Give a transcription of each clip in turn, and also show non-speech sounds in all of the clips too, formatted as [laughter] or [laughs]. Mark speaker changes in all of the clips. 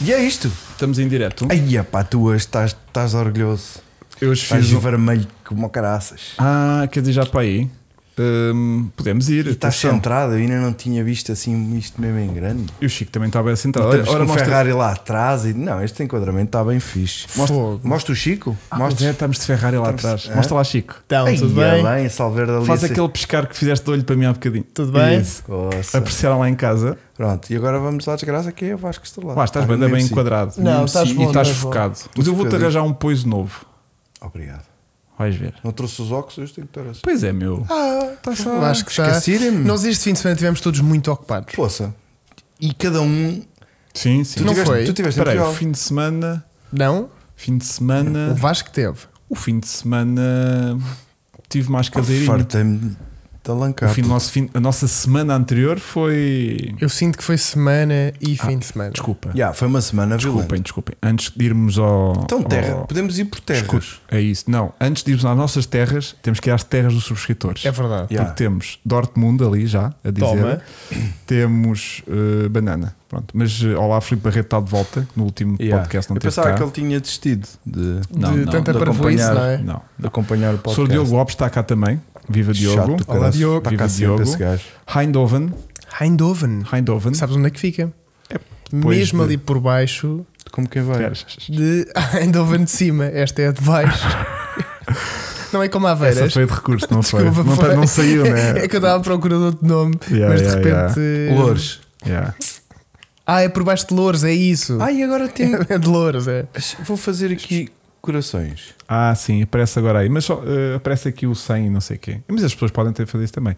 Speaker 1: E é isto.
Speaker 2: Estamos em direto.
Speaker 1: Aí, pá, tu hoje estás, estás orgulhoso.
Speaker 2: Eu hoje
Speaker 1: Estás
Speaker 2: fiz. um-
Speaker 1: vermelho como caraças.
Speaker 2: Ah, quer dizer, já para aí. Hum, podemos ir.
Speaker 1: E tá estás
Speaker 2: atenção.
Speaker 1: centrado, eu ainda não tinha visto assim isto mesmo em grande.
Speaker 2: E o Chico também estava sentado.
Speaker 1: Olha,
Speaker 2: Olha,
Speaker 1: Temos
Speaker 2: ora,
Speaker 1: um
Speaker 2: mostra.
Speaker 1: Ferrari lá atrás e não, este enquadramento está bem fixe.
Speaker 2: Fogo.
Speaker 1: Mostra, mostra o Chico?
Speaker 2: Ah, pois é,
Speaker 1: mostra.
Speaker 2: estamos de Ferrari lá
Speaker 1: Estamos-
Speaker 2: atrás.
Speaker 1: é?
Speaker 2: Mostra lá, Chico.
Speaker 3: Então,
Speaker 1: Aí,
Speaker 3: tudo bem?
Speaker 1: bem, Salverde ali
Speaker 2: Faz
Speaker 1: a ser-
Speaker 2: aquele pescar que fizeste de olho para mim há bocadinho.
Speaker 3: Tudo bem?
Speaker 2: Isso.
Speaker 1: Coça.
Speaker 2: Apreciaram lá em casa.
Speaker 1: Pronto, e agora vamos lá desgraça que é o Vasco Estrelado.
Speaker 2: Lá estás bem, ainda bem enquadrado.
Speaker 3: Não,
Speaker 2: Mesmo
Speaker 3: estás
Speaker 2: assim,
Speaker 3: bom,
Speaker 2: E estás
Speaker 3: estás bom.
Speaker 2: focado. Mas eu vou-te
Speaker 1: focadinho.
Speaker 2: arranjar um poiso novo.
Speaker 1: Obrigado.
Speaker 2: Vais ver.
Speaker 1: Não trouxe os óculos, hoje tenho que estar assim.
Speaker 2: Pois é, meu.
Speaker 3: Ah, eu acho que
Speaker 2: tá.
Speaker 3: está.
Speaker 1: Esqueci-me.
Speaker 3: Nós este fim de semana estivemos todos muito ocupados.
Speaker 1: Poça. E cada um.
Speaker 2: Sim, sim.
Speaker 1: Tu
Speaker 3: não
Speaker 1: tiveste,
Speaker 3: foi?
Speaker 1: Tu tiveste em
Speaker 2: Espera aí,
Speaker 1: Portugal.
Speaker 2: fim de semana.
Speaker 3: Não?
Speaker 2: Fim de semana.
Speaker 3: O Vasco teve.
Speaker 2: O fim de semana tive
Speaker 1: Tá
Speaker 2: mais cadeirinho.
Speaker 1: Fartei-me da
Speaker 2: O
Speaker 1: lancada.
Speaker 2: fim do nosso fim- a nossa semana anterior foi.
Speaker 3: Eu sinto que foi semana e
Speaker 2: Ah.
Speaker 3: fim de semana.
Speaker 2: Desculpa.
Speaker 1: Yeah, foi uma semana violenta.
Speaker 2: Desculpem, Oh, desculpem. Antes de irmos ao.
Speaker 1: Então, terra,
Speaker 2: ao-
Speaker 1: podemos ir por terras.
Speaker 2: Escute, É isso. Não, antes de irmos às nossas terras, temos que ir às terras dos subscritores.
Speaker 3: É verdade.
Speaker 1: Yeah.
Speaker 2: Porque temos Dortmund ali já a dizer.
Speaker 3: Toma.
Speaker 2: Temos eh, Banana. Pronto. Mas eh, olá, Filipe Barreto está de volta. que No último
Speaker 1: Yeah.
Speaker 2: podcast não
Speaker 1: Eu
Speaker 2: teve
Speaker 1: pensava
Speaker 2: cá.
Speaker 1: que ele tinha desistido de, de
Speaker 2: Não,
Speaker 3: de
Speaker 2: não,
Speaker 3: tanta
Speaker 1: de
Speaker 3: parvoíce,
Speaker 1: acompanhar.
Speaker 3: não é?
Speaker 2: Não.
Speaker 1: acompanhar o
Speaker 2: O
Speaker 1: podcast.
Speaker 2: Sr. Diogo Lopes está cá também. Viva Diogo.
Speaker 1: Chato do
Speaker 3: Olá,
Speaker 1: caraças.
Speaker 3: Diogo.
Speaker 1: Está
Speaker 2: Viva
Speaker 1: cá sempre
Speaker 2: Diogo.
Speaker 1: esse gajo.
Speaker 2: Eindhoven.
Speaker 3: Eindhoven.
Speaker 2: Eindhoven.
Speaker 3: Sabes onde é que fica?
Speaker 2: É, depois
Speaker 3: Mesmo
Speaker 2: de-
Speaker 3: ali por baixo
Speaker 1: Como quem vai?
Speaker 2: Espera.
Speaker 3: de [laughs] Eindhoven de cima. Esta é a de
Speaker 2: [laughs]
Speaker 3: baixo. não é como
Speaker 2: Essa
Speaker 3: Aveiras.
Speaker 2: foi de recurso, não foi?
Speaker 3: Desculpa,
Speaker 2: não,
Speaker 3: foi.
Speaker 2: não saiu, né?
Speaker 3: [laughs] É que eu estava à procura de outro nome,
Speaker 2: Yeah,
Speaker 3: mas de
Speaker 2: yeah,
Speaker 3: repente. eh,
Speaker 1: Loures.
Speaker 2: Yeah.
Speaker 3: Ah, é por baixo de Louros, é isso.
Speaker 1: Ai, agora tenho.
Speaker 3: [laughs] É de Louros, é.
Speaker 1: [laughs] Vou fazer aqui corações.
Speaker 2: Ah, sim, aparece agora aí. Mas só, eh, aparece aqui o 100 e não sei o quê. Mas as pessoas podem ter fazer isso também.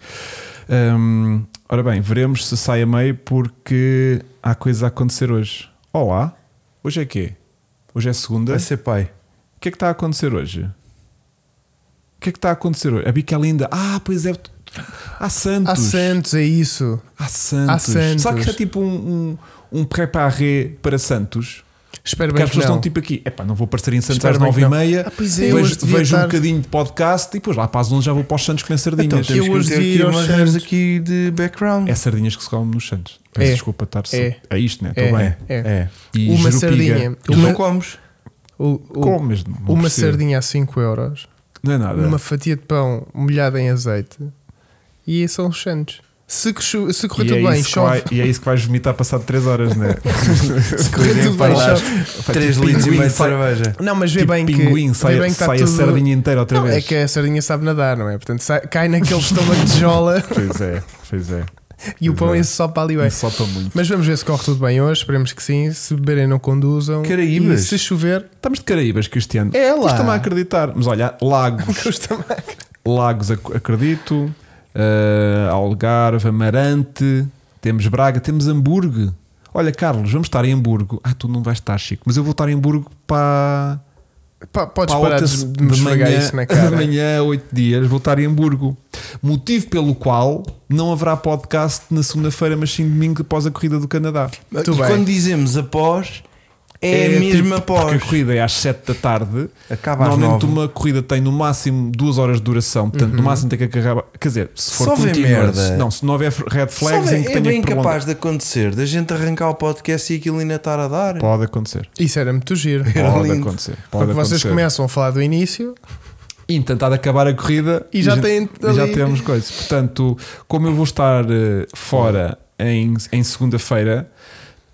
Speaker 2: Hum, ora bem, veremos se sai a meio porque há coisas a acontecer hoje. Olá, hoje é quê? Hoje é segunda.
Speaker 1: Vai ser pai.
Speaker 2: O que é que está a acontecer hoje? O que é que está a acontecer hoje? A Bica é linda. Ah, pois é. Há Santos.
Speaker 3: Há Santos, é isso.
Speaker 2: Há Santos.
Speaker 3: Há Santos.
Speaker 2: Será que isto é tipo um, um, um préparé para Santos?
Speaker 3: Espero
Speaker 2: Porque
Speaker 3: bem
Speaker 2: as
Speaker 3: que
Speaker 2: pessoas
Speaker 3: não.
Speaker 2: estão tipo aqui, epá, não vou aparecer em Santos
Speaker 3: Espero
Speaker 2: às
Speaker 3: bem que não.
Speaker 2: 9h30,
Speaker 3: Ah, pois é, hoje
Speaker 2: vejo,
Speaker 3: devia
Speaker 2: vejo um
Speaker 3: estar-
Speaker 2: bocadinho de podcast e depois lá para as 11 já vou para os Santos comer sardinhas.
Speaker 3: Então, eu
Speaker 1: que
Speaker 3: hoje
Speaker 1: meter
Speaker 3: devia ir
Speaker 1: aqui
Speaker 3: aos
Speaker 1: umas
Speaker 3: Santos.
Speaker 1: regras aqui de background.
Speaker 2: É sardinhas que se comem nos Santos. Peço
Speaker 3: É.
Speaker 2: desculpa estar só-
Speaker 3: É.
Speaker 2: é isto, né? Estou
Speaker 3: É.
Speaker 2: bem.
Speaker 3: É.
Speaker 1: É.
Speaker 2: E
Speaker 3: Uma
Speaker 2: jerupiga.
Speaker 3: sardinha.
Speaker 1: Tu
Speaker 3: Uma-
Speaker 1: não comes.
Speaker 3: O- o-
Speaker 2: Comes, não
Speaker 3: uma
Speaker 2: percebo.
Speaker 3: sardinha a 5 euros,
Speaker 2: Não é nada.
Speaker 3: uma fatia de pão molhada em azeite e são os Santos. Se, que chu- se correr
Speaker 2: e,
Speaker 3: tudo
Speaker 2: é
Speaker 3: bem,
Speaker 2: isso que vai,
Speaker 3: chove.
Speaker 2: e é isso que vais vomitar passado 3 horas, né?
Speaker 3: [laughs] Se correr tudo bem,
Speaker 1: Vai lá.
Speaker 3: chove.
Speaker 2: Faz
Speaker 1: 3
Speaker 2: tipo
Speaker 1: litros e
Speaker 2: pinguim,
Speaker 1: meio de
Speaker 2: sai-
Speaker 1: cerveja.
Speaker 3: Não, mas vê
Speaker 2: Tipo
Speaker 3: bem que.
Speaker 2: pinguim,
Speaker 3: vê
Speaker 2: sai,
Speaker 3: bem que está
Speaker 2: sai
Speaker 3: tudo-
Speaker 2: a sardinha inteira outra
Speaker 3: Não,
Speaker 2: vez.
Speaker 3: é que a sardinha sabe nadar, não é? Portanto, sai-
Speaker 2: [laughs]
Speaker 3: cai naquele estômago de jola
Speaker 2: Pois é, pois é.
Speaker 3: e o pão esse só para ali bem.
Speaker 2: Isso solta muito.
Speaker 3: Mas vamos ver se corre tudo bem hoje. Esperemos que sim. Se beberem, não conduzam.
Speaker 1: Caraíbas.
Speaker 3: E se chover,
Speaker 2: Estamos de Caraíbas, Cristiano.
Speaker 3: É lá.
Speaker 2: Custa-me a acreditar. Mas olha, Lagos.
Speaker 3: [laughs] custa mais.
Speaker 2: Lagos, ac- acredito. eh, Algarve, Amarante. Temos Braga, temos Hamburgo. Olha, Carlos, vamos estar em Hamburgo. Ah, tu não vais estar, Chico, mas eu vou estar em Hamburgo para.
Speaker 3: Pá, podes
Speaker 2: para a
Speaker 3: parar
Speaker 2: outra
Speaker 3: de,
Speaker 2: se-
Speaker 3: de me esfregar isso na
Speaker 2: [laughs]
Speaker 3: cara.
Speaker 2: de manhã, oito dias, vou estar em Hamburgo. Motivo pelo qual não haverá podcast na segunda-feira, mas sim domingo após a corrida do Canadá.
Speaker 3: Muito
Speaker 1: e
Speaker 3: bem.
Speaker 1: quando dizemos após, é, a
Speaker 2: tipo,
Speaker 1: mesma
Speaker 2: Porque a
Speaker 1: após.
Speaker 2: corrida é às 7 da tarde.
Speaker 1: Acaba às
Speaker 2: Normalmente
Speaker 1: nove.
Speaker 2: uma corrida tem no máximo 2 horas de duração. Portanto, no máximo tem que acabar. Quer dizer, se for
Speaker 1: Só vê
Speaker 2: contínua,
Speaker 1: merda.
Speaker 2: se- não, se não houver red flags,
Speaker 1: Sabe,
Speaker 2: em que
Speaker 1: é
Speaker 2: tenha
Speaker 1: bem
Speaker 2: que prolongar.
Speaker 1: capaz de acontecer, da gente arrancar o podcast e aquilo ainda estar a dar.
Speaker 2: Pode acontecer.
Speaker 3: Isso era muito giro. Porque
Speaker 1: Era
Speaker 2: Pode
Speaker 1: lindo.
Speaker 2: acontecer. Pode
Speaker 3: vocês
Speaker 2: acontecer.
Speaker 3: começam a falar do início.
Speaker 2: E tentar acabar a corrida
Speaker 3: E já
Speaker 2: gente-
Speaker 3: tem
Speaker 2: e já
Speaker 3: ali-
Speaker 2: temos coisas. Portanto, como eu vou estar eh, fora em, em segunda-feira,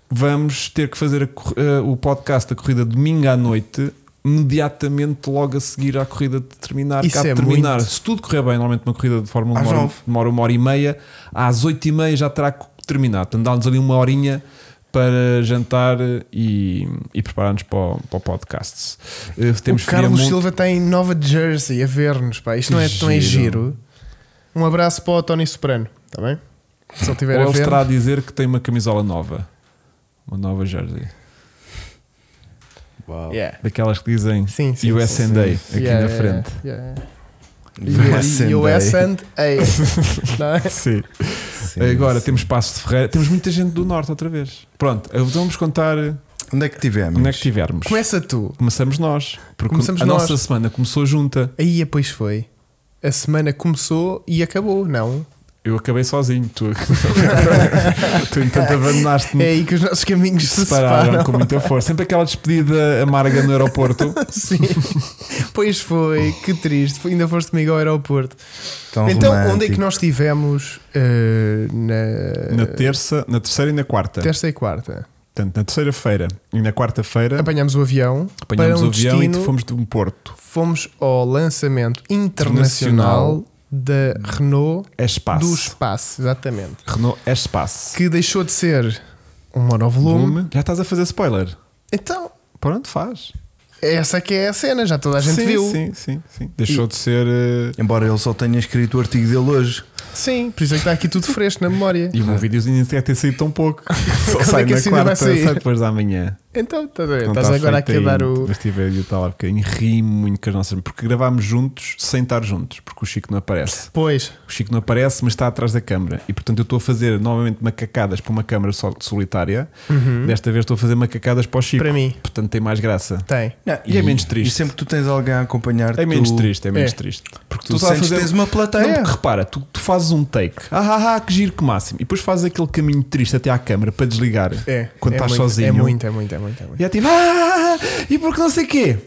Speaker 2: vamos ter que fazer a cor- eh, o podcast da corrida domingo à noite. Imediatamente logo a seguir à corrida de terminar,
Speaker 3: Isso
Speaker 2: cá de
Speaker 3: é
Speaker 2: terminar.
Speaker 3: muito.
Speaker 2: Se tudo correr bem, normalmente uma corrida de Fórmula 1
Speaker 1: Às
Speaker 2: demora,
Speaker 1: nove.
Speaker 2: demora uma hora e meia, às oito e meia já terá co- terminado. Portanto, dá-nos ali uma horinha para jantar eh, e, e preparar-nos para, o- para o podcast. Eh, Temos
Speaker 3: o Carlos
Speaker 2: Friamonte-
Speaker 3: Silva está em Nova Jersey a ver-nos. Pá. Isto não é, não é
Speaker 2: Giro.
Speaker 3: giro. Um abraço para o Tony Soprano. Está bem? Se ele estiver
Speaker 2: Ou
Speaker 3: a
Speaker 2: ele
Speaker 3: ver.
Speaker 2: estará a dizer que tem uma camisola nova. Uma nova jersey.
Speaker 3: Yeah.
Speaker 2: Daquelas que dizem
Speaker 3: Sim, sim,
Speaker 2: US
Speaker 3: sim,
Speaker 2: and
Speaker 3: sim.
Speaker 2: A [laughs] aqui
Speaker 3: Yeah,
Speaker 2: na frente.
Speaker 3: yeah,
Speaker 1: Yes
Speaker 3: yeah.
Speaker 1: and
Speaker 3: US
Speaker 1: day.
Speaker 3: and A. [laughs] Não é?
Speaker 2: Sim.
Speaker 1: Sim,
Speaker 2: Agora
Speaker 1: sim.
Speaker 2: temos Passo de Ferreira. Temos muita gente do Norte outra vez. Pronto, eu- vamos contar
Speaker 1: Onde é que tivemos?
Speaker 2: onde é que estivermos.
Speaker 3: Começa tu.
Speaker 2: Começamos nós. Porque
Speaker 3: Começamos
Speaker 2: a
Speaker 3: nós.
Speaker 2: nossa semana começou junta.
Speaker 3: Aí, pois foi. A semana começou e acabou, não?
Speaker 2: Eu acabei sozinho, tu, [laughs] tu entanto abandonaste-me.
Speaker 3: É aí que os nossos caminhos se
Speaker 2: separaram
Speaker 3: separam.
Speaker 2: com muita força. Sempre aquela despedida amarga no
Speaker 3: [laughs]
Speaker 2: aeroporto.
Speaker 3: Sim. Pois foi, que triste. Ainda foste comigo ao aeroporto.
Speaker 1: Tão
Speaker 3: então, onde é
Speaker 1: romântico.
Speaker 3: que nós estivemos eh, na,
Speaker 2: Na terça, na terceira e na quarta.
Speaker 3: terça e quarta?
Speaker 2: Portanto, na terceira-feira e na quarta-feira
Speaker 3: Apanhámos É. o avião,
Speaker 2: apanhámos
Speaker 3: para um
Speaker 2: o avião
Speaker 3: destino,
Speaker 2: e fomos de um Porto.
Speaker 3: fomos ao lançamento internacional, da Renault
Speaker 2: É espaço.
Speaker 3: do espaço, exatamente.
Speaker 2: Renault é espaço.
Speaker 3: Que deixou de ser um monovolume.
Speaker 2: Volume. Já estás a fazer spoiler.
Speaker 3: Então,
Speaker 2: Pronto, faz.
Speaker 3: essa que é a cena, já toda a gente
Speaker 2: sim,
Speaker 3: viu.
Speaker 2: Sim, sim, sim. Deixou de ser. eh,
Speaker 1: Embora ele só tenha escrito o artigo dele hoje.
Speaker 3: Sim, por isso é que está aqui tudo fresco
Speaker 2: [laughs]
Speaker 3: na memória.
Speaker 2: E o meu videozinho nem sequer ter saído tão
Speaker 3: [laughs]
Speaker 2: pouco. Só
Speaker 3: Ah. Quando
Speaker 2: sai
Speaker 3: é que
Speaker 2: na
Speaker 3: esse ainda
Speaker 2: quarta,
Speaker 3: vai sair?
Speaker 2: sai depois da manhã.
Speaker 3: Então, estás a ver,
Speaker 2: Não
Speaker 3: estás
Speaker 2: está
Speaker 3: agora aqui
Speaker 2: feito
Speaker 3: a dar
Speaker 2: ainda.
Speaker 3: o.
Speaker 2: Mas tive a editar lá um bocadinho. Ri muito com as nossas. Porque gravámos juntos sem estar juntos. Porque o Chico não aparece.
Speaker 3: Pois,
Speaker 2: O Chico não aparece, mas está atrás da câmara. E portanto eu estou a fazer novamente macacadas para uma câmara sol- solitária.
Speaker 3: Uhum.
Speaker 2: Desta vez estou a fazer macacadas para o Chico.
Speaker 3: Para mim.
Speaker 2: Portanto tem mais graça.
Speaker 3: tem.
Speaker 2: E é menos triste.
Speaker 1: E sempre que tu tens alguém a acompanhar
Speaker 2: É menos
Speaker 1: tu,
Speaker 2: triste, é menos
Speaker 3: É.
Speaker 2: triste. Porque
Speaker 1: Tu,
Speaker 2: estás a
Speaker 1: sentes que
Speaker 2: fazer-
Speaker 1: tens uma
Speaker 2: Não,
Speaker 1: plateia.
Speaker 2: porque repara, tu, tu fazes um take, ah, ah, ah, que giro que máximo, e depois fazes aquele caminho triste até à câmara para desligar
Speaker 3: É.
Speaker 2: quando
Speaker 3: é
Speaker 2: estás
Speaker 3: muito,
Speaker 2: sozinho.
Speaker 3: É muito, é muito, é muito. É muito.
Speaker 2: E é tipo, ah, ah, ah, e porque não sei quê.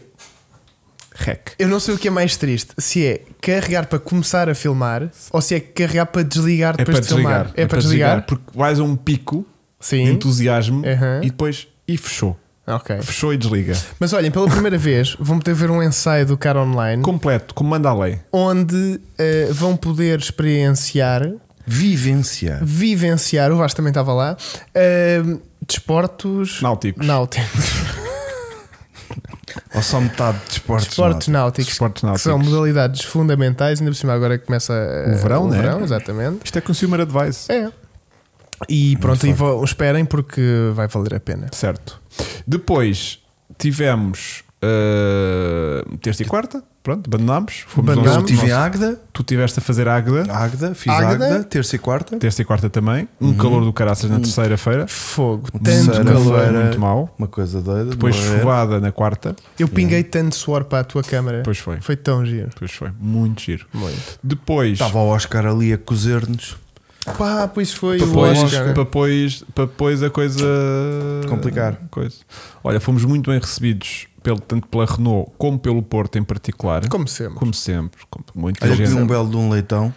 Speaker 2: Rec.
Speaker 3: Eu não sei o que é mais triste, se é carregar para começar a filmar ou se é carregar para desligar
Speaker 2: É
Speaker 3: depois
Speaker 2: para
Speaker 3: de filmar.
Speaker 2: desligar.
Speaker 3: É, para desligar.
Speaker 2: Porque vais a um pico de
Speaker 3: Sim. É.
Speaker 2: entusiasmo
Speaker 3: Uhum.
Speaker 2: e depois, e fechou.
Speaker 3: Ok.
Speaker 2: Fechou e desliga.
Speaker 3: Mas olhem, pela primeira vez vão poder ver um ensaio do cara online
Speaker 2: Completo, como manda a lei.
Speaker 3: onde eh, vão poder experienciar, Ah.
Speaker 1: Vivência.
Speaker 3: vivenciar, o Vasco também estava lá, eh, desportos
Speaker 2: Náuticos.
Speaker 3: náuticos.
Speaker 1: Ou só metade de esportes.
Speaker 3: Desportos
Speaker 1: não.
Speaker 3: náuticos.
Speaker 2: Esportes
Speaker 3: Que são
Speaker 2: náuticos.
Speaker 3: modalidades fundamentais, ainda por cima agora começa eh,
Speaker 2: O verão,
Speaker 3: o
Speaker 2: né?
Speaker 3: verão, exatamente.
Speaker 2: Isto é consumer advice.
Speaker 3: É. E pronto, e vou- esperem porque vai valer a pena.
Speaker 2: Certo. Depois tivemos uh, terça e quarta. Pronto, abandonámos. Fomos
Speaker 3: Abandonámos.
Speaker 1: Eu
Speaker 2: nós-
Speaker 1: tive em
Speaker 2: nós-
Speaker 1: Águeda,
Speaker 2: Tu tiveste a fazer Águeda,
Speaker 1: Águeda, fiz
Speaker 3: Águeda?
Speaker 1: Águeda, terça e quarta.
Speaker 2: terça e quarta também. Um calor do caraças na terceira-feira.
Speaker 3: Fogo, Uhum. tanto
Speaker 1: Terceira-feira,
Speaker 3: calor.
Speaker 2: muito mau.
Speaker 1: Uma coisa doida. de
Speaker 2: Depois
Speaker 1: morrer.
Speaker 2: chuvada na quarta.
Speaker 3: Eu pinguei tanto suor para a tua câmara.
Speaker 2: Depois foi.
Speaker 3: Foi tão giro.
Speaker 2: Depois foi. Muito giro.
Speaker 3: Muito. Tá
Speaker 2: Depois.
Speaker 1: Estava o Oscar ali a cozer-nos.
Speaker 3: Pá, pois foi. o
Speaker 2: Depois,
Speaker 3: Oscar.
Speaker 2: para depois, para depois a coisa
Speaker 1: Complicar.
Speaker 2: Coisa. Olha, fomos muito bem recebidos pelo, tanto pela Renault como pelo Porto em particular.
Speaker 3: Como sempre.
Speaker 2: Como sempre, como muita
Speaker 1: Olha,
Speaker 2: gente.
Speaker 1: comi um belo de um leitão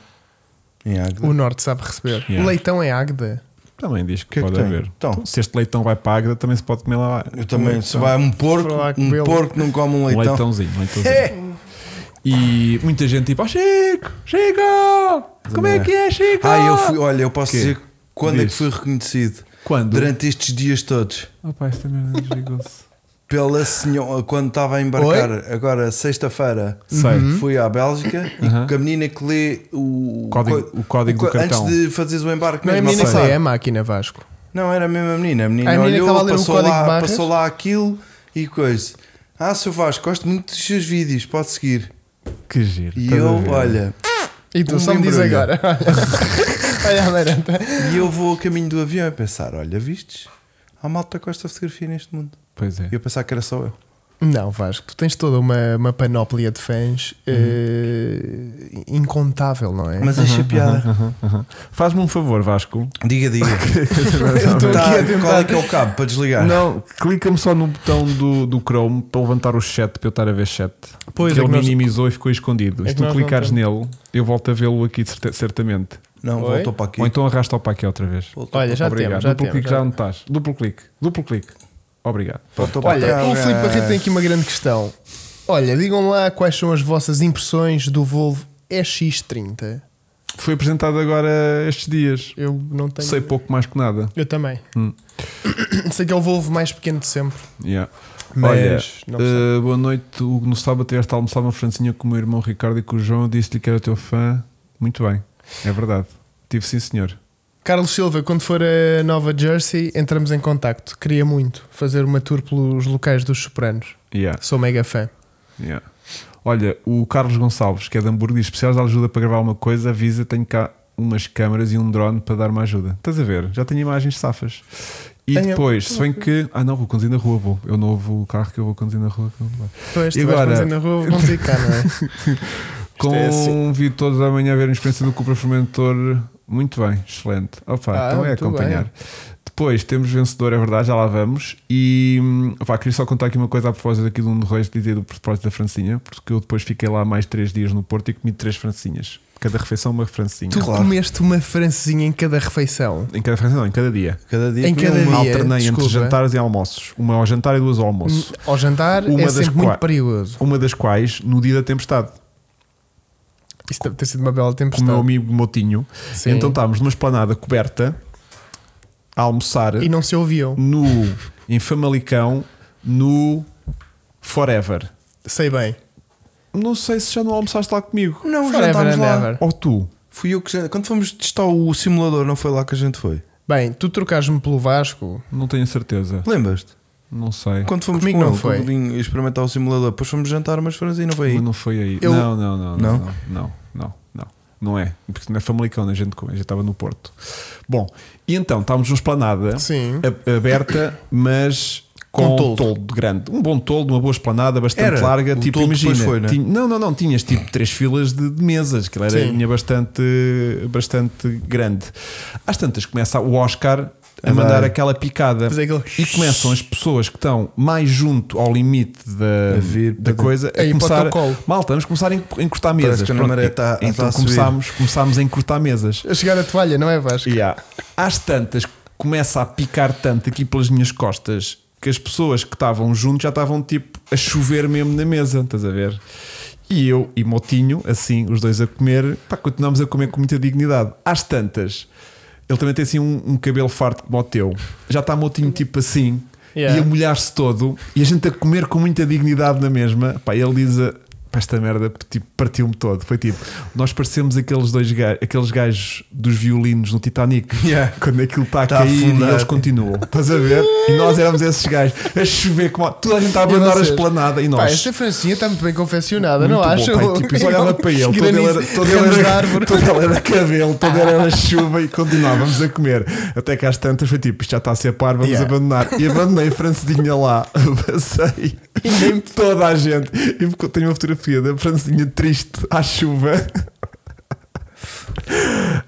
Speaker 1: em Águeda.
Speaker 3: O Norte sabe receber.
Speaker 2: Yeah.
Speaker 3: O leitão é Águeda.
Speaker 2: Também diz que,
Speaker 1: Que é que
Speaker 2: pode
Speaker 1: tem?
Speaker 2: haver.
Speaker 1: Então.
Speaker 2: Então, se este leitão vai para a Águeda, também se pode comer lá.
Speaker 1: Eu também, se vai um porco,
Speaker 3: Falar com ele.
Speaker 1: um porco não come um
Speaker 2: Um
Speaker 1: leitão.
Speaker 2: leitãozinho.
Speaker 1: [laughs]
Speaker 2: um leitãozinho. E muita gente tipo, ó Chico, Chico, como é que é, Chico?
Speaker 1: Ah, eu fui, olha, eu posso
Speaker 2: Quê?
Speaker 1: dizer quando é que
Speaker 2: Diz.
Speaker 1: fui reconhecido?
Speaker 2: Quando?
Speaker 1: Durante estes dias todos.
Speaker 2: Oh, pá, esta
Speaker 3: é
Speaker 2: merda desligou-se.
Speaker 1: Pela senhora, quando estava a embarcar, agora sexta-feira,
Speaker 2: Sei.
Speaker 1: fui à Bélgica
Speaker 2: Uhum.
Speaker 1: e com a menina que lê o
Speaker 2: Código-
Speaker 1: co-
Speaker 2: o código do
Speaker 1: co- antes
Speaker 2: cartão.
Speaker 1: de fazeres o embarque,
Speaker 3: Não é a
Speaker 1: mesmo,
Speaker 3: menina
Speaker 1: a
Speaker 3: que
Speaker 1: passar.
Speaker 3: lê, é a máquina Vasco.
Speaker 1: Não, era a mesma menina. A menina,
Speaker 3: Ah, a menina que estava a
Speaker 1: olhou,
Speaker 3: ler o
Speaker 1: passou,
Speaker 3: código de
Speaker 1: lá,
Speaker 3: barras?
Speaker 1: passou lá aquilo e coisa. Ah, seu Vasco, gosto muito dos seus vídeos, pode seguir.
Speaker 2: Que giro.
Speaker 1: E
Speaker 3: Tá
Speaker 2: estás a
Speaker 3: é.
Speaker 1: eu,
Speaker 2: ver?
Speaker 1: olha,
Speaker 3: E tu
Speaker 1: Um
Speaker 3: só me diz
Speaker 1: embrulho.
Speaker 3: agora. [laughs] Olha a Amaranta.
Speaker 1: e eu vou a caminho do avião a pensar: olha, vistes? Há malta que gosta de fotografia neste mundo.
Speaker 2: Pois é.
Speaker 1: E eu pensar que era só eu.
Speaker 3: Não, Vasco, tu tens toda uma, uma panóplia de fãs eh, incontável, não é?
Speaker 1: Mas achei piada.
Speaker 2: Aham, aham. Faz-me um favor, Vasco.
Speaker 1: Diga,
Speaker 3: [laughs]
Speaker 1: diga.
Speaker 3: Eu estou
Speaker 1: Tá,
Speaker 3: aqui a
Speaker 1: qual é
Speaker 3: tentar.
Speaker 1: que é o cabo para desligar?
Speaker 2: Não, clica-me só no botão do, do Chrome para levantar o chat para eu estar a ver chat.
Speaker 3: Pois,
Speaker 2: que
Speaker 3: é
Speaker 2: ele
Speaker 3: que nós-
Speaker 2: minimizou e ficou escondido.
Speaker 3: É
Speaker 2: se
Speaker 3: que
Speaker 2: tu
Speaker 3: nós não
Speaker 2: clicares nele, eu volto a vê-lo aqui certe- certamente.
Speaker 1: Não,
Speaker 3: Oi?
Speaker 1: voltou para aqui.
Speaker 2: Ou então arrasta-o para aqui outra vez.
Speaker 1: Voltou
Speaker 3: Olha, já
Speaker 2: Obrigado.
Speaker 3: temos, já
Speaker 2: Duplo
Speaker 3: temos.
Speaker 2: clique,
Speaker 3: já
Speaker 2: já não estás. Duplo clique, duplo clique. Obrigado.
Speaker 1: Voltou para
Speaker 3: Olha,
Speaker 1: trás.
Speaker 3: o Filipe Barreto tem aqui uma grande questão. Olha, digam lá quais são as vossas impressões do Volvo EX30.
Speaker 2: Foi apresentado agora estes dias.
Speaker 3: Eu não tenho.
Speaker 2: Sei pouco mais que nada.
Speaker 3: Eu também. [coughs] Sei que é o Volvo mais pequeno de sempre.
Speaker 2: Yeah.
Speaker 3: Mas
Speaker 2: Olha,
Speaker 3: não
Speaker 2: eh, boa noite. O- No sábado tiveste a almoçar uma francinha com o meu irmão Ricardo e com o João. Disse-lhe que era teu fã. Muito bem, é verdade. Tive sim, senhor.
Speaker 3: Carlos Silva, quando for a Nova Jersey, entramos em contacto. Queria muito fazer uma tour pelos locais dos Sopranos.
Speaker 2: Yeah,
Speaker 3: Sou mega fã.
Speaker 2: yeah. Olha, o Carlos Gonçalves, que é de Hamburgo, diz: precisas de ajuda para gravar uma coisa, avisa, tenho cá umas câmaras e um drone para dar uma ajuda. Estás a ver? Já tenho imagens safas. E
Speaker 3: Tenho.
Speaker 2: depois, se bem que. Ah, não, vou conduzir na rua, vou. Eu não ouvo o carro que eu vou conduzir na rua. que não vai.
Speaker 3: Pois, tu
Speaker 2: E
Speaker 3: agora...
Speaker 2: agora?
Speaker 3: vais conduzir na rua, vamos ir cá, não é? Isto é assim.
Speaker 2: Convido todos amanhã a verem a experiência do Cupra Fermentor Muito bem, excelente. Opa,
Speaker 3: Ah,
Speaker 2: então é
Speaker 3: muito
Speaker 2: acompanhar.
Speaker 3: bem.
Speaker 2: Depois temos vencedor, é verdade, já lá vamos. E hum, opá, queria só contar aqui uma coisa a propósito aqui de um reis de dizer do propósito da francinha, porque eu depois fiquei lá mais três dias no Porto e comi três francinhas. Cada refeição uma francinha.
Speaker 3: [laughs] Tu
Speaker 1: Claro.
Speaker 3: comeste uma francesinha em cada refeição.
Speaker 2: Em cada refeição, não, em cada dia.
Speaker 1: Cada dia
Speaker 3: Em
Speaker 1: comia
Speaker 3: cada
Speaker 1: uma.
Speaker 3: dia.
Speaker 2: Alternei entre
Speaker 3: desculpa.
Speaker 2: jantares e almoços. Uma ao jantar e duas ao almoço.
Speaker 3: Ao jantar
Speaker 2: Uma
Speaker 3: é
Speaker 2: das
Speaker 3: sempre
Speaker 2: qua-
Speaker 3: muito perigoso.
Speaker 2: Uma das quais no dia da tempestade,
Speaker 3: Isso deve ter sido uma bela
Speaker 2: com o meu
Speaker 3: tempestade.
Speaker 2: amigo Motinho.
Speaker 3: Sim.
Speaker 2: Então estávamos numa esplanada coberta a almoçar.
Speaker 3: E não se ouviam.
Speaker 2: no em Famalicão no Forever.
Speaker 3: Sei bem.
Speaker 2: Não sei se já não almoçaste lá comigo.
Speaker 1: Não, já
Speaker 3: Forever
Speaker 1: estávamos
Speaker 3: and
Speaker 1: lá.
Speaker 3: ever.
Speaker 2: Ou tu.
Speaker 1: Fui eu que já... Quando fomos testar o simulador, não foi lá que a gente foi?
Speaker 3: Bem, tu trocares-me pelo Vasco,
Speaker 2: Não tenho certeza.
Speaker 1: Lembras-te?
Speaker 2: Não sei.
Speaker 1: Quando fomos
Speaker 3: Comigo
Speaker 1: com
Speaker 3: não
Speaker 1: ele,
Speaker 3: foi.
Speaker 1: com o Godinho experimentar o simulador, depois fomos jantar umas franzas e não foi aí.
Speaker 2: Mas não foi aí.
Speaker 3: Eu-
Speaker 2: Não, não, não, não,
Speaker 1: Não?
Speaker 2: não, não, não, não. Não é. Porque não é Famalicão, né? a gente, a gente estava no Porto. Bom, e então estávamos numa esplanada
Speaker 3: Sim.
Speaker 2: a- aberta, mas com,
Speaker 3: Com
Speaker 2: toldo.
Speaker 3: toldo.
Speaker 2: grande. Um bom toldo, uma boa esplanada, bastante
Speaker 1: Era.
Speaker 2: larga.
Speaker 1: O
Speaker 2: tipo,
Speaker 1: toldo
Speaker 2: imagina.
Speaker 1: depois foi, né?
Speaker 2: tinha- não, não, não. Tinhas tipo três filas de, de mesas, que era
Speaker 3: Sim.
Speaker 2: tinha bastante, bastante grande. Às tantas começa o Oscar a
Speaker 1: Andar.
Speaker 2: mandar aquela picada
Speaker 3: Fazer aquele-
Speaker 1: é
Speaker 2: e começam as pessoas que estão mais junto ao limite da,
Speaker 1: A vir
Speaker 2: da
Speaker 1: para
Speaker 2: coisa a
Speaker 3: Aí, para o
Speaker 2: é começar
Speaker 3: teu colo.
Speaker 2: malta vamos começar a enc- encurtar mesas
Speaker 1: um que é a Ana
Speaker 2: Pronto,
Speaker 1: Maria está-
Speaker 2: então
Speaker 1: está tá- a subir.
Speaker 2: começámos, começámos a encurtar mesas
Speaker 3: a chegar a toalha, não é Vasco?
Speaker 2: e há- às tantas começa a picar tanto aqui pelas minhas costas que as pessoas que estavam junto já estavam tipo a chover mesmo na mesa, estás a ver? E eu e Motinho, assim, os dois a comer, pá, continuamos a comer com muita dignidade. Às tantas, ele também tem assim um, um cabelo farto como o teu, já está Motinho tipo assim,
Speaker 3: Yeah.
Speaker 2: e a molhar-se todo, e a gente a comer com muita dignidade na mesma. Pá, ele diz a. Pá, esta merda tipo, partiu-me todo. Foi tipo, nós parecemos aqueles dois gajos, aqueles gajos dos violinos no Titanic.
Speaker 1: Yeah.
Speaker 2: Quando aquilo está a
Speaker 1: Tá a
Speaker 2: cair e
Speaker 1: afundar.
Speaker 2: eles continuam. Estás a ver? E nós éramos esses gajos a chover como. Toda a gente está a
Speaker 3: E
Speaker 2: abandonar a
Speaker 3: vocês?
Speaker 2: esplanada e
Speaker 3: Pá,
Speaker 2: nós.
Speaker 3: esta francinha está muito bem confeccionada,
Speaker 2: Muito
Speaker 3: não
Speaker 2: bom,
Speaker 3: acham?
Speaker 2: pá, e tipo,
Speaker 3: [laughs]
Speaker 2: eu olhava para ele, todo ele era, todo ele
Speaker 3: Ramos um de
Speaker 2: era, [laughs]
Speaker 3: árvore.
Speaker 2: todo ele era cabelo, todo ele
Speaker 3: [laughs]
Speaker 2: era chuva e continuávamos a comer. Até que às tantas foi tipo, isto já está a ser par, vamos
Speaker 3: Yeah.
Speaker 2: abandonar. E abandonei a Francesinha lá, [laughs] passei e nem toda a gente. E ficou- tenho uma fotografia da Francesinha triste à chuva. [laughs]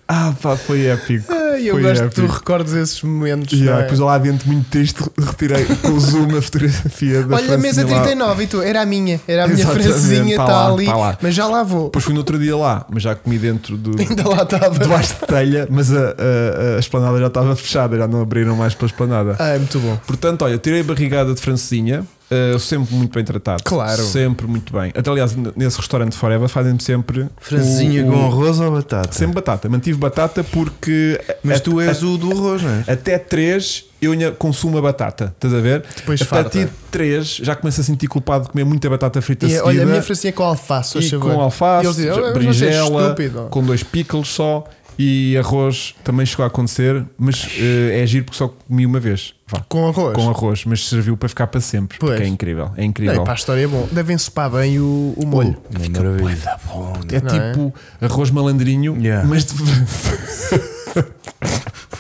Speaker 2: Ah, pá, foi épico.
Speaker 3: Ah, eu
Speaker 2: foi
Speaker 3: gosto que tu
Speaker 2: épico.
Speaker 3: recordes esses momentos.
Speaker 2: Yeah,
Speaker 3: não é?
Speaker 2: Depois lá dentro, muito triste, retirei com o zoom a fotografia da
Speaker 3: Olha, a mesa
Speaker 2: Francesinha lá.
Speaker 3: 39 e tu, era a minha, era a minha
Speaker 2: Exatamente,
Speaker 3: francesinha,
Speaker 2: tá
Speaker 3: está
Speaker 2: lá,
Speaker 3: ali,
Speaker 2: tá lá.
Speaker 3: mas já lá vou.
Speaker 2: Depois fui no outro dia lá, mas já comi dentro do,
Speaker 3: [laughs] Ainda lá estava.
Speaker 2: debaixo de telha, mas a, a, a esplanada já estava fechada, já não abriram mais para a esplanada.
Speaker 3: Ah, é muito bom.
Speaker 2: Portanto, olha, tirei a barrigada de francesinha, eh, sempre muito bem tratado.
Speaker 3: Claro.
Speaker 2: Sempre muito bem. Até aliás, n- nesse restaurante Forever fazem-me sempre.
Speaker 1: Franzinha
Speaker 2: o- o-
Speaker 1: com arroz ou batata?
Speaker 2: Sempre batata. Mantive batata porque.
Speaker 1: Mas
Speaker 2: a-
Speaker 1: tu és o do arroz, não é?
Speaker 2: até 3 eu ainda consumo a batata, estás a ver?
Speaker 3: Depois
Speaker 2: a
Speaker 3: farta.
Speaker 2: partir de 3 já começo a sentir culpado de comer muita batata frita
Speaker 3: E, é,
Speaker 2: seguida
Speaker 3: olha, a minha francesinha com alface,
Speaker 2: e com alface,
Speaker 3: "Oh,
Speaker 2: berinjela, com dois pickles só e arroz também chegou a acontecer, mas eh, é giro porque só comi uma vez. Vá,
Speaker 3: Com arroz.
Speaker 2: Com arroz, mas serviu para ficar para sempre.
Speaker 3: Pois.
Speaker 2: Porque é incrível, é incrível.
Speaker 3: Não, e para a história é bom. Devem sopar bem o, o molho.
Speaker 1: Uma maravilha.
Speaker 2: é
Speaker 3: não é?
Speaker 2: tipo arroz malandrinho,
Speaker 1: Yeah.
Speaker 2: mas de [laughs]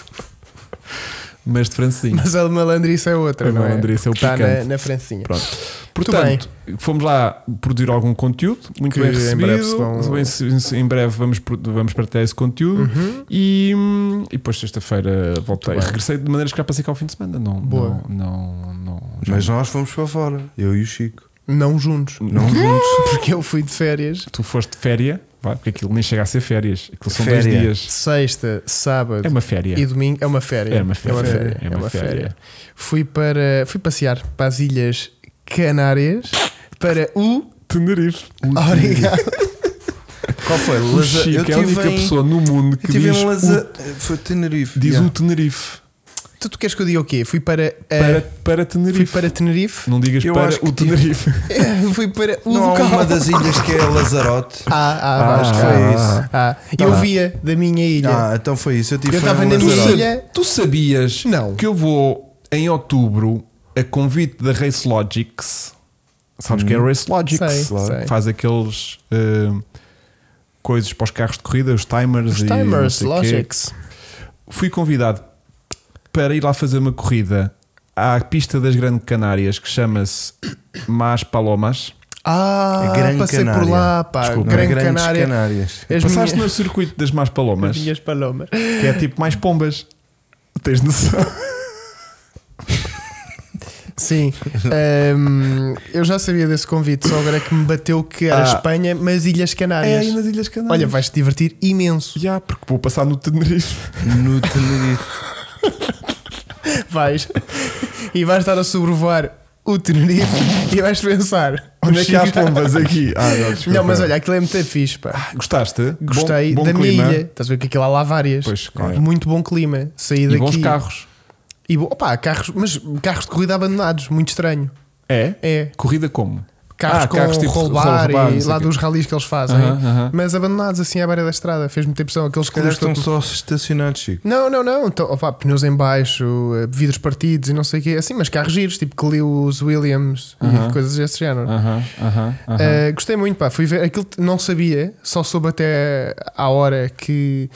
Speaker 2: Mas de francinho.
Speaker 3: Mas a malandriça é outra,
Speaker 2: A
Speaker 3: não é?
Speaker 2: malandriça é o
Speaker 3: Está na,
Speaker 2: picante.
Speaker 3: na francinha.
Speaker 2: Pronto. Portanto, fomos lá produzir algum conteúdo, muito
Speaker 3: Que
Speaker 2: bem
Speaker 3: em
Speaker 2: recebido.
Speaker 3: breve se vão-
Speaker 2: Bem- se- se- em breve vamos, pro- vamos partilhar esse conteúdo. E, hum, e depois, sexta-feira, voltei.
Speaker 3: Muito bem.
Speaker 2: Regressei de maneiras que já passei cá ao fim de semana. Não,
Speaker 3: Boa.
Speaker 2: não, não, não- já-
Speaker 1: Mas nós fomos para fora, eu e o Chico.
Speaker 3: Não juntos.
Speaker 1: Não juntos.
Speaker 3: [laughs] Porque eu fui de férias.
Speaker 2: tu foste de férias, vá, porque aquilo nem chega a ser férias. Aquilo são
Speaker 1: Féria.
Speaker 2: dois dias.
Speaker 3: Sexta, sábado
Speaker 2: É uma férias.
Speaker 3: e domingo. É uma férias.
Speaker 2: É uma férias.
Speaker 3: férias.
Speaker 2: É uma
Speaker 3: É uma
Speaker 2: férias.
Speaker 3: férias. Fui para. Fui passear para as Ilhas Canárias para
Speaker 2: [laughs]
Speaker 3: o.
Speaker 2: Tenerife.
Speaker 3: Obrigado.
Speaker 1: Qual foi?
Speaker 2: O
Speaker 1: Laza-
Speaker 2: Chico é a
Speaker 1: tive
Speaker 2: única
Speaker 1: em-
Speaker 2: pessoa no mundo
Speaker 1: Eu
Speaker 2: que
Speaker 1: tive
Speaker 2: diz,
Speaker 1: em
Speaker 2: o,
Speaker 1: Laza... Foi Tenerife.
Speaker 2: diz
Speaker 1: Yeah.
Speaker 2: o Tenerife.
Speaker 3: Tu, tu queres que eu diga o quê? Fui para. a-
Speaker 2: Para, para
Speaker 3: fui
Speaker 2: Tenerife. [laughs]
Speaker 3: para Tenerife.
Speaker 2: Não digas
Speaker 1: É. Eu
Speaker 2: para
Speaker 1: acho que
Speaker 2: o Tenerife.
Speaker 3: fui para o
Speaker 1: Não há
Speaker 3: local.
Speaker 1: uma das ilhas que é Lazarote.
Speaker 3: Ah, ah,
Speaker 2: Ah,
Speaker 3: acho que
Speaker 2: ah,
Speaker 3: foi
Speaker 2: ah,
Speaker 3: isso. Ah, eu
Speaker 1: Tá.
Speaker 3: via da minha ilha.
Speaker 1: Ah, então foi isso. Eu tive
Speaker 3: Eu
Speaker 1: foi em
Speaker 3: estava na minha
Speaker 1: Lazarote.
Speaker 3: ilha.
Speaker 2: Tu sabias
Speaker 3: É Não.
Speaker 2: que eu vou em outubro a convite da Race Logics? Sabes que é a Race Logics?
Speaker 3: Hum. Sei, Claro. sei.
Speaker 2: Faz aqueles eh, coisas para os carros de corrida, os timers
Speaker 3: Os
Speaker 2: e não
Speaker 3: timers,
Speaker 2: sei quê.
Speaker 3: Logics.
Speaker 2: Fui convidado para ir lá fazer uma corrida à pista das Grandes Canárias que chama-se Mas Palomas.
Speaker 3: Ah,
Speaker 1: Gran
Speaker 3: passei por
Speaker 1: Canária.
Speaker 3: lá, pá.
Speaker 2: É Desculpa. é
Speaker 3: Gran
Speaker 1: Ah, é Grandes
Speaker 3: Canária.
Speaker 1: Canárias.
Speaker 3: As
Speaker 2: Passaste
Speaker 3: minhas-
Speaker 2: no circuito das más palomas,
Speaker 3: as [laughs] minhas palomas.
Speaker 2: que é tipo mais pombas. Tens noção?
Speaker 3: Sim, Ahm, eu já sabia desse convite, só agora é que me bateu que era
Speaker 2: Ah.
Speaker 3: Espanha, mas Ilhas
Speaker 2: É
Speaker 3: Canárias.
Speaker 2: aí nas Ilhas Canárias.
Speaker 3: Olha, vais-te divertir imenso.
Speaker 2: Já, porque vou passar no Tenerife.
Speaker 1: No Tenerife.
Speaker 3: Vais e vais estar a sobrevoar o Tenerife e vais pensar
Speaker 2: Onde é que há
Speaker 3: chegar.
Speaker 2: pombas aqui? Ah, não, desculpa.
Speaker 3: [laughs] Não, mas olha, aquilo é muito fixe, pá.
Speaker 2: Gostaste? Bom-
Speaker 3: Gostei
Speaker 2: bom
Speaker 3: da
Speaker 2: clima.
Speaker 3: minha ilha. Estás a ver que aquilo há lá várias.
Speaker 2: Pois, claro.
Speaker 3: Muito bom clima. Saí
Speaker 2: E
Speaker 3: daqui.
Speaker 2: bons carros.
Speaker 3: E bo- opá, carros, mas carros de corrida abandonados, muito estranho.
Speaker 2: É?
Speaker 3: É.
Speaker 2: Corrida como?
Speaker 3: Carros
Speaker 2: Ah,
Speaker 3: com
Speaker 2: carros tipo
Speaker 3: rollbar
Speaker 2: roll bar, não
Speaker 3: e
Speaker 2: sei
Speaker 3: lá
Speaker 2: quê.
Speaker 3: dos ralis que eles fazem.
Speaker 2: Aham, aham.
Speaker 3: Mas abandonados assim à beira da estrada. Fez-me ter impressão. Aqueles
Speaker 1: Se calhar
Speaker 3: clubes
Speaker 1: estão
Speaker 3: todo-
Speaker 1: só estacionados, Chico.
Speaker 3: Não, não, não. Então, opá, pneus em baixo, eh, vidros partidos e não sei o quê. Assim, mas carros giros, tipo Clio's, Williams
Speaker 2: Aham.
Speaker 3: e coisas desse género.
Speaker 2: Aham, aham, aham.
Speaker 3: Eh, gostei muito, pá. Fui ver aquilo, que não sabia, só soube até à hora que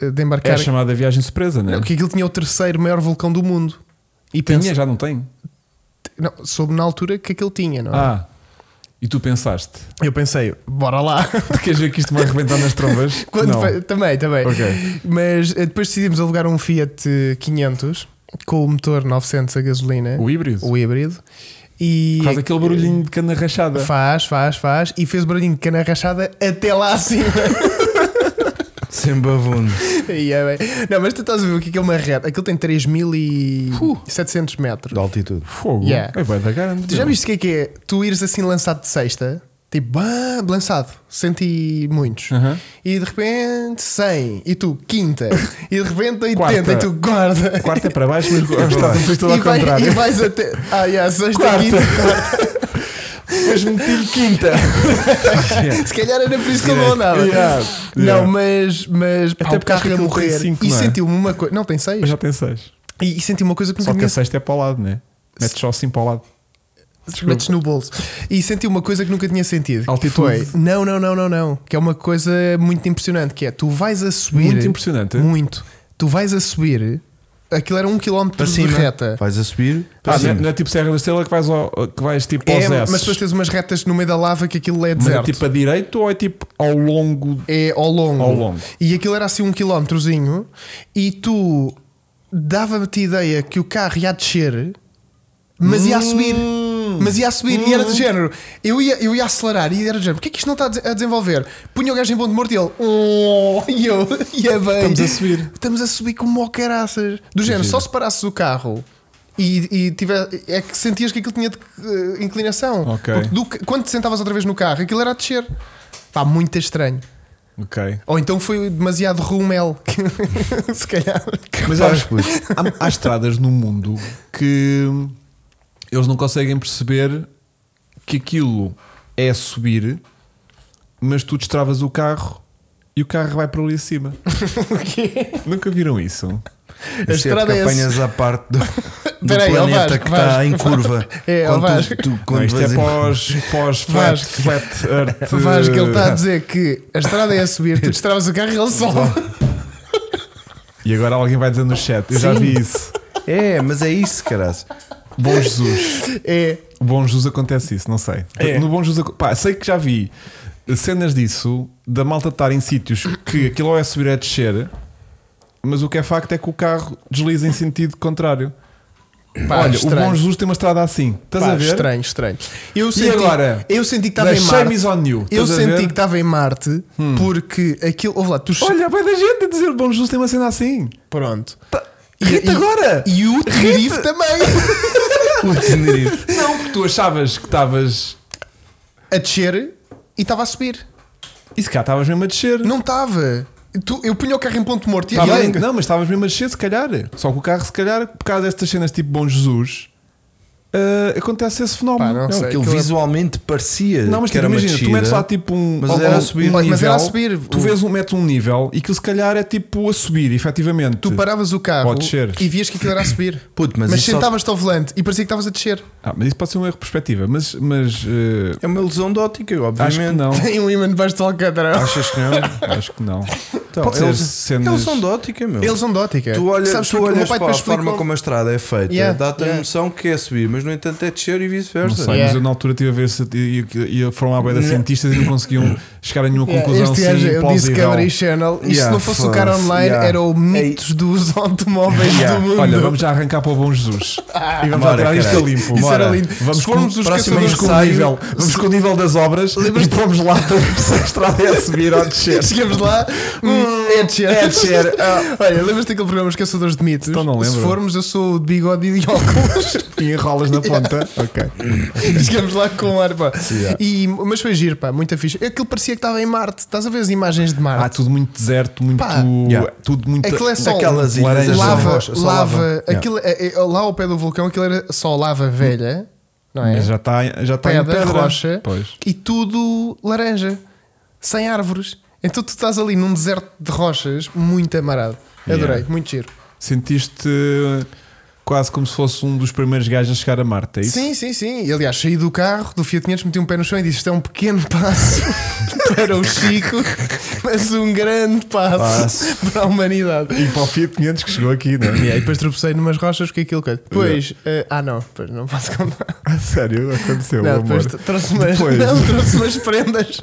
Speaker 3: eh, de
Speaker 2: É a
Speaker 3: embarcar.
Speaker 2: chamada viagem surpresa, não é?
Speaker 3: Não, que aquilo tinha o terceiro maior vulcão do mundo. E
Speaker 2: Tinha,
Speaker 3: pensei,
Speaker 2: já não tem.
Speaker 3: não, soube na altura que aquilo tinha, não é?
Speaker 2: Ah, e tu pensaste? [laughs]
Speaker 3: Eu pensei, bora lá. [laughs]
Speaker 2: Tu queres ver que isto vai arrebentar nas trombas?
Speaker 3: Quando
Speaker 2: não.
Speaker 3: fa- Também, também.
Speaker 2: Ok.
Speaker 3: Mas eh, depois decidimos alugar um Fiat 500 com o motor 900 a gasolina,
Speaker 2: O híbrido.
Speaker 3: o híbrido. E
Speaker 2: Faz aquele barulhinho de cana rachada.
Speaker 3: Faz, faz, faz. E fez o barulhinho de cana rachada até lá [laughs] acima.
Speaker 1: Sem bavono.
Speaker 3: E é bem. Não, mas tu estás a ver o que é que é uma reta? Aquilo tem 3700 metros.
Speaker 1: De altitude.
Speaker 2: Fogo.
Speaker 3: Yeah.
Speaker 2: É bem da grande.
Speaker 3: Tu já viste o que é que é? Tu ires assim lançado de sexta, tipo, bam, lançado, senti muitos.
Speaker 2: Aham.
Speaker 3: E de repente 100, e tu
Speaker 2: [laughs]
Speaker 3: quinta, e de repente 80,
Speaker 2: Quarta.
Speaker 3: e tu guarda.
Speaker 2: Quarta é para baixo,
Speaker 3: [laughs]
Speaker 2: mas
Speaker 1: para
Speaker 2: estás a
Speaker 1: baixo.
Speaker 2: fazer tudo ao
Speaker 3: e, vai-
Speaker 2: contrário. [laughs]
Speaker 3: e vais até. Ah, yeah, sexta,
Speaker 2: Quarta.
Speaker 3: quinta.
Speaker 2: Depois meti quinta.
Speaker 3: Se calhar era por isso que eu não andava.
Speaker 2: Yeah, yeah.
Speaker 3: Não, mas, mas pá,
Speaker 2: Até
Speaker 3: o
Speaker 2: porque acho que
Speaker 3: carro ia
Speaker 2: aquilo tem
Speaker 3: morrer.
Speaker 2: cinco,
Speaker 3: e
Speaker 2: não é?
Speaker 3: sentiu-me uma coisa. Não, tem seis
Speaker 2: Eu já tem seis.
Speaker 3: E, e senti uma coisa que
Speaker 2: Só
Speaker 3: não
Speaker 2: que
Speaker 3: tinha
Speaker 2: a sexta é para o lado, né? Metes só assim para o lado. Desculpa.
Speaker 3: metes no bolso. E senti uma coisa que nunca tinha sentido. que
Speaker 2: Altitude.
Speaker 3: Foi. Não, não, não, não, não. Que é uma coisa muito impressionante. Que é tu vais a subir.
Speaker 2: Muito impressionante.
Speaker 3: Muito. Tu vais a subir. Aquilo era um quilómetro
Speaker 1: Para
Speaker 3: de
Speaker 1: cima.
Speaker 3: reta.
Speaker 1: Vais a subir. Para
Speaker 2: Ah, não, é,
Speaker 1: cima.
Speaker 2: não é tipo Serra da Estrela que vais, ao- que vais tipo aos
Speaker 3: É, mas
Speaker 2: S.
Speaker 3: depois tens umas retas no meio da lava que aquilo é
Speaker 2: Mas é
Speaker 3: deserto.
Speaker 2: tipo a direito ou é tipo ao longo?
Speaker 3: É ao longo.
Speaker 2: Ao longo.
Speaker 3: E aquilo era assim um quilómetrozinho e tu dava-te a ideia que o carro ia a descer, mas ia a subir.
Speaker 2: Hum.
Speaker 3: Mas ia a subir e era do género. Eu ia, eu ia acelerar e era do género. Porquê é que isto não está a de- a desenvolver? Punha o gajo em ponto morto e ele. "Oh", [laughs] e eu. E é bem.
Speaker 2: Estamos a subir.
Speaker 3: Estamos a subir como o caraças. Do género, só se parasses o carro. E, e tiver, é que sentias que aquilo tinha de, eh, inclinação.
Speaker 2: Ok.
Speaker 3: Porque do que- quando te sentavas outra vez no carro, aquilo era a descer. Pá, muito estranho.
Speaker 2: [laughs] Ok.
Speaker 3: Ou então foi demasiado rumel. [laughs] Se calhar.
Speaker 2: Mas
Speaker 1: Rapaz,
Speaker 2: há-
Speaker 1: puto.
Speaker 2: há, há estradas no mundo que eles não conseguem perceber que aquilo é subir, mas tu destravas o carro e o carro vai para ali [laughs] acima. Nunca viram isso?
Speaker 3: A
Speaker 1: Isso é
Speaker 3: estrada
Speaker 1: porque
Speaker 3: é
Speaker 1: apanhas a parte
Speaker 3: [laughs]
Speaker 1: do, do
Speaker 3: Espera aí, ó
Speaker 1: planeta
Speaker 3: Vasco,
Speaker 1: que está
Speaker 3: Vasco.
Speaker 1: em curva.
Speaker 3: [laughs] É, ó
Speaker 1: quando
Speaker 3: Vasco.
Speaker 1: tu, tu,
Speaker 2: Não,
Speaker 1: quando
Speaker 2: isto
Speaker 1: vais
Speaker 2: é
Speaker 1: em-
Speaker 2: [laughs] pós, pós flat,
Speaker 3: Vasco.
Speaker 2: flat earth. eh,
Speaker 3: Vais que ele
Speaker 2: tá
Speaker 3: está a dizer que a estrada é a subir, tu destravas o carro e ele sobe.
Speaker 2: E agora alguém vai dizer no chat: Eu já
Speaker 1: Sim.
Speaker 2: vi isso.
Speaker 1: É, mas é isso,
Speaker 3: [laughs]
Speaker 1: caras.
Speaker 3: Tá,
Speaker 2: Bom Jesus.
Speaker 3: É.
Speaker 2: O Bom Jesus acontece isso, não sei.
Speaker 1: É.
Speaker 2: No Bom Jesus, ac- pá, sei que já vi cenas disso, da malta estar em sítios que aquilo ou é subir ou é descer, mas o que é facto é que o carro desliza em sentido contrário.
Speaker 3: Pá,
Speaker 2: Olha,
Speaker 3: estranho.
Speaker 2: o Bom Jesus tem uma estrada assim, estás
Speaker 3: Pá,
Speaker 2: a ver?
Speaker 3: estranho, estranho. Eu senti,
Speaker 2: agora?
Speaker 3: Eu senti que estava
Speaker 2: The
Speaker 3: em Marte.
Speaker 2: shame is on you.
Speaker 3: Eu
Speaker 2: Estás a
Speaker 3: senti
Speaker 2: ver? Hum.
Speaker 3: que estava em Marte porque aquilo. Ouve lá, tu.
Speaker 2: Olha, vai da gente a dizer o Bom Jesus tem uma cena assim.
Speaker 3: Pronto.
Speaker 2: Rita agora!
Speaker 3: Tá. E
Speaker 2: [laughs]
Speaker 3: o Tenerife também.
Speaker 1: O Tenerife.
Speaker 2: Não, porque tu achavas que estavas.
Speaker 3: A descer e estava a subir.
Speaker 2: E se cá estavas mesmo a descer.
Speaker 3: Não estava. Tu- Eu punha o carro em ponto morto e
Speaker 2: Tá
Speaker 3: e-
Speaker 2: bem, não, mas estavas mesmo a descer, se calhar. Só que o carro, se calhar, por causa destas cenas tipo Bom Jesus, ah, acontece esse fenómeno.
Speaker 3: Pá, não sei.
Speaker 1: Aquilo
Speaker 3: aquilo é-
Speaker 1: visualmente parecia.
Speaker 2: Não, mas
Speaker 1: que
Speaker 2: tipo,
Speaker 1: era uma
Speaker 2: imagina, tu
Speaker 1: descida.
Speaker 2: metes lá tipo um.
Speaker 1: Mas
Speaker 2: ou-
Speaker 1: era a
Speaker 2: ou-
Speaker 1: subir.
Speaker 2: um nível,
Speaker 3: Mas era a subir.
Speaker 2: Tu vês um, metes um nível e aquilo, se calhar, é tipo a subir, efetivamente.
Speaker 3: Tu paravas o carro
Speaker 2: Pode descer.
Speaker 3: e vias que aquilo era a subir.
Speaker 1: Puto, mas
Speaker 3: mas
Speaker 1: isso só-
Speaker 3: sentavas-te ao volante e parecia que estavas a descer.
Speaker 2: Ah, mas isso pode ser um erro de perspectiva, mas, mas eh,
Speaker 1: É uma ilusão de ótica,
Speaker 2: acho
Speaker 1: obviamente. [laughs]
Speaker 2: que não.
Speaker 3: Tem um imã debaixo do alcatrão.
Speaker 1: Achas que não?
Speaker 2: acho que não.
Speaker 1: Então,
Speaker 2: Pode ser
Speaker 1: eles,
Speaker 2: cenas-
Speaker 1: eles são de ótica, meu.
Speaker 3: Eles são de ótica.
Speaker 1: Tu, olha,
Speaker 3: Sabes
Speaker 1: tu
Speaker 3: porque o meu
Speaker 1: olhas
Speaker 3: pai
Speaker 1: para a
Speaker 3: depois
Speaker 1: forma
Speaker 3: explicou-
Speaker 1: como a estrada é feita,
Speaker 3: Yeah,
Speaker 1: dá-te a
Speaker 3: yeah.
Speaker 1: noção que é subir, mas no entanto é descer e
Speaker 2: Não
Speaker 1: vice-versa.
Speaker 2: sei, mas
Speaker 3: Yeah.
Speaker 2: eu na altura estive a ver se e, e, e foram à beira de cientistas e não conseguiam chegar a nenhuma
Speaker 3: Yeah,
Speaker 2: conclusão
Speaker 3: este
Speaker 2: assim
Speaker 3: gajo é o
Speaker 2: plausível.
Speaker 3: Discovery Channel. Isto
Speaker 1: Yeah,
Speaker 3: se não fosse o
Speaker 1: fuck,
Speaker 3: cara online,
Speaker 1: yeah.
Speaker 3: era o mitos dos automóveis
Speaker 1: Yeah.
Speaker 3: do mundo.
Speaker 2: é.
Speaker 3: Ah.
Speaker 2: Olha, vamos já arrancar para o Bom Jesus e vamos lá
Speaker 1: Bora,
Speaker 2: tirar isto a
Speaker 1: caralho.
Speaker 2: limpo.
Speaker 3: Isso era
Speaker 1: Bora.
Speaker 3: lindo.
Speaker 2: Vamos
Speaker 3: se
Speaker 2: com-
Speaker 3: formos os
Speaker 1: próximo
Speaker 2: Vamos
Speaker 3: caçadores
Speaker 1: ensaio,
Speaker 2: com, o
Speaker 1: ensaio,
Speaker 2: nível, vamos com o nível das obras e vamos lá se a estrada é a subir ou a descer.
Speaker 3: [laughs] Chegamos lá, hum, é de
Speaker 2: É a descer. Ah,
Speaker 3: Olha, lembras-te daquele programa Os Caçadores de Mitos?
Speaker 2: Então não
Speaker 3: Se
Speaker 2: lembro.
Speaker 3: formos, eu sou o de bigode e de óculos.
Speaker 1: [laughs]
Speaker 2: E enrolas na ponta. Ok.
Speaker 3: Chegamos lá com um ar, pá.
Speaker 2: yeah.
Speaker 3: E, mas foi giro, pá, muita fixe. Aquilo parecia que estava em Marte. Estás a ver as imagens de
Speaker 2: Há
Speaker 3: Marte?
Speaker 2: Ah,
Speaker 1: Ah,
Speaker 2: tudo muito deserto, muito.
Speaker 3: Ah, Pá.
Speaker 1: Yeah.
Speaker 2: Tudo muito.
Speaker 3: Aquilo é só
Speaker 1: Aquelas
Speaker 2: Laranja.
Speaker 1: igrejas
Speaker 3: lava,
Speaker 1: só
Speaker 3: lava,
Speaker 1: rocha, só lava. Yeah.
Speaker 3: Aquilo, é- é- lá ao pé do vulcão, aquilo era só lava velha, não é?
Speaker 2: Mas já está já está em
Speaker 3: pedra,
Speaker 2: pedra.
Speaker 3: rocha
Speaker 2: Pois.
Speaker 3: e tudo laranja, sem árvores. Então tu estás ali num deserto de rochas muito amarado. Adorei,
Speaker 2: Yeah.
Speaker 3: muito giro.
Speaker 2: Sentiste eh, quase como se fosse um dos primeiros gajos a chegar a Marte, é isso?
Speaker 3: Sim, sim, sim. E, Aliás, saí do carro do Fiat 500, meti um pé no chão e disse: Isto é um pequeno [laughs] passo para o Chico, mas um grande passo, para a humanidade.
Speaker 2: E para o Fiat 500 que chegou aqui, não é?
Speaker 3: E aí depois tropecei numas rochas, porque aquilo que. Depois. eh, ah, não, depois não posso contar.
Speaker 2: [laughs] A sério, aconteceu,
Speaker 3: Não,
Speaker 2: o amor.
Speaker 3: depois tr- trouxe umas,
Speaker 2: Depois.
Speaker 3: [laughs] não, trouxe umas prendas.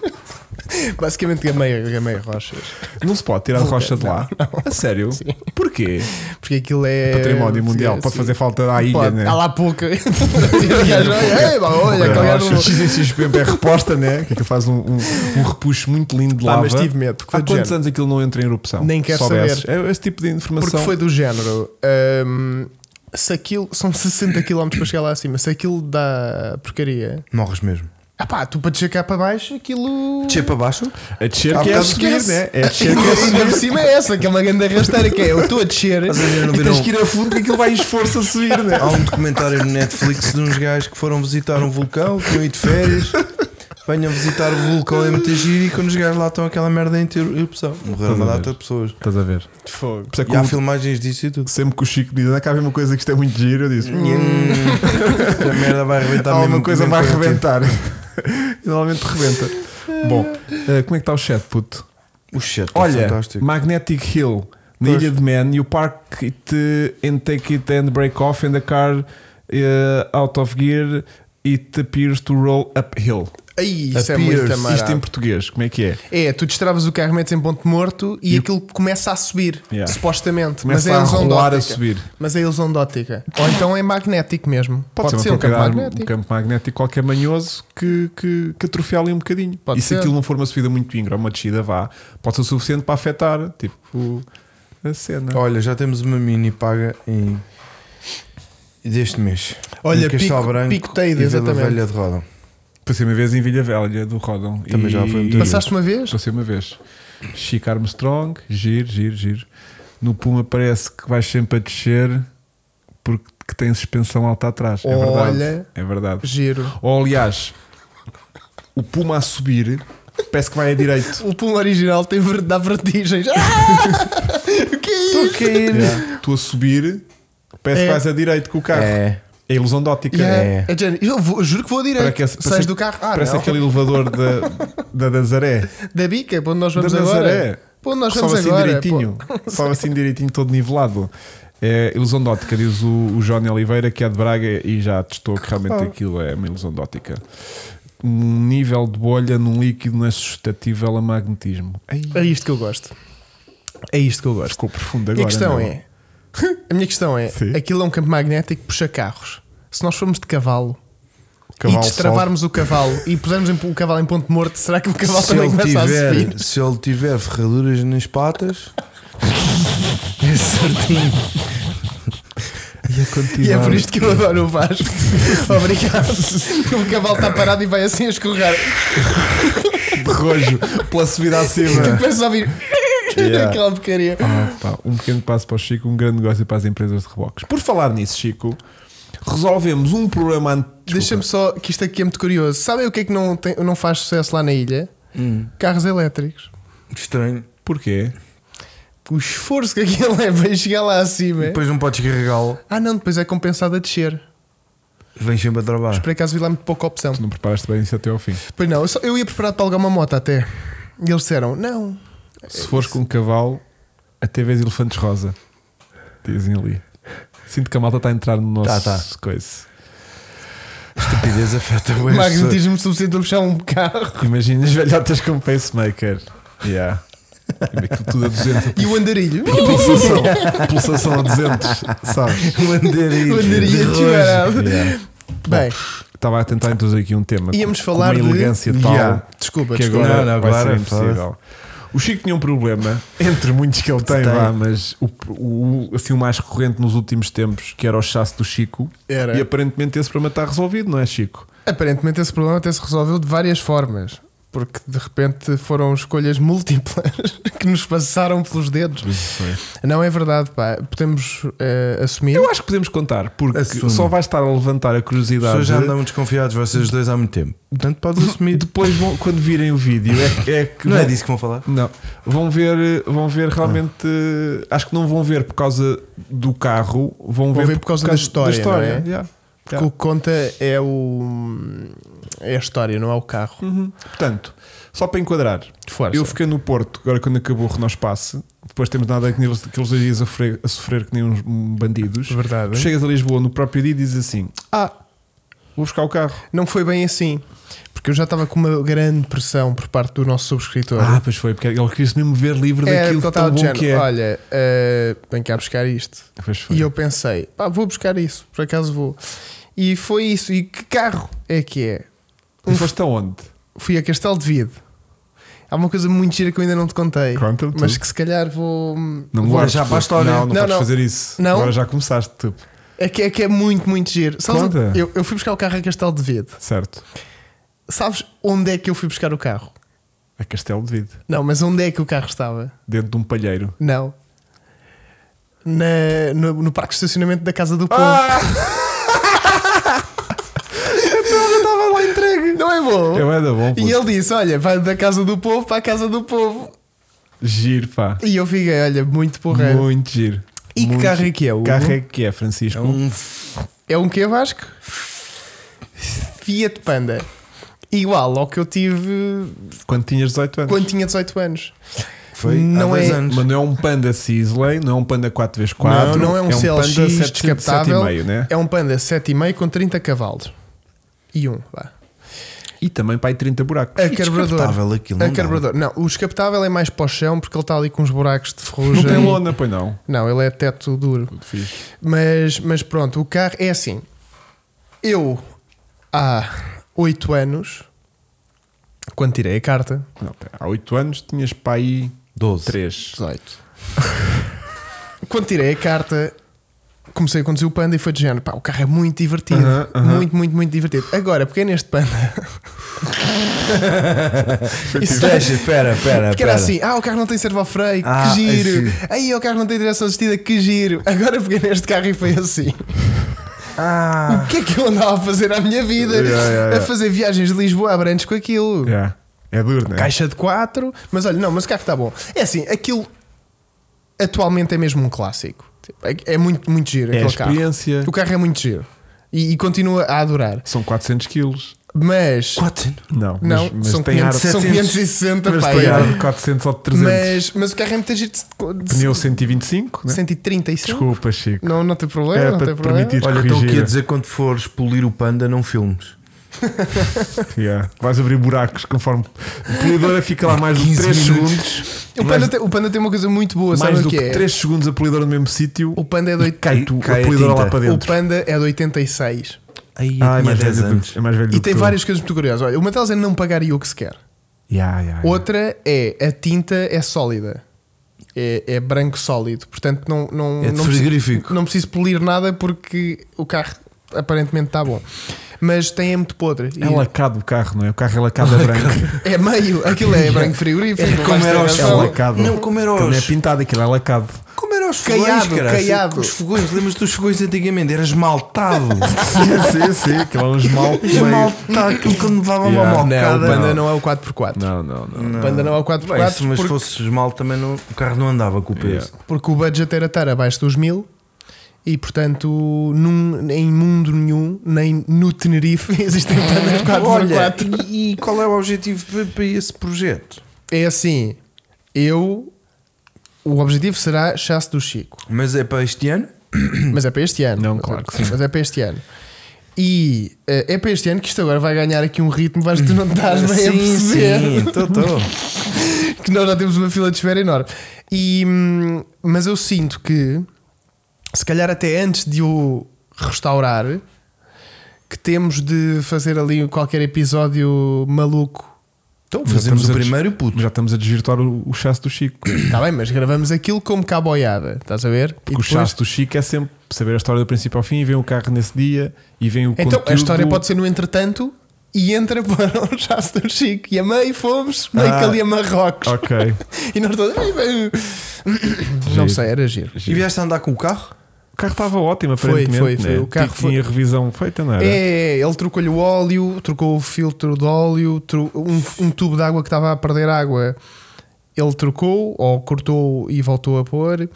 Speaker 3: [laughs] Basicamente gamei, gamei rochas.
Speaker 2: Não se pode tirar a rocha de lá. A sério? Porquê?
Speaker 3: Porque aquilo é.
Speaker 2: Património mundial.
Speaker 3: Sim,
Speaker 2: Pode
Speaker 3: sim.
Speaker 2: fazer falta à ilha,
Speaker 3: Pode. um-
Speaker 2: né?
Speaker 3: Há lá pouca.
Speaker 2: [laughs]
Speaker 3: E o gajo, olha, ei, pá, olha, aquele
Speaker 2: a
Speaker 3: gajo-
Speaker 2: rocha XXPB é reposta, né? Que aquilo faz um, um, um repuxo muito lindo de
Speaker 3: Pá,
Speaker 2: lava.
Speaker 3: mas tive medo, porque foi
Speaker 2: Há
Speaker 3: do
Speaker 2: quantos
Speaker 3: género.
Speaker 2: anos aquilo não entra em erupção?
Speaker 3: Nem quero
Speaker 2: Soubesses.
Speaker 3: saber.
Speaker 2: É esse tipo de informação.
Speaker 3: Porque foi do género. hum, se aquilo. São 60 km para chegar lá acima. Se aquilo dá porcaria.
Speaker 1: Morres mesmo.
Speaker 3: Ah pá, tu para descer cá para baixo, aquilo.
Speaker 1: Descer para baixo?
Speaker 2: A descer
Speaker 1: Há
Speaker 2: que é a
Speaker 1: bocado
Speaker 2: subir,
Speaker 3: Esquece.
Speaker 2: né? É a
Speaker 3: [laughs]
Speaker 2: descer que é a
Speaker 3: Ainda por
Speaker 2: subir.
Speaker 3: cima é essa, que é uma grande rasteira que é. Eu estou a descer
Speaker 1: Mas ainda não
Speaker 3: e
Speaker 1: viram-
Speaker 3: tens que ir a fundo que aquilo vai em esforço a subir, né?
Speaker 1: Há um documentário no Netflix de uns gajos que foram visitar um vulcão, que iam ir de férias, venham visitar o vulcão em Metagir e quando os gajos lá estão aquela merda em ter erupção. Morreram uma
Speaker 2: Estás a
Speaker 1: data
Speaker 2: ver.
Speaker 1: de pessoas.
Speaker 2: Estás a ver?
Speaker 3: Fogo.
Speaker 2: Por isso é que
Speaker 1: E há
Speaker 2: o-
Speaker 1: filmagens disso e tudo.
Speaker 2: sempre que o Chico diz, "Ah, cá vem uma coisa que isto é muito giro, eu disse,
Speaker 1: Hum, a merda vai arrebentar
Speaker 2: há uma
Speaker 1: Tá mesmo-
Speaker 2: coisa
Speaker 1: mesmo
Speaker 2: vai
Speaker 1: com o tempo.
Speaker 2: reventar. [laughs] E Normalmente rebenta. Bom, eh, como é que está o chat, puto?
Speaker 1: O chat tá
Speaker 2: Olha,
Speaker 1: fantástico.
Speaker 2: Magnetic Hill, na
Speaker 1: Pois.
Speaker 2: Ilha de Man, you park it uh, and take it and break off and the car uh, out of gear, it appears to roll uphill.
Speaker 3: Aí, isso é
Speaker 1: Appears.
Speaker 3: muito amarado.
Speaker 2: Isto em português, como é que é?
Speaker 3: É, tu destravas o carro, metes em ponto morto e,
Speaker 2: E-
Speaker 3: aquilo começa a subir,
Speaker 2: Yeah.
Speaker 3: supostamente.
Speaker 2: Começa
Speaker 3: mas é
Speaker 2: a
Speaker 3: ilusão de
Speaker 2: rolar a
Speaker 3: ótica.
Speaker 2: subir.
Speaker 3: Mas é ilusão de ótica. Ou então é magnético mesmo.
Speaker 2: Pode, ser,
Speaker 3: um
Speaker 2: uma
Speaker 3: campo
Speaker 2: propriedade, um
Speaker 3: magnético.
Speaker 2: campo magnético qualquer manhoso que, que, que atrofia ali um bocadinho.
Speaker 3: Pode
Speaker 2: e se
Speaker 3: ser.
Speaker 2: aquilo não for uma subida muito íngreme, uma descida vá, pode ser o suficiente para afetar tipo, a cena.
Speaker 1: Olha, já temos uma mini paga em deste mês.
Speaker 3: Olha,
Speaker 1: Em Castelo
Speaker 3: pico-
Speaker 1: Branco
Speaker 3: pico Teide,
Speaker 1: e Vila
Speaker 3: exatamente.
Speaker 1: Velha de Roda.
Speaker 2: Passei uma vez em Vilha Velha do Rodon.
Speaker 1: Também
Speaker 2: E-
Speaker 1: já foi muito
Speaker 2: e-
Speaker 3: Passaste uma vez?
Speaker 2: Passei uma vez. Chico Armstrong, giro, giro, giro. No Puma parece que vais sempre a descer porque que tem suspensão alta atrás. É verdade.
Speaker 3: Olha.
Speaker 2: É verdade.
Speaker 3: Giro.
Speaker 2: Ou aliás, o Puma a subir parece que vai a direito.
Speaker 3: O pulo original tem ver- dá vertigens. Ah! [laughs] o que é
Speaker 1: Estou
Speaker 3: isso?
Speaker 1: a cair.
Speaker 2: Tu a subir parece
Speaker 3: É.
Speaker 2: que vais a direito com o carro. É,
Speaker 1: É.
Speaker 2: ilusão de ótica.
Speaker 1: Yeah.
Speaker 3: É, Jenny, eu vou- juro que vou à direita.
Speaker 2: Para que- para
Speaker 3: Sais
Speaker 2: ser-
Speaker 3: do carro. Ah,
Speaker 2: parece
Speaker 3: não.
Speaker 2: aquele elevador da, da Nazaré.
Speaker 3: Da bica, para onde nós
Speaker 2: Da
Speaker 3: vamos
Speaker 2: Nazaré.
Speaker 3: agora. Para onde nós
Speaker 2: Sobe
Speaker 3: vamos
Speaker 2: assim
Speaker 3: agora.
Speaker 2: direitinho.
Speaker 3: [laughs]
Speaker 2: Sobe assim direitinho, todo nivelado. É ilusão de ótica, diz o, o Johnny Oliveira, que é de Braga e já testou que
Speaker 3: Ah.
Speaker 2: realmente aquilo é uma ilusão de ótica. Um nível de bolha num líquido não é suscetível a magnetismo. Ai,
Speaker 3: Pô, É isto que eu gosto. É isto que eu gosto.
Speaker 2: ficou profundo
Speaker 3: A
Speaker 2: agora.
Speaker 3: minha questão
Speaker 2: não?
Speaker 3: é: [laughs] a minha questão é,
Speaker 2: Sim.
Speaker 3: aquilo é um campo magnético que puxa carros. Se nós formos de cavalo,
Speaker 2: Cavalo
Speaker 3: e destravarmos o cavalo e pusermos em- o cavalo em ponto morto, será que o cavalo
Speaker 1: se,
Speaker 3: também
Speaker 1: ele
Speaker 3: começa a subir?
Speaker 1: tiver, se ele tiver ferraduras nas patas,
Speaker 3: É certinho.
Speaker 2: sobe. E a quantidade-
Speaker 3: E é por isto que eu adoro o Vasco. [laughs] Obrigado. [laughs] O cavalo está parado e vai assim a escorregar. [laughs]
Speaker 2: de rojo pela subida
Speaker 3: Tu
Speaker 2: acima.
Speaker 3: começas a ouvir [laughs]
Speaker 2: Yeah.
Speaker 3: aquela porcaria.
Speaker 2: Ah, pá, um pequeno passo para o Chico, um grande negócio para as empresas de reboques. Por falar nisso, Chico, resolvemos um problema. an-
Speaker 3: Deixa-me só que isto aqui é muito curioso. Sabem o que é que não, tem- não faz sucesso lá na ilha? Carros elétricos.
Speaker 1: estranho.
Speaker 2: Porquê?
Speaker 3: O esforço [laughs] que aquilo leva em chegar lá acima.
Speaker 1: Depois não podes carregá-lo.
Speaker 3: Ah não, depois é compensado a descer.
Speaker 1: Vens sempre a trabalhar.
Speaker 3: Por acaso vi lá muito pouca opção.
Speaker 2: Tu não preparaste bem isso até ao fim.
Speaker 3: Pois não, eu, só- eu ia preparado para alugar uma moto até. E eles disseram: não.
Speaker 2: Se fores com um cavalo, até vês elefantes rosa. Dizem ali. Sinto que a malta está a entrar no nosso
Speaker 1: Tá, tá.
Speaker 2: coisa.
Speaker 1: A estupidez afeta bem.
Speaker 3: Magnetismo suficiente para puxar um carro.
Speaker 2: Imagina as velhotas com pacemaker.
Speaker 3: [laughs]
Speaker 2: Yeah. E aquilo tudo a 200.
Speaker 3: E o andarilho.
Speaker 2: a Pulsação, a pulsação a 200, sabes?
Speaker 3: [laughs]
Speaker 1: Mandarim.
Speaker 3: Mandarim
Speaker 1: de
Speaker 3: atirado.
Speaker 1: rosto.
Speaker 2: Yeah.
Speaker 3: Bem,
Speaker 2: Estava a tentar introduzir aqui um tema.
Speaker 3: íamos
Speaker 2: com-
Speaker 3: falar
Speaker 2: com uma elegância
Speaker 3: de.
Speaker 2: tal.
Speaker 1: Yeah.
Speaker 3: Desculpa,
Speaker 2: que
Speaker 3: desculpa.
Speaker 2: agora
Speaker 1: Não, não,
Speaker 2: vai
Speaker 1: agora
Speaker 2: ser
Speaker 1: fala-se.
Speaker 2: impossível. O Chico tinha um problema, [laughs] entre muitos que ele tem,
Speaker 1: Tem.
Speaker 2: vá, mas o, o- assim, o mais recorrente nos últimos tempos, que era o chasse do Chico,
Speaker 3: Era.
Speaker 2: e aparentemente esse problema está resolvido, não é, Chico?
Speaker 3: Aparentemente esse problema até se resolveu de várias formas. Porque de repente foram escolhas múltiplas [laughs] que nos passaram pelos dedos. Não é verdade, pá. Podemos eh, assumir.
Speaker 2: Eu acho que podemos contar, porque
Speaker 1: Assume.
Speaker 2: só vai estar a levantar a
Speaker 1: As
Speaker 2: curiosidade.
Speaker 1: pessoas já andam desconfiados, vocês dois há muito tempo. Portanto, podes
Speaker 2: E
Speaker 1: assumir.
Speaker 2: depois, vão- quando virem o vídeo, é, é que.
Speaker 1: Não
Speaker 2: vão-
Speaker 1: é disso que vão falar?
Speaker 2: Não, vão ver, vão ver realmente. eh, Acho que não vão ver por causa do carro, vão,
Speaker 3: ver por causa da história, não é?
Speaker 2: yeah.
Speaker 3: Porque
Speaker 2: Yeah.
Speaker 3: o que conta é o. É a história, não é o carro.
Speaker 2: Uhum. Portanto, só para enquadrar,
Speaker 3: Força.
Speaker 2: eu fiquei no Porto, agora quando acabou o Renault Espaço, depois temos nada aqueles, aqueles dois dias a sofrer, a sofrer que nem uns bandidos.
Speaker 3: Verdade.
Speaker 2: Tu chegas a Lisboa no próprio dia e dizes assim: Ah, vou buscar o carro.
Speaker 3: Não foi bem assim. Porque eu já estava com uma grande pressão por parte do nosso subscritor.
Speaker 2: Ah, pois foi, porque ele queria-se mesmo ver livre
Speaker 3: É,
Speaker 2: daquilo
Speaker 3: porque eu
Speaker 2: que
Speaker 3: estava
Speaker 2: tão
Speaker 3: de
Speaker 2: bom
Speaker 3: género,
Speaker 2: que é.
Speaker 3: olha, eh, vem cá buscar isto.
Speaker 2: Pois foi.
Speaker 3: E eu pensei, pá, vou buscar isso, por acaso vou. E foi isso. E que carro é que é?
Speaker 2: E foste aonde?
Speaker 3: Fui a Castelo de Vide. Há uma coisa muito gira que eu ainda não te contei.
Speaker 2: Conta-me
Speaker 3: mas
Speaker 2: tudo.
Speaker 3: que se calhar vou.
Speaker 2: Não
Speaker 3: vou-
Speaker 2: guardes,
Speaker 1: já para a história.
Speaker 2: Não, não,
Speaker 3: Não,
Speaker 2: podes
Speaker 3: não.
Speaker 2: fazer isso.
Speaker 3: Não?
Speaker 2: Agora já começaste, tipo,
Speaker 3: É que, é que é muito, muito giro. Sabes-
Speaker 2: Conta.
Speaker 3: eu, eu fui buscar o carro a Castelo de Vide.
Speaker 2: certo.
Speaker 3: Sabes onde é que eu fui buscar o carro?
Speaker 2: A É Castelo de Vide,
Speaker 3: Não, mas onde é que o carro estava?
Speaker 2: dentro de um palheiro.
Speaker 3: Não. Na- no, no parque de estacionamento da Casa do Povo. [laughs] Então
Speaker 2: estava lá entregue.
Speaker 3: Não é bom?
Speaker 2: Eu era bom,
Speaker 3: e
Speaker 2: puto.
Speaker 3: ele disse: Olha, vai da Casa do Povo para a Casa do Povo.
Speaker 2: Giro, pá.
Speaker 3: E eu fiquei, olha, muito porreiro.
Speaker 2: Muito giro.
Speaker 3: E que
Speaker 2: Muito
Speaker 3: carro é que é? Hugo?
Speaker 2: Carro é que é, Francisco?
Speaker 1: É um
Speaker 3: É um que Vasco? Fiat Panda. Igual ao que eu tive
Speaker 2: Quando tinhas 18 anos.
Speaker 3: quando tinha 18 anos.
Speaker 1: Foi
Speaker 3: Não
Speaker 1: há dois
Speaker 3: é-
Speaker 1: anos.
Speaker 2: Mas não é um Panda Sisley, não é um Panda 4x4.
Speaker 3: não, não é um CLX
Speaker 2: Panda 7,
Speaker 3: descapotável.
Speaker 2: 7,5, né?
Speaker 3: É um Panda 7,5 com 30 cavalos. E um, vá.
Speaker 2: E também pai 30 buracos.
Speaker 3: A carburador.
Speaker 1: descapotável aquilo,
Speaker 3: A
Speaker 1: não dá.
Speaker 3: carburador. Não, o descapotável é mais para o chão porque ele está ali com uns buracos de
Speaker 2: Não
Speaker 3: ferrugem.
Speaker 2: tem lona, pois não.
Speaker 3: Não, ele é teto duro.
Speaker 2: Muito fixe.
Speaker 3: Mas, mas pronto, o carro é assim. Eu, há 8 anos, quando tirei a carta,
Speaker 2: Não, pera, há 8 anos tinhas pai
Speaker 1: 12.
Speaker 2: 3.
Speaker 3: 18. [laughs] Quando tirei a carta, comecei a conduzir o Panda e foi de género. Pá, o carro é muito divertido.
Speaker 2: Aham, aham.
Speaker 3: Muito, muito, muito divertido. Agora, porque é neste
Speaker 2: [laughs]
Speaker 3: Panda. Isso-
Speaker 1: Deixa, espera,
Speaker 2: É,
Speaker 1: espera.
Speaker 3: porque era assim, ah, o carro não tem servo freio,
Speaker 1: Ah,
Speaker 3: que giro.
Speaker 1: assim.
Speaker 3: Aí o carro não tem direção assistida, que giro. [laughs] Agora peguei neste carro e foi assim.
Speaker 1: Ah,
Speaker 3: [laughs] O que é que eu andava a fazer à minha vida?
Speaker 2: Yeah, yeah, yeah.
Speaker 3: A fazer viagens de Lisboa a Brantes com aquilo.
Speaker 2: Yeah. É duro, né?
Speaker 3: Caixa de 4, mas olha, não, mas o carro está bom. É assim, aquilo atualmente é mesmo um clássico. Tipo, é- É muito, muito
Speaker 2: É
Speaker 3: giro
Speaker 2: a
Speaker 3: aquele carro.
Speaker 2: experiência.
Speaker 3: O carro é muito giro e, e continua a adorar.
Speaker 2: São 400 quilos.
Speaker 3: Mas,
Speaker 1: 4
Speaker 2: Não,
Speaker 3: não,
Speaker 2: mas, mas
Speaker 3: são,
Speaker 2: tem ar,
Speaker 3: 500, são 560,
Speaker 2: mas
Speaker 3: pá,
Speaker 2: tem
Speaker 3: é.
Speaker 2: ar de 400 ou de 300.
Speaker 3: mas, mas o carro é muito giro de, de,
Speaker 2: Pneu 125, né?
Speaker 3: 135.
Speaker 2: Desculpa, Chico. [laughs]
Speaker 3: Não, não tem problema,
Speaker 2: Era
Speaker 3: não
Speaker 2: para
Speaker 3: tem
Speaker 2: te
Speaker 3: problema.
Speaker 2: permitir.
Speaker 1: Olha, então o que
Speaker 2: Corrigir.
Speaker 1: ia dizer quando fores polir o panda, não filmes.
Speaker 2: Yeah. Vais abrir buracos conforme. A polidora fica lá mais de
Speaker 1: 15
Speaker 2: 3
Speaker 1: minutos.
Speaker 2: segundos.
Speaker 3: O panda, tem, o Panda tem uma coisa muito boa,
Speaker 2: mais
Speaker 3: sabe
Speaker 2: do
Speaker 3: o que
Speaker 2: que
Speaker 3: é?
Speaker 2: 3 segundos a polidora no mesmo sítio.
Speaker 3: O panda é de
Speaker 2: e
Speaker 3: oit-
Speaker 2: cai tu
Speaker 1: cai
Speaker 2: a
Speaker 1: a
Speaker 2: polidora lá
Speaker 1: tinta.
Speaker 2: para
Speaker 3: O
Speaker 2: dentro.
Speaker 3: Panda é de 86.
Speaker 1: Aí
Speaker 2: Ah, é
Speaker 1: tinha 10
Speaker 2: mais velho do
Speaker 1: anos.
Speaker 2: que- é mais velho
Speaker 3: E
Speaker 2: do
Speaker 3: tem
Speaker 2: que eu.
Speaker 3: várias coisas muito curiosas. Olha, uma delas é não pagar IU que se quer.
Speaker 2: Yeah, yeah, yeah.
Speaker 3: Outra é a tinta é sólida. É, é branco sólido. Portanto, não, não,
Speaker 1: É de
Speaker 3: não,
Speaker 1: frigorífico.
Speaker 3: Preciso, não preciso polir nada porque o carro aparentemente está bom. Mas tem é muito podre. E
Speaker 2: É lacado o carro, não é? O carro é lacado a [laughs] branco.
Speaker 3: É meio.
Speaker 2: [laughs]
Speaker 3: Aquilo é branco frigorífico. um- não vais ter
Speaker 2: É
Speaker 3: razão.
Speaker 2: lacado.
Speaker 1: Não, como era
Speaker 2: Aquilo Não é
Speaker 1: aos-
Speaker 2: pintado, aquilo é lacado. [laughs]
Speaker 1: Como era os
Speaker 3: Caiado,
Speaker 1: fogões, cara?
Speaker 3: caiado.
Speaker 1: Os fogões, lembras-te dos fogões antigamente? Era esmaltado.
Speaker 2: sim, sim, sim. Aquilo é um
Speaker 3: [laughs]
Speaker 2: esmalte. meio-
Speaker 3: tá
Speaker 1: esmaltado, aquilo quando levava uma
Speaker 2: Yeah.
Speaker 3: Não, o
Speaker 1: malcada.
Speaker 3: panda não é o 4x4.
Speaker 2: Não, não, não.
Speaker 3: O panda não é o 4x4
Speaker 1: Bem, se- mas
Speaker 3: porque,
Speaker 1: fosse esmalte também não- o carro não andava com o peso.
Speaker 2: Yeah.
Speaker 3: porque o budget era estar abaixo dos 1000 E portanto, num, em mundo nenhum, nem no Tenerife, [laughs] existem pandas 4x4.
Speaker 1: Olha, e, e qual é o objetivo para, para esse projeto?
Speaker 3: É assim, eu. O objetivo será Chasse do Chico,
Speaker 1: Mas é para este ano?
Speaker 3: mas é para este ano.
Speaker 2: Não,
Speaker 3: Mas é-
Speaker 2: claro que sim.
Speaker 3: Mas é para este ano. E eh, é para este ano que isto agora vai ganhar aqui um ritmo, mas tu não estás bem a perceber.
Speaker 1: sim, estou, [laughs] estou.
Speaker 3: que nós já temos uma fila de espera enorme. E, hum, mas eu sinto que, se calhar até antes de o restaurar, que temos de fazer ali qualquer episódio maluco.
Speaker 1: Então
Speaker 2: Já
Speaker 1: fazemos
Speaker 2: estamos
Speaker 1: o
Speaker 2: a des-
Speaker 1: primeiro puto.
Speaker 2: Já estamos a desvirtuar o, o chasse do Chico. Porque
Speaker 3: Está Tá bem, mas gravamos aquilo como caboiada, estás a ver? E
Speaker 2: o
Speaker 3: depois-
Speaker 2: chasse do Chico é sempre saber a história do princípio ao fim, vem o carro nesse dia e vem o
Speaker 3: Então, a
Speaker 2: conteúdo-
Speaker 3: história pode ser no entretanto e entra [laughs] para o Chasse do Chico. E a meio fomos, meio
Speaker 2: Ah.
Speaker 3: que ali a Marrocos.
Speaker 2: Ok. É
Speaker 3: E nós todos. "Ai, bem." Não
Speaker 2: Giro.
Speaker 3: sei, era [laughs] giro.
Speaker 1: E vieste a andar com o carro?
Speaker 2: O carro estava ótimo,
Speaker 3: Foi,
Speaker 2: aparentemente.
Speaker 3: foi, foi.
Speaker 2: né?
Speaker 3: O carro
Speaker 2: Tinha tinha revisão feita, não era?
Speaker 3: É, ele trocou-lhe o óleo, trocou o filtro de óleo, tro- um, um tubo de água que estava a perder água. Ele trocou, ou cortou e voltou a pôr.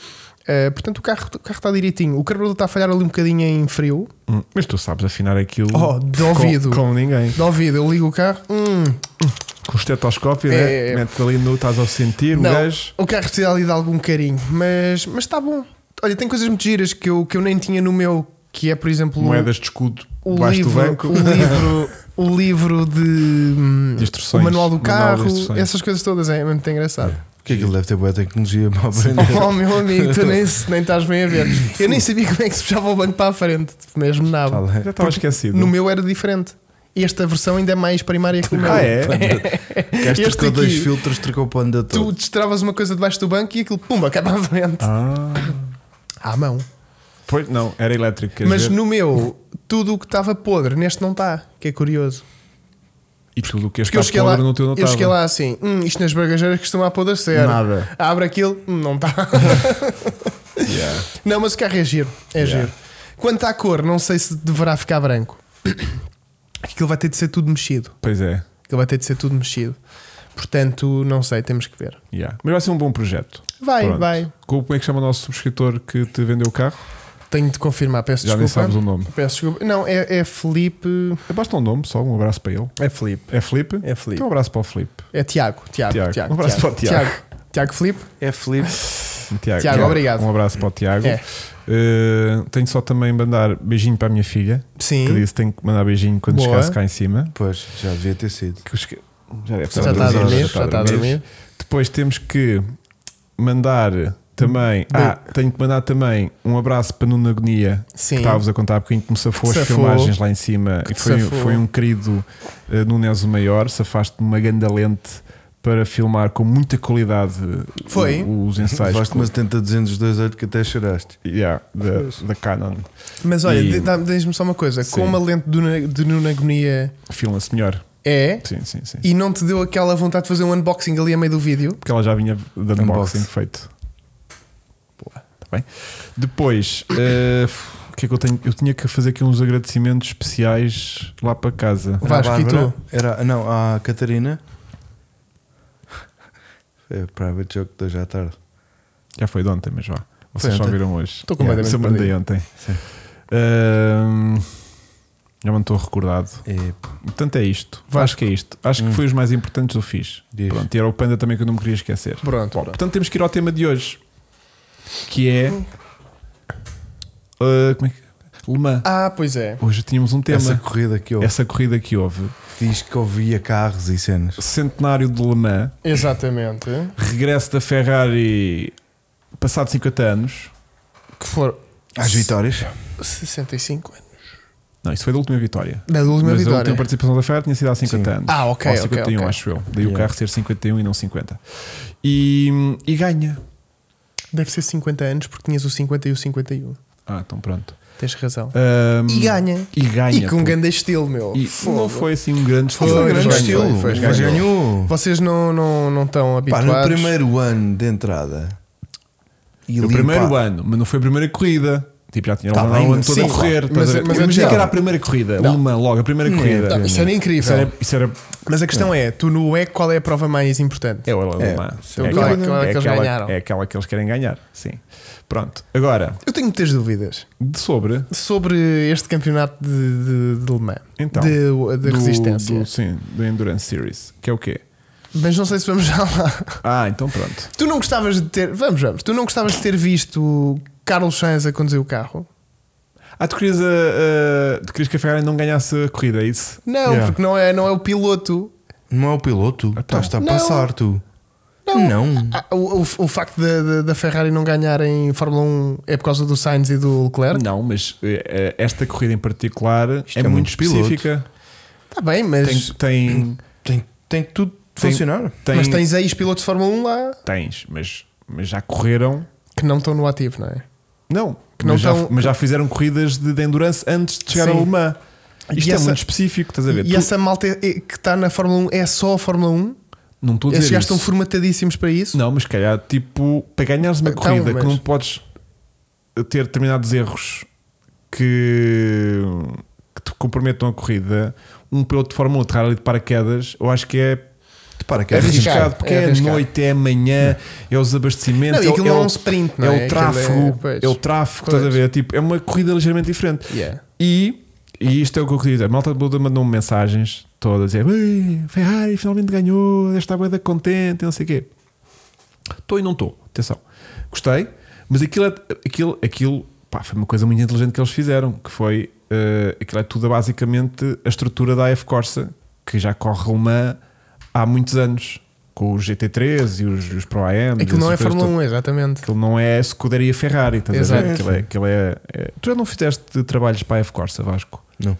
Speaker 3: Eh, portanto, o carro, o carro está direitinho. O carburador está a falhar ali um bocadinho em frio.
Speaker 2: Hum, Mas tu sabes afinar aquilo
Speaker 3: Oh, de
Speaker 2: com-
Speaker 3: ouvido.
Speaker 2: Com, ninguém.
Speaker 3: De ouvido, eu ligo o carro. hum,
Speaker 2: Com o estetoscópio,
Speaker 3: É.
Speaker 2: né? metes ali no, estás a sentir
Speaker 3: Não.
Speaker 2: o gajo.
Speaker 3: o carro precisa ali de algum carinho, mas, mas está bom. Olha, tem coisas muito giras que eu, que eu nem tinha no meu, que é, por exemplo, o-
Speaker 2: Moedas de escudo
Speaker 3: o,
Speaker 2: debaixo do
Speaker 3: livro,
Speaker 2: banco. [laughs]
Speaker 3: o livro, o livro de hum,
Speaker 2: De [laughs] instruções.
Speaker 3: o manual do
Speaker 2: Manual de
Speaker 3: carro,
Speaker 2: instruções.
Speaker 3: essas coisas todas, é muito engraçado.
Speaker 1: Porque aquilo deve ter boa tecnologia para [laughs]
Speaker 3: Oh,
Speaker 1: aprender.
Speaker 3: meu amigo, tu nem, nem estás bem
Speaker 2: [laughs]
Speaker 3: a ver. Eu nem sabia como é que se puxava o banco para a frente, mesmo
Speaker 1: Está
Speaker 3: nada.
Speaker 2: Já
Speaker 1: bem.
Speaker 2: estava esquecido.
Speaker 3: No meu era diferente. Esta versão ainda é mais primária que o meu.
Speaker 2: Ah, é?
Speaker 1: Gajo
Speaker 3: Este
Speaker 1: trocou dois
Speaker 3: aqui-
Speaker 1: filtros, trocou o pano da
Speaker 3: Tu
Speaker 1: todo.
Speaker 3: destravas uma coisa debaixo do banco e aquilo, pumba, cai para a frente.
Speaker 2: Ah,
Speaker 3: À mão.
Speaker 2: pois não, era elétrico. queres
Speaker 3: Mas
Speaker 2: ver?
Speaker 3: no meu, tudo o que estava podre, neste não está, que é curioso.
Speaker 2: E tudo o que
Speaker 3: Porque
Speaker 2: este
Speaker 3: eu cheguei, lá,
Speaker 2: Tá podre no teu não
Speaker 3: eu cheguei
Speaker 2: estava.
Speaker 3: lá assim, hum, isto nas bagageiras costuma apodrecer.
Speaker 2: Nada.
Speaker 3: Abre aquilo, hum, não está.
Speaker 2: Yeah.
Speaker 3: Não, mas o carro é giro. É
Speaker 2: Yeah.
Speaker 3: giro. Quanto à cor, não sei se deverá ficar branco. [clears throat] Aquilo vai ter de ser tudo mexido.
Speaker 2: Pois é.
Speaker 3: Aquilo vai ter de ser tudo mexido. Portanto, não sei, temos que ver.
Speaker 2: Yeah. Mas vai ser um bom projeto.
Speaker 3: Vai,
Speaker 2: Pronto.
Speaker 3: vai.
Speaker 2: Como é que chama o nosso subscritor que te vendeu o carro?
Speaker 3: Tenho de confirmar, peço
Speaker 2: Já nem
Speaker 3: desculpa.
Speaker 2: sabes o nome.
Speaker 3: Peço desculpa. Não, é, é Felipe.
Speaker 2: Basta um nome só, um abraço para ele.
Speaker 3: É Felipe.
Speaker 2: É Felipe?
Speaker 3: É Felipe.
Speaker 2: Então um abraço para o Felipe.
Speaker 3: É Tiago. Tiago.
Speaker 2: Tiago.
Speaker 3: Tiago.
Speaker 2: Um abraço para o Tiago.
Speaker 3: Tiago. Tiago Felipe.
Speaker 1: É Felipe.
Speaker 2: Tiago,
Speaker 3: Tiago, obrigado.
Speaker 2: Um abraço para o Tiago.
Speaker 3: É.
Speaker 2: Uh, tenho só também mandar beijinho para a minha filha, que
Speaker 3: Sim.
Speaker 2: disse que tenho que mandar beijinho quando
Speaker 3: Boa.
Speaker 2: chegasse cá em cima.
Speaker 1: Pois, já devia ter sido.
Speaker 2: Que eu esque- Já, deve estar
Speaker 3: Já está a
Speaker 1: Duas horas,
Speaker 3: dormir.
Speaker 1: já
Speaker 3: Já está a dormir.
Speaker 2: Depois temos que mandar também.
Speaker 3: Hum,
Speaker 2: Ah, tenho que mandar também um abraço para Nuno Agonia, que
Speaker 3: Sim.
Speaker 2: estava-vos a contar há bocadinho que me safou as
Speaker 3: Safou.
Speaker 2: filmagens lá em cima.
Speaker 3: Que
Speaker 2: e foi,
Speaker 3: safou.
Speaker 2: foi um querido uh, Nunes o Maior, safaste-me uma ganda lente para filmar com muita qualidade uh,
Speaker 3: Foi.
Speaker 2: o- os ensaios.
Speaker 1: Levaste
Speaker 2: com-
Speaker 1: uma 70 200 dois olhos que até choraste.
Speaker 2: Yeah, da, da Canon.
Speaker 3: Mas olha,
Speaker 2: E-
Speaker 3: de- dá- diz-me só uma coisa:
Speaker 2: Sim.
Speaker 3: com uma lente do na- de Nuno Agonia
Speaker 2: Filma-se melhor.
Speaker 3: é.
Speaker 2: Sim, sim, sim.
Speaker 3: E não te deu aquela vontade de fazer um unboxing ali a meio do vídeo?
Speaker 2: Porque ela já vinha de unboxing,
Speaker 1: Unboxing.
Speaker 2: feito. Boa, tá bem. Depois, eh, o que é que eu tenho? Eu tinha que fazer aqui uns agradecimentos especiais lá para casa.
Speaker 1: Era a
Speaker 3: Vasco, e
Speaker 1: Bárbara? Era, não, a [laughs] Catarina. Foi o É, private joke de hoje à tarde.
Speaker 2: Já foi de ontem, mas vá.
Speaker 1: Foi
Speaker 2: Vocês só
Speaker 1: ontem.
Speaker 2: viram hoje.
Speaker 3: Estou completamente
Speaker 2: Se eu mandei ontem.
Speaker 1: Sim.
Speaker 2: Ahm, já me não estou recordado.
Speaker 1: É,
Speaker 2: Portanto, é isto. Acho que é isto. Acho que foi os mais importantes que eu fiz.
Speaker 1: Hum. Diz.
Speaker 2: Pronto, e era o Panda também que eu não me queria esquecer.
Speaker 3: Pronto,
Speaker 2: Bom,
Speaker 3: pronto.
Speaker 2: portanto, temos que ir ao tema de hoje, que é.
Speaker 3: Hum.
Speaker 2: uh, como é que. Le Mans.
Speaker 3: Ah, pois é.
Speaker 2: Hoje tínhamos um tema.
Speaker 1: essa
Speaker 2: Essa,
Speaker 1: corrida que houve.
Speaker 2: corrida que houve.
Speaker 1: Diz que ouvia carros e cenas.
Speaker 2: Centenário de Le Mans.
Speaker 3: Exatamente.
Speaker 2: Regresso da Ferrari passado 50 anos.
Speaker 3: Que foram
Speaker 1: Às vitórias.
Speaker 3: 65 anos.
Speaker 2: Não, isso foi da última vitória.
Speaker 3: Da última
Speaker 2: Mas a
Speaker 3: vitória.
Speaker 2: última participação da Ferrari tinha sido há 50 anos.
Speaker 3: Ah, ok,
Speaker 2: Ou
Speaker 3: ok,
Speaker 2: 51,
Speaker 3: ok.
Speaker 2: acho eu. Daí o
Speaker 1: Yeah.
Speaker 2: carro ser 51 e não 50. E, e ganha.
Speaker 3: Deve ser 50 anos porque tinhas o 50 e o 51.
Speaker 2: Ah, então pronto.
Speaker 3: Tens razão.
Speaker 2: Ahm,
Speaker 3: E ganha.
Speaker 2: E ganha.
Speaker 3: e com um
Speaker 2: pô.
Speaker 3: grande estilo, meu.
Speaker 2: E
Speaker 3: Fogo.
Speaker 2: não foi assim um grande
Speaker 3: Foi
Speaker 2: estilo.
Speaker 3: um
Speaker 2: mas
Speaker 3: grande
Speaker 2: ganhou,
Speaker 3: estilo,
Speaker 2: foi,
Speaker 3: foi,
Speaker 1: mas
Speaker 2: ganhou.
Speaker 1: ganhou.
Speaker 3: Vocês não, não, não estão
Speaker 1: Pá,
Speaker 3: habituados.
Speaker 1: no primeiro ano de entrada. E
Speaker 2: O
Speaker 1: limpa-
Speaker 2: primeiro ano, mas não foi a primeira corrida. Tipo, já tinha
Speaker 1: Tá
Speaker 2: tá
Speaker 1: bem,
Speaker 2: o ano
Speaker 1: mas
Speaker 2: todo a
Speaker 3: sim,
Speaker 2: correr.
Speaker 3: mas-
Speaker 2: estás a ver?
Speaker 3: mas
Speaker 2: Imagina
Speaker 3: atenção.
Speaker 2: que era a primeira corrida,
Speaker 3: Não.
Speaker 2: uma logo, a primeira corrida.
Speaker 3: Não, isso é era incrível.
Speaker 2: Isso era- isso era-
Speaker 3: Mas a questão é, tu no WEC qual é a prova mais importante?
Speaker 2: é o alemão.
Speaker 1: É.
Speaker 3: Então,
Speaker 2: É
Speaker 3: qual é-
Speaker 2: aquela-
Speaker 3: qual é
Speaker 2: é
Speaker 3: que eles
Speaker 2: aquela-
Speaker 3: ganharam?
Speaker 2: É aquela que eles querem ganhar, sim. Pronto, agora,
Speaker 3: Eu tenho muitas dúvidas
Speaker 2: de sobre.
Speaker 3: sobre este campeonato de, de, de Le Mans,
Speaker 2: Então,
Speaker 3: de, de
Speaker 2: do-
Speaker 3: resistência.
Speaker 2: do- sim, do Endurance Series, que é o quê?
Speaker 3: Mas não sei se vamos [laughs] já lá.
Speaker 2: Ah, então pronto.
Speaker 3: Tu não gostavas de ter. Vamos, vamos. Tu não gostavas de ter visto Carlos Sainz a conduzir o carro?
Speaker 2: Ah, tu querias, a, a- tu querias que a Ferrari não ganhasse a corrida, é isso?
Speaker 3: Não,
Speaker 2: Yeah.
Speaker 3: porque não é, não é o piloto.
Speaker 1: Não é o piloto?
Speaker 2: Então.
Speaker 1: Estás-te a
Speaker 3: Não.
Speaker 1: passar, tu.
Speaker 3: Não.
Speaker 1: Não.
Speaker 3: Ah, O, o, o facto da- da- da Ferrari não ganhar em Fórmula 1 é por causa do Sainz e do Leclerc?
Speaker 2: Não, mas eh, eh, esta corrida em particular é,
Speaker 3: um
Speaker 1: é
Speaker 2: muito
Speaker 1: muito piloto.
Speaker 2: específica.
Speaker 3: Está Tá bem, mas,
Speaker 2: Tem, tem,
Speaker 1: Tem, tem que tudo
Speaker 2: Tem-
Speaker 1: funcionar.
Speaker 2: tem-
Speaker 3: [clears throat] mas tens ex-pilotos de Fórmula 1 lá
Speaker 2: tens, mas, mas já correram.
Speaker 3: que não estão no ativo, não é?
Speaker 2: Não,
Speaker 3: Que não
Speaker 2: mas, já,
Speaker 3: tão-
Speaker 2: mas já fizeram corridas de, de endurance antes de chegar
Speaker 3: Sim.
Speaker 2: ao Le Mans. Isto
Speaker 3: E
Speaker 2: é
Speaker 3: essa-
Speaker 2: muito específico, estás a ver?
Speaker 3: E
Speaker 2: Tu-
Speaker 3: essa malta é- é- que está na Fórmula 1 é só a Fórmula 1?
Speaker 2: não estou a
Speaker 3: Eles
Speaker 2: dizer
Speaker 3: já
Speaker 2: isso.
Speaker 3: estão formatadíssimos para isso?
Speaker 2: Não, mas se calhar, tipo, para ganhares uma
Speaker 3: Então,
Speaker 2: corrida
Speaker 3: mas-
Speaker 2: que não podes ter determinados erros que, que te comprometam a corrida, um piloto de Fórmula 1 aterrar ali de paraquedas, eu acho que é
Speaker 1: De paraquedas.
Speaker 3: Arriscar.
Speaker 2: arriscado, porque
Speaker 3: é
Speaker 2: é,
Speaker 3: arriscado.
Speaker 2: noite, é amanhã, é os abastecimentos,
Speaker 3: Não, e
Speaker 2: é, o-
Speaker 3: aquilo
Speaker 2: é
Speaker 3: não é
Speaker 2: o-
Speaker 3: um sprint, não é?
Speaker 2: é o
Speaker 3: Aquilo é,
Speaker 2: tráfego, é,
Speaker 3: pois.
Speaker 2: o tráfego, estás a
Speaker 3: Pois.
Speaker 2: ver? Tipo, é uma corrida ligeiramente diferente.
Speaker 3: Yeah.
Speaker 2: E, e isto é o que eu queria dizer. A malta toda mandou-me mensagens todas a dizer: "Ei, Ferrari finalmente ganhou, esta boeda contente, não sei o quê. Estou e não estou, atenção. Gostei, mas aquilo, é- aquilo, aquilo pá, foi uma coisa muito inteligente que eles fizeram, que foi eh, aquilo é tudo basicamente a estrutura da AF Corsa, que já corre uma há muitos anos, com os GT3 e os, os Pro AM.
Speaker 3: Aquilo não é
Speaker 2: essas coisas
Speaker 3: Fórmula 1, exatamente.
Speaker 2: Aquilo não é a escuderia Ferrari, estás a ver?
Speaker 3: Exato.
Speaker 2: Aquilo é, aquilo é- é- Tu já não fizeste trabalhos para a F Corsa, Vasco?
Speaker 1: Não.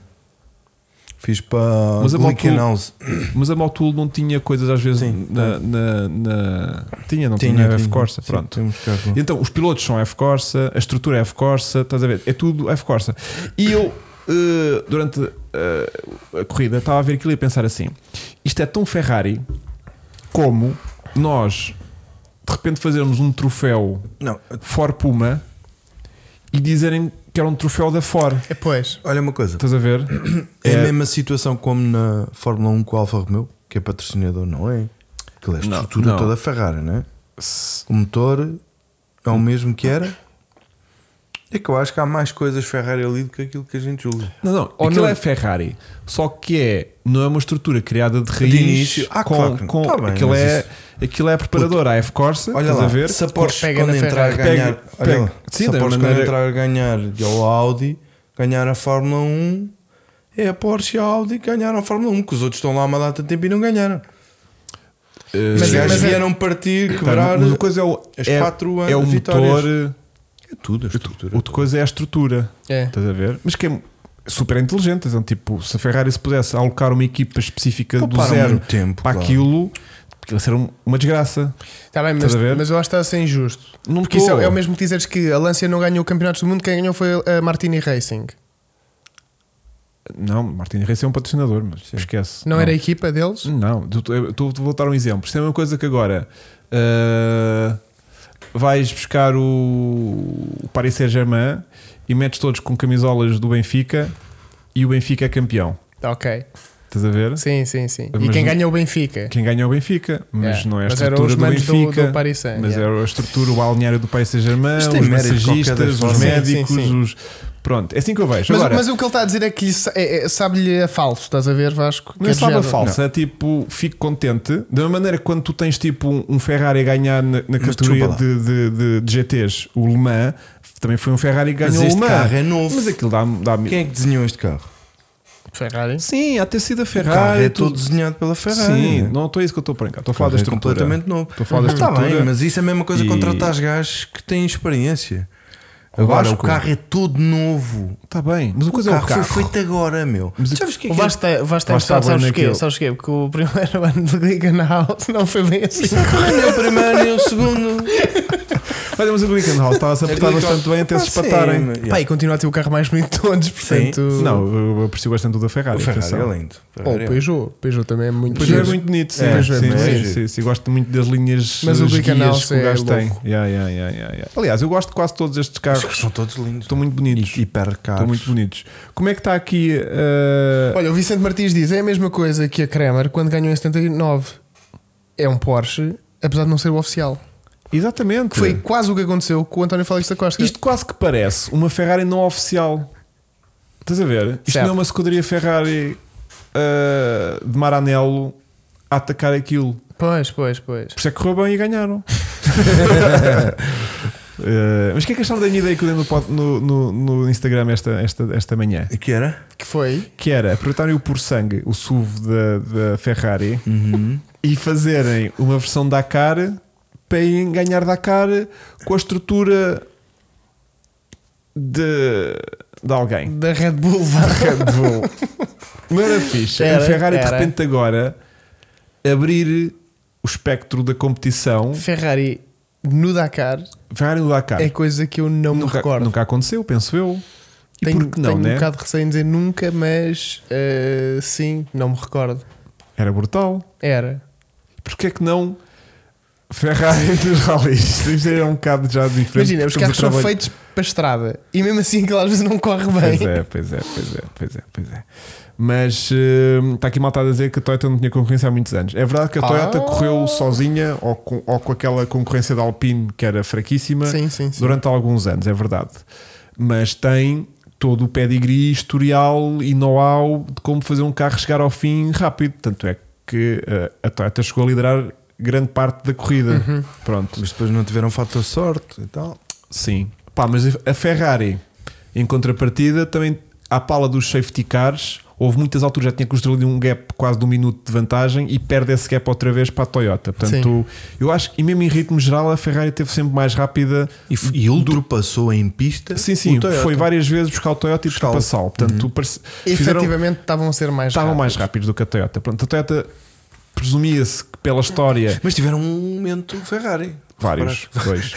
Speaker 1: Fiz para
Speaker 2: Mas a
Speaker 1: Lincoln
Speaker 2: moto-
Speaker 1: House.
Speaker 2: Mas a Motul não tinha coisas às vezes
Speaker 1: Sim.
Speaker 2: na, na- na- Tinha, não tinha, a F Corsa,
Speaker 1: Sim,
Speaker 2: pronto.
Speaker 1: temos que ficar com-
Speaker 2: Então, os pilotos são F Corsa, a estrutura é F Corsa, estás a ver? É tudo F Corsa. E eu, eh, durante eh, a corrida, estava a ver aquilo e a pensar assim: isto é tão Ferrari como nós de repente fazermos um troféu
Speaker 1: Não,
Speaker 2: For Puma e dizerem que era um troféu da For.
Speaker 3: É, pois.
Speaker 1: olha uma coisa.
Speaker 2: Estás a ver?
Speaker 1: É a
Speaker 2: É.
Speaker 1: mesma situação como na Fórmula 1 com a Alfa Romeo, que é patrocinador, não é? Aquilo é a
Speaker 2: Não,
Speaker 1: estrutura
Speaker 2: não.
Speaker 1: toda Ferrari, não é?
Speaker 2: S-
Speaker 1: O motor é
Speaker 2: Hum.
Speaker 1: o mesmo que era. É que eu acho que há mais coisas Ferrari ali do que aquilo que a gente julga.
Speaker 2: Não, não,
Speaker 3: Ou
Speaker 2: aquilo
Speaker 3: não-
Speaker 2: é Ferrari, só que é, não é uma estrutura criada de raiz.
Speaker 1: início. Ah,
Speaker 2: com,
Speaker 1: claro que não.
Speaker 2: com,
Speaker 1: Tá bem,
Speaker 2: aquilo,
Speaker 1: mas
Speaker 2: é,
Speaker 1: isso-
Speaker 2: aquilo é a preparadora, a F Corsa,
Speaker 1: Olha
Speaker 2: estás
Speaker 1: lá,
Speaker 2: a ver?
Speaker 1: se a Porsche
Speaker 3: Pega
Speaker 1: quando
Speaker 3: na
Speaker 1: entrar a
Speaker 3: Ferrari.
Speaker 1: ganhar,
Speaker 2: Pega-
Speaker 1: olha lá,
Speaker 2: pega- sim,
Speaker 1: se a
Speaker 2: da
Speaker 1: Porsche quando
Speaker 2: maneira-
Speaker 1: entrar a ganhar ao Audi, ganhar a Fórmula 1, é a Porsche e a Audi que ganharam a Fórmula 1, que os outros estão lá há uma data de tempo e não ganharam.
Speaker 2: Eh,
Speaker 1: Os
Speaker 3: Mas é-
Speaker 1: gajos
Speaker 3: mas é-
Speaker 1: vieram partir,
Speaker 2: tá,
Speaker 1: quebrar.
Speaker 2: mas uma coisa é o,
Speaker 1: as
Speaker 2: é,
Speaker 1: quatro
Speaker 2: é o
Speaker 1: vitórias.
Speaker 2: motor,
Speaker 1: É tudo, a estrutura.
Speaker 2: outra coisa é a estrutura,
Speaker 3: É.
Speaker 2: estás a ver? Mas que é super inteligente, então, tipo, se a Ferrari se pudesse alocar uma equipa específica do
Speaker 1: Pouparam
Speaker 2: zero
Speaker 1: muito tempo,
Speaker 2: para um
Speaker 1: claro.
Speaker 2: aquilo, aquilo seria um- uma desgraça.
Speaker 3: Está Tá bem, mas,
Speaker 2: Estás a ver?
Speaker 3: mas eu acho que está a ser injusto.
Speaker 2: Não
Speaker 3: Porque isso é, é o mesmo que dizeres que a Lancia não ganhou campeonatos do mundo, quem ganhou foi a Martini Racing.
Speaker 2: Não, Martin Reis é um patrocinador, mas esquece.
Speaker 3: Não, era a equipa deles?
Speaker 2: Não, estou a voltar um exemplo. Isto é uma coisa que agora ah, vais buscar o, o Paris Saint-Germain e metes todos com camisolas do Benfica e o Benfica é campeão.
Speaker 3: Tá, Ok.
Speaker 2: Estás a ver?
Speaker 3: Sim, sim, sim.
Speaker 2: Mas
Speaker 3: e quem
Speaker 2: não-
Speaker 3: ganhou o Benfica?
Speaker 2: Quem ganha é o Benfica, mas
Speaker 3: Yeah.
Speaker 2: não é a
Speaker 3: Mas eram
Speaker 2: estrutura
Speaker 3: os
Speaker 2: do
Speaker 3: manos do-
Speaker 2: Benfica.
Speaker 3: do Paris Saint, é.
Speaker 2: mas é-
Speaker 3: yeah.
Speaker 2: era a estrutura, o balneário do Paris Saint-Germain,
Speaker 1: Isto
Speaker 2: os
Speaker 1: tem mérito de qualquer das
Speaker 2: massagistas, os
Speaker 1: formas. Sim,
Speaker 2: médicos,
Speaker 3: sim, sim.
Speaker 2: os. Pronto, é assim que eu vejo.
Speaker 3: Mas,
Speaker 2: agora,
Speaker 3: mas o que ele está a dizer é que lhe sa- é- é- sabe-lhe a falso, estás a ver, Vasco?
Speaker 2: Não
Speaker 3: Que
Speaker 2: é
Speaker 3: é
Speaker 2: sabe a
Speaker 3: do género-
Speaker 2: falsa, é tipo, fico contente. Da mesma maneira que quando tu tens tipo um- um Ferrari a ganhar na, na categoria
Speaker 1: desculpa
Speaker 2: de, de, de- de GTs, o Le Mans, também foi um Ferrari que
Speaker 1: Mas
Speaker 2: ganhou o
Speaker 1: este
Speaker 2: Le Mans.
Speaker 1: carro é novo.
Speaker 2: Mas aquilo dá, dá
Speaker 1: Quem é que desenhou este carro?
Speaker 3: Ferrari.
Speaker 2: Sim, há ter sido a
Speaker 1: O carro
Speaker 2: Ferrari.
Speaker 1: é
Speaker 2: tudo-
Speaker 1: todo desenhado pela Ferrari.
Speaker 2: Sim,
Speaker 1: né?
Speaker 2: não estou a isso que eu estou a brincar. Estou a
Speaker 1: O carro
Speaker 2: falar da
Speaker 1: é
Speaker 2: estrutura.
Speaker 1: completamente novo.
Speaker 2: Estou a falar da
Speaker 1: Está
Speaker 2: estrutura.
Speaker 1: bem, mas isso é a mesma coisa
Speaker 2: E-
Speaker 1: que contratar os gajos que têm experiência. Agora
Speaker 2: Vasco.
Speaker 1: o carro é todo novo.
Speaker 2: Está bem, mas uma
Speaker 1: O
Speaker 2: coisa é o
Speaker 1: carro,
Speaker 2: carro.
Speaker 1: foi feito agora, meu.
Speaker 2: Mas o-
Speaker 1: Sabes o que é
Speaker 3: O
Speaker 1: que é?
Speaker 3: Vasco está, o Vasco está
Speaker 2: Vasco
Speaker 3: interessado,
Speaker 2: está bem
Speaker 3: sabes porquê?
Speaker 2: naquilo.
Speaker 3: Sabes porquê? Porque o [laughs] primeiro ano de Liga na House não foi bem assim.
Speaker 2: [laughs]
Speaker 1: Nem o primeiro, nem o segundo.
Speaker 2: Olha, mas o Glickenhaus estava-se a portar
Speaker 1: Glickenhaus-
Speaker 2: bastante bem até se
Speaker 1: É Ah, sim,
Speaker 2: espatarem.
Speaker 1: mas-
Speaker 3: Pá, e continua a ter o carro mais bonito de todos, portanto.
Speaker 2: Não, eu- eu aprecio bastante o da Ferrari.
Speaker 1: O Ferrari
Speaker 2: atenção.
Speaker 1: é lindo.
Speaker 3: Ou o
Speaker 1: Ferrari é-
Speaker 3: Peugeot. Peugeot também é muito
Speaker 2: Pois é, é
Speaker 3: giro.
Speaker 2: muito bonito, sim.
Speaker 3: É,
Speaker 2: sim,
Speaker 3: é
Speaker 2: sim,
Speaker 3: muito
Speaker 2: sim,
Speaker 1: giro.
Speaker 2: sim, sim. Gosto muito das linhas
Speaker 3: Mas o
Speaker 2: das
Speaker 3: Rick
Speaker 2: guias
Speaker 3: Anals
Speaker 2: que o
Speaker 3: é
Speaker 2: gajo tem.
Speaker 3: louco.
Speaker 2: Yeah, yeah, yeah, yeah, yeah. Aliás, eu gosto de quase todos estes
Speaker 1: Acho
Speaker 2: carros.
Speaker 1: que são todos lindos.
Speaker 2: Estão muito bonitos. Estão
Speaker 1: Hipercaros.
Speaker 2: muito bonitos. Como é que está aqui? uh,
Speaker 3: Olha, o Vicente Martins diz: é a mesma coisa que a Kramer quando ganhou em 79. É um Porsche, apesar de não ser o oficial.
Speaker 2: Exatamente.
Speaker 3: Que foi quase o que aconteceu com o António Félix da Costa.
Speaker 2: É. Isto quase que parece uma Ferrari não oficial. Estás a ver? Isto
Speaker 3: Certo.
Speaker 2: não é uma escuderia Ferrari uh, de Maranello a atacar aquilo.
Speaker 3: Pois, pois, pois.
Speaker 2: Por isso é que correu bem e ganharam. [laughs] Uh, mas o que é que acharam da minha ideia que eu dei no, pod- no- no- no Instagram esta, esta, esta manhã?
Speaker 1: E que era?
Speaker 3: Que foi?
Speaker 2: Que era aproveitarem o por sangue, o SUV da, da Ferrari,
Speaker 1: Uhum.
Speaker 2: e fazerem uma versão Dakar para irem ganhar Dakar com a estrutura de, de alguém.
Speaker 3: Da Red Bull. vá.
Speaker 2: Red Bull. [laughs] Não era fixe.
Speaker 3: Era,
Speaker 2: a Ferrari de
Speaker 3: era.
Speaker 2: repente agora abrir o espectro da competição.
Speaker 3: Ferrari no Dakar
Speaker 2: Ferrari no Dakar.
Speaker 3: é coisa que eu não me
Speaker 2: Ah. nunca,
Speaker 3: recordo.
Speaker 2: nunca aconteceu, penso eu. E
Speaker 3: Tenho,
Speaker 2: por que não,
Speaker 3: tenho um
Speaker 2: né?
Speaker 3: bocado de receio em dizer nunca, mas eh, sim, não me recordo.
Speaker 2: Era brutal.
Speaker 3: Era.
Speaker 2: Porquê é que não Ferrari [laughs] dos rallies? Isto é um bocado já diferente.
Speaker 3: Imagina, os
Speaker 2: porque
Speaker 3: carros
Speaker 2: estamos a
Speaker 3: são
Speaker 2: trabalhar-
Speaker 3: feitos para estrada e mesmo assim aquilo às vezes não corre
Speaker 2: Pois
Speaker 3: bem.
Speaker 2: é, pois é, pois é, pois é, pois é. Mas hum, está aqui malta a dizer que a Toyota não tinha concorrência há muitos anos. É verdade que a Toyota
Speaker 3: Ah.
Speaker 2: correu sozinha ou com, ou com aquela concorrência da Alpine que era fraquíssima
Speaker 3: Sim, sim, sim.
Speaker 2: durante alguns anos, é verdade. Mas tem todo o pedigree, historial e know-how de como fazer um carro chegar ao fim rápido. Tanto é que eh, a Toyota chegou a liderar grande parte da corrida.
Speaker 3: Uhum.
Speaker 2: Pronto.
Speaker 1: Mas depois não tiveram fator sorte e tal.
Speaker 2: Sim. Pá, mas a Ferrari, em contrapartida, também à pala dos safety cars, houve muitas alturas que já tinha construído ali um gap quase de um minuto de vantagem e perde esse gap outra vez para a Toyota. Portanto, eu acho que, e mesmo em ritmo geral, a Ferrari teve sempre mais rápida.
Speaker 1: E, f- e ultrapassou em pista.
Speaker 2: Sim, sim,
Speaker 1: É, o Toyota.
Speaker 2: foi várias vezes buscar o Toyota e
Speaker 1: Buscá-lo. Uhum.
Speaker 2: ultrapassá-lo. Portanto, parece- fizeram,
Speaker 3: Efetivamente estavam a ser
Speaker 1: é.
Speaker 3: mais
Speaker 2: estavam
Speaker 3: rápidos.
Speaker 2: mais rápidos do que a Toyota. Pronto, a Toyota presumia-se que pela história.
Speaker 1: Mas tiveram um momento Ferrari.
Speaker 2: Vários,
Speaker 3: [laughs]
Speaker 2: dois.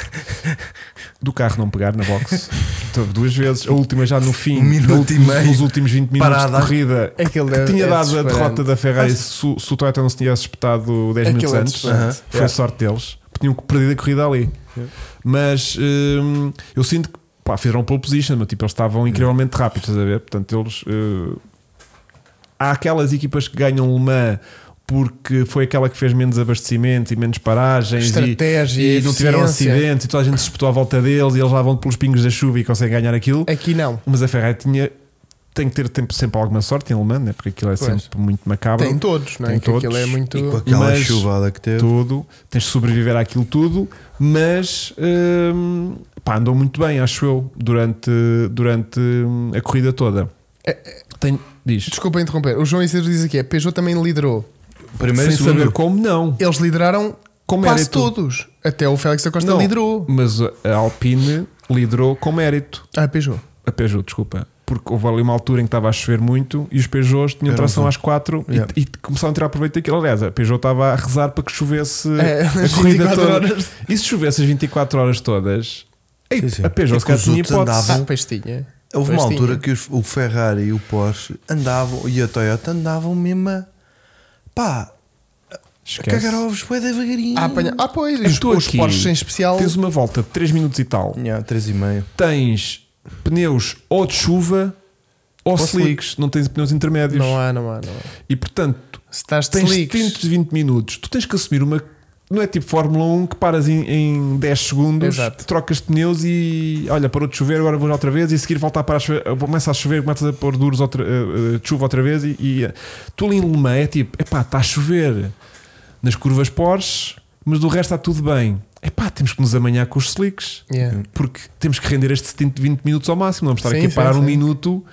Speaker 2: Do carro não pegar na box. Teve duas vezes. A última já no fim.
Speaker 1: Um minuto
Speaker 2: no-
Speaker 1: e meio.
Speaker 2: Nos últimos 20 minutos
Speaker 1: Parada.
Speaker 2: de corrida.
Speaker 3: Aquilo
Speaker 2: que
Speaker 3: é-
Speaker 2: tinha
Speaker 3: é
Speaker 2: dado a
Speaker 3: desesperante.
Speaker 2: derrota da Ferrari se, o- se o Toyota não se tivesse espetado 10
Speaker 3: Aquilo
Speaker 2: minutos
Speaker 3: é
Speaker 2: antes.
Speaker 3: desesperante.
Speaker 2: Foi a sorte deles. Tinham perdido a corrida ali. Mas hum, eu sinto que pá, fizeram pole position, mas, tipo, eles estavam incrivelmente rápidos, estás a ver? Portanto, eles. eh, há aquelas equipas que ganham Le Mans porque foi aquela que fez menos abastecimentos e menos paragens e-
Speaker 3: Estratégia,
Speaker 2: e, não tiveram
Speaker 3: eficiência.
Speaker 2: acidentes e toda a gente se espetou à volta deles e eles lá vão pelos pingos da chuva e conseguem ganhar aquilo.
Speaker 3: Aqui não.
Speaker 2: Mas a Ferrari tinha, tem que ter tempo, sempre alguma sorte em Le Mans, né? porque aquilo é
Speaker 3: Pois.
Speaker 2: sempre muito macabro.
Speaker 3: Tem todos, não é?
Speaker 2: Tem
Speaker 3: Que aquilo
Speaker 2: todos.
Speaker 3: é muito.
Speaker 1: E com aquela
Speaker 2: Mas-
Speaker 1: chuvada que teve.
Speaker 2: tudo, tens de sobreviver àquilo tudo, mas hum, pá, andou muito bem, acho eu, durante, durante hum, a corrida toda. Tem, diz,
Speaker 3: É, Desculpa interromper. O João Isidro diz aqui: a Peugeot também liderou.
Speaker 1: Primeiro e
Speaker 2: sem saber
Speaker 1: segundo.
Speaker 2: como não.
Speaker 3: Eles lideraram
Speaker 2: Com
Speaker 3: quase
Speaker 2: mérito.
Speaker 3: todos. Até o Félix da Costa
Speaker 2: Não,
Speaker 3: liderou.
Speaker 2: Mas a Alpine liderou com mérito.
Speaker 3: Ah, Peugeot.
Speaker 2: A Peugeot, desculpa. Porque houve ali uma altura em que estava a chover muito e os Peugeots tinham
Speaker 1: Era
Speaker 2: tração
Speaker 1: um-
Speaker 2: às quatro e-
Speaker 1: Yeah.
Speaker 2: e, começaram a tirar proveito daquilo. Aliás, a Peugeot estava a rezar para que chovesse
Speaker 3: É,
Speaker 2: a
Speaker 3: as
Speaker 2: corrida
Speaker 3: 24
Speaker 2: toda.
Speaker 3: horas.
Speaker 2: E se chovesse as 24 horas todas, ei,
Speaker 1: Sim, sim.
Speaker 2: a Peugeot
Speaker 1: É
Speaker 2: se
Speaker 1: que
Speaker 2: calhar
Speaker 1: os
Speaker 2: tinha
Speaker 1: outros
Speaker 2: hipótese.
Speaker 1: andavam.
Speaker 3: Ah, Pestinha.
Speaker 1: Houve uma
Speaker 3: Pois
Speaker 1: altura
Speaker 3: tinha.
Speaker 1: que os- o Ferrari e o Porsche andavam e a Toyota andavam mesmo a. pá, a
Speaker 2: Esquece.
Speaker 1: cagar ovos, foi devagarinho.
Speaker 3: Ah, apanha... ah pois, os,
Speaker 2: Estou
Speaker 3: os
Speaker 2: aqui.
Speaker 3: Porsche em especial.
Speaker 2: Tens um uma volta de 3 minutos e tal.
Speaker 1: Yeah, três e meio.
Speaker 2: Tens pneus ou de chuva ou, slicks. Não tens pneus intermédios.
Speaker 3: Não há, não há, não há.
Speaker 2: E portanto,
Speaker 3: Se estás de
Speaker 2: tens
Speaker 3: slicks.
Speaker 2: 20 de 20 minutos, tu tens que assumir uma. Não é tipo Fórmula 1 que paras em, em 10 segundos,
Speaker 3: Exato.
Speaker 2: trocas de pneus e olha, parou de chover, agora vou outra vez e a seguir voltar para a chover, começa a chover, começas a pôr duros outra, eh, eh, de chuva outra vez e, e, eh, tu ali em Le Mans é tipo, epá, está a chover nas curvas Porsche, mas do resto está tudo bem. Epá, temos que nos amanhar com os slicks
Speaker 3: Yeah.
Speaker 2: porque temos que render este stint de 20 minutos ao máximo, não vamos estar
Speaker 3: Sim,
Speaker 2: aqui a
Speaker 3: sim,
Speaker 2: parar um
Speaker 3: sim.
Speaker 2: minuto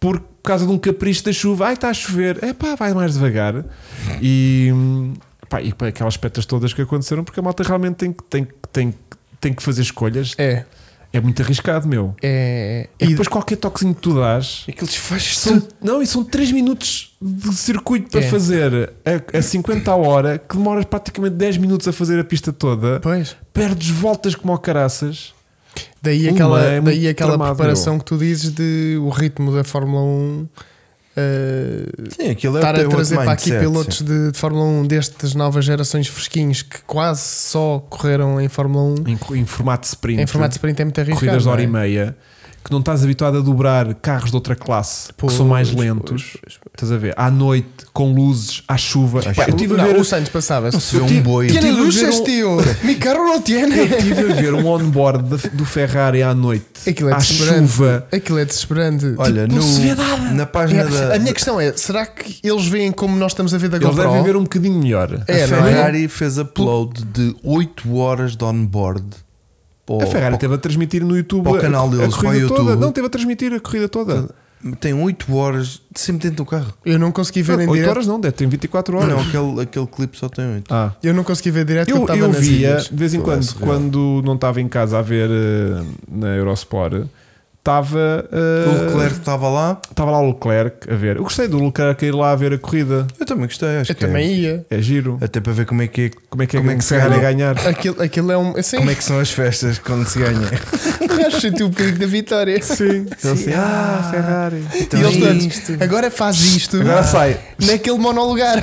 Speaker 2: por causa de um capricho da chuva. Ai, está a chover, é pá, vai mais devagar. E, pá, e para aquelas petas todas que aconteceram, porque a malta realmente tem que, tem, que- tem, que- tem que fazer escolhas, é.
Speaker 3: É,
Speaker 2: muito arriscado, meu.
Speaker 3: é.
Speaker 2: E, depois qualquer toquezinho que tu dás,
Speaker 1: Aqueles faz
Speaker 2: são, não, e são 3 minutos de circuito para
Speaker 3: É.
Speaker 2: fazer a, a 50 a hora que demoras praticamente 10 minutos a fazer a pista toda,
Speaker 3: Pois.
Speaker 2: perdes voltas como ao caraças.
Speaker 3: Daí
Speaker 2: Uma
Speaker 3: aquela,
Speaker 2: é muito
Speaker 3: daí aquela
Speaker 2: tramado,
Speaker 3: preparação que tu dizes de o ritmo da Fórmula 1 eh,
Speaker 1: Sim, aquilo é
Speaker 3: estar
Speaker 1: é
Speaker 3: a
Speaker 1: outro
Speaker 3: trazer para aqui
Speaker 1: mindset,
Speaker 3: pilotos
Speaker 1: sim.
Speaker 3: de, de Fórmula 1 destas novas gerações fresquinhos que quase só correram em Fórmula 1
Speaker 2: Em, em formato de sprint,
Speaker 3: em formato de sprint é muito arriscado.
Speaker 2: corridas de hora e
Speaker 3: não é?
Speaker 2: meia, que não estás habituado a dobrar carros de outra classe
Speaker 3: Pois,
Speaker 2: que são mais
Speaker 3: pois,
Speaker 2: lentos.
Speaker 3: pois, pois. Tipo,
Speaker 2: Estás a ver? À noite, com luzes, à chuva.
Speaker 1: À
Speaker 2: Pá, eu
Speaker 1: chuva.
Speaker 2: estive a
Speaker 3: é? Não,
Speaker 2: ver.
Speaker 3: [laughs] o Santos passava.
Speaker 1: Não se vê um boi.
Speaker 2: Tiene
Speaker 3: Tiene
Speaker 2: luces,
Speaker 3: luces,
Speaker 2: [laughs]
Speaker 3: tio! Mi carro não tiene!
Speaker 2: Eu estive a ver um onboard da- do Ferrari à noite,
Speaker 3: Aquilo é
Speaker 2: à
Speaker 3: desesperante.
Speaker 2: chuva.
Speaker 3: Aquilo é desesperante.
Speaker 1: Olha,
Speaker 2: Tipo, não se vê
Speaker 1: no,
Speaker 2: nada.
Speaker 1: na página da,
Speaker 3: É, a minha questão é: será que eles veem como nós estamos a ver da
Speaker 2: Eles
Speaker 3: GoPro?
Speaker 2: devem ver um bocadinho melhor.
Speaker 1: a
Speaker 3: É, não é?
Speaker 1: Ferrari fez upload de 8 horas de onboard. Pô,
Speaker 2: A Ferrari
Speaker 1: pô,
Speaker 2: esteve a transmitir no YouTube
Speaker 1: para o
Speaker 2: a-
Speaker 1: canal deles,
Speaker 2: a
Speaker 1: para
Speaker 2: corrida
Speaker 1: o
Speaker 2: toda.
Speaker 1: YouTube.
Speaker 2: Não, esteve a transmitir a corrida toda.
Speaker 1: tem 8 horas de sempre dentro do carro.
Speaker 3: Eu não consegui ver em
Speaker 2: 8
Speaker 3: direto.
Speaker 2: horas não, deve ter 24
Speaker 3: Ah.
Speaker 2: horas.
Speaker 1: Não, aquele, aquele clipe só tem 8.
Speaker 2: Ah.
Speaker 3: Eu não consegui ver direto
Speaker 2: Eu,
Speaker 3: É porque
Speaker 2: eu
Speaker 3: estava nas
Speaker 2: via,
Speaker 3: ilhas.
Speaker 2: de vez em
Speaker 1: Pô, é
Speaker 2: quando,
Speaker 1: surreal.
Speaker 2: quando não estava em casa a ver eh, na Eurosport, estava.
Speaker 3: Ah.
Speaker 2: eh,
Speaker 1: O Leclerc estava lá.
Speaker 2: Estava lá o Leclerc a ver. Eu gostei do Leclerc ir lá a ver a corrida.
Speaker 1: Eu também gostei, acho
Speaker 3: Eu
Speaker 1: que é.
Speaker 3: também ia.
Speaker 2: É giro.
Speaker 1: Até para ver como é que é.
Speaker 2: Como é que é
Speaker 1: Como
Speaker 2: que,
Speaker 1: é que
Speaker 2: se
Speaker 1: se
Speaker 2: ganha a
Speaker 1: ganha?
Speaker 2: ganhar?
Speaker 3: Aquilo, aquilo é um. Assim,
Speaker 1: Como é que são as festas quando se
Speaker 3: [laughs]
Speaker 1: ganha?
Speaker 3: acho senti um bocadinho da vitória.
Speaker 2: Sim, então, assim, ah,
Speaker 1: Ah.
Speaker 2: Ferrari.
Speaker 1: Então
Speaker 3: e eles
Speaker 1: é
Speaker 3: todos,
Speaker 1: isto.
Speaker 3: agora faz isto Ah,
Speaker 2: Agora sai.
Speaker 3: naquele monologar.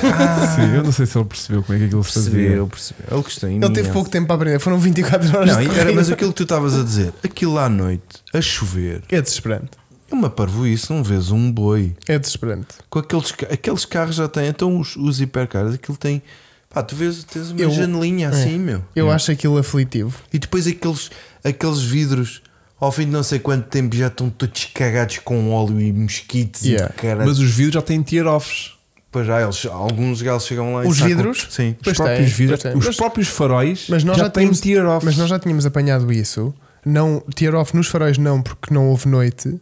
Speaker 2: [laughs] Sim, eu não sei se ele percebeu como é que aquilo se fazia.
Speaker 1: Percebeu, percebeu. Ele gostou.
Speaker 3: Ele teve pouco tempo para aprender, foram 24 horas
Speaker 1: Não,
Speaker 3: de
Speaker 1: e era,
Speaker 3: corrida.
Speaker 1: mas aquilo que tu estavas a dizer, aquilo lá à noite, a chover,
Speaker 3: É desesperante.
Speaker 1: é uma parvoíce, não vês um boi.
Speaker 3: É desesperante.
Speaker 1: Com aqueles, ca- aqueles carros já têm, então os, os hipercarros, aquilo tem. Pá, tu vês, tens uma
Speaker 3: Eu- é.
Speaker 1: janelinha assim, meu.
Speaker 3: Eu acho aquilo aflitivo.
Speaker 1: E depois aqueles, aqueles vidros, ao fim de não sei quanto tempo, já estão todos cagados com óleo e mosquitos
Speaker 3: Yeah.
Speaker 1: e cara.
Speaker 2: Mas os vídeos já têm tear-offs.
Speaker 1: Pois já, eles, alguns gajos chegam lá e
Speaker 3: Os
Speaker 1: sacam-
Speaker 3: vidros?
Speaker 1: Sim.
Speaker 2: Os
Speaker 3: Pois
Speaker 2: próprios
Speaker 3: tem,
Speaker 2: vídeos,
Speaker 3: pois tem.
Speaker 2: os
Speaker 3: Mas-
Speaker 2: próprios faróis
Speaker 3: Mas nós já,
Speaker 2: têm
Speaker 3: tínhamos,
Speaker 2: tear-offs.
Speaker 3: mas nós já tínhamos apanhado isso. Não, tear off nos faróis não, porque não houve noite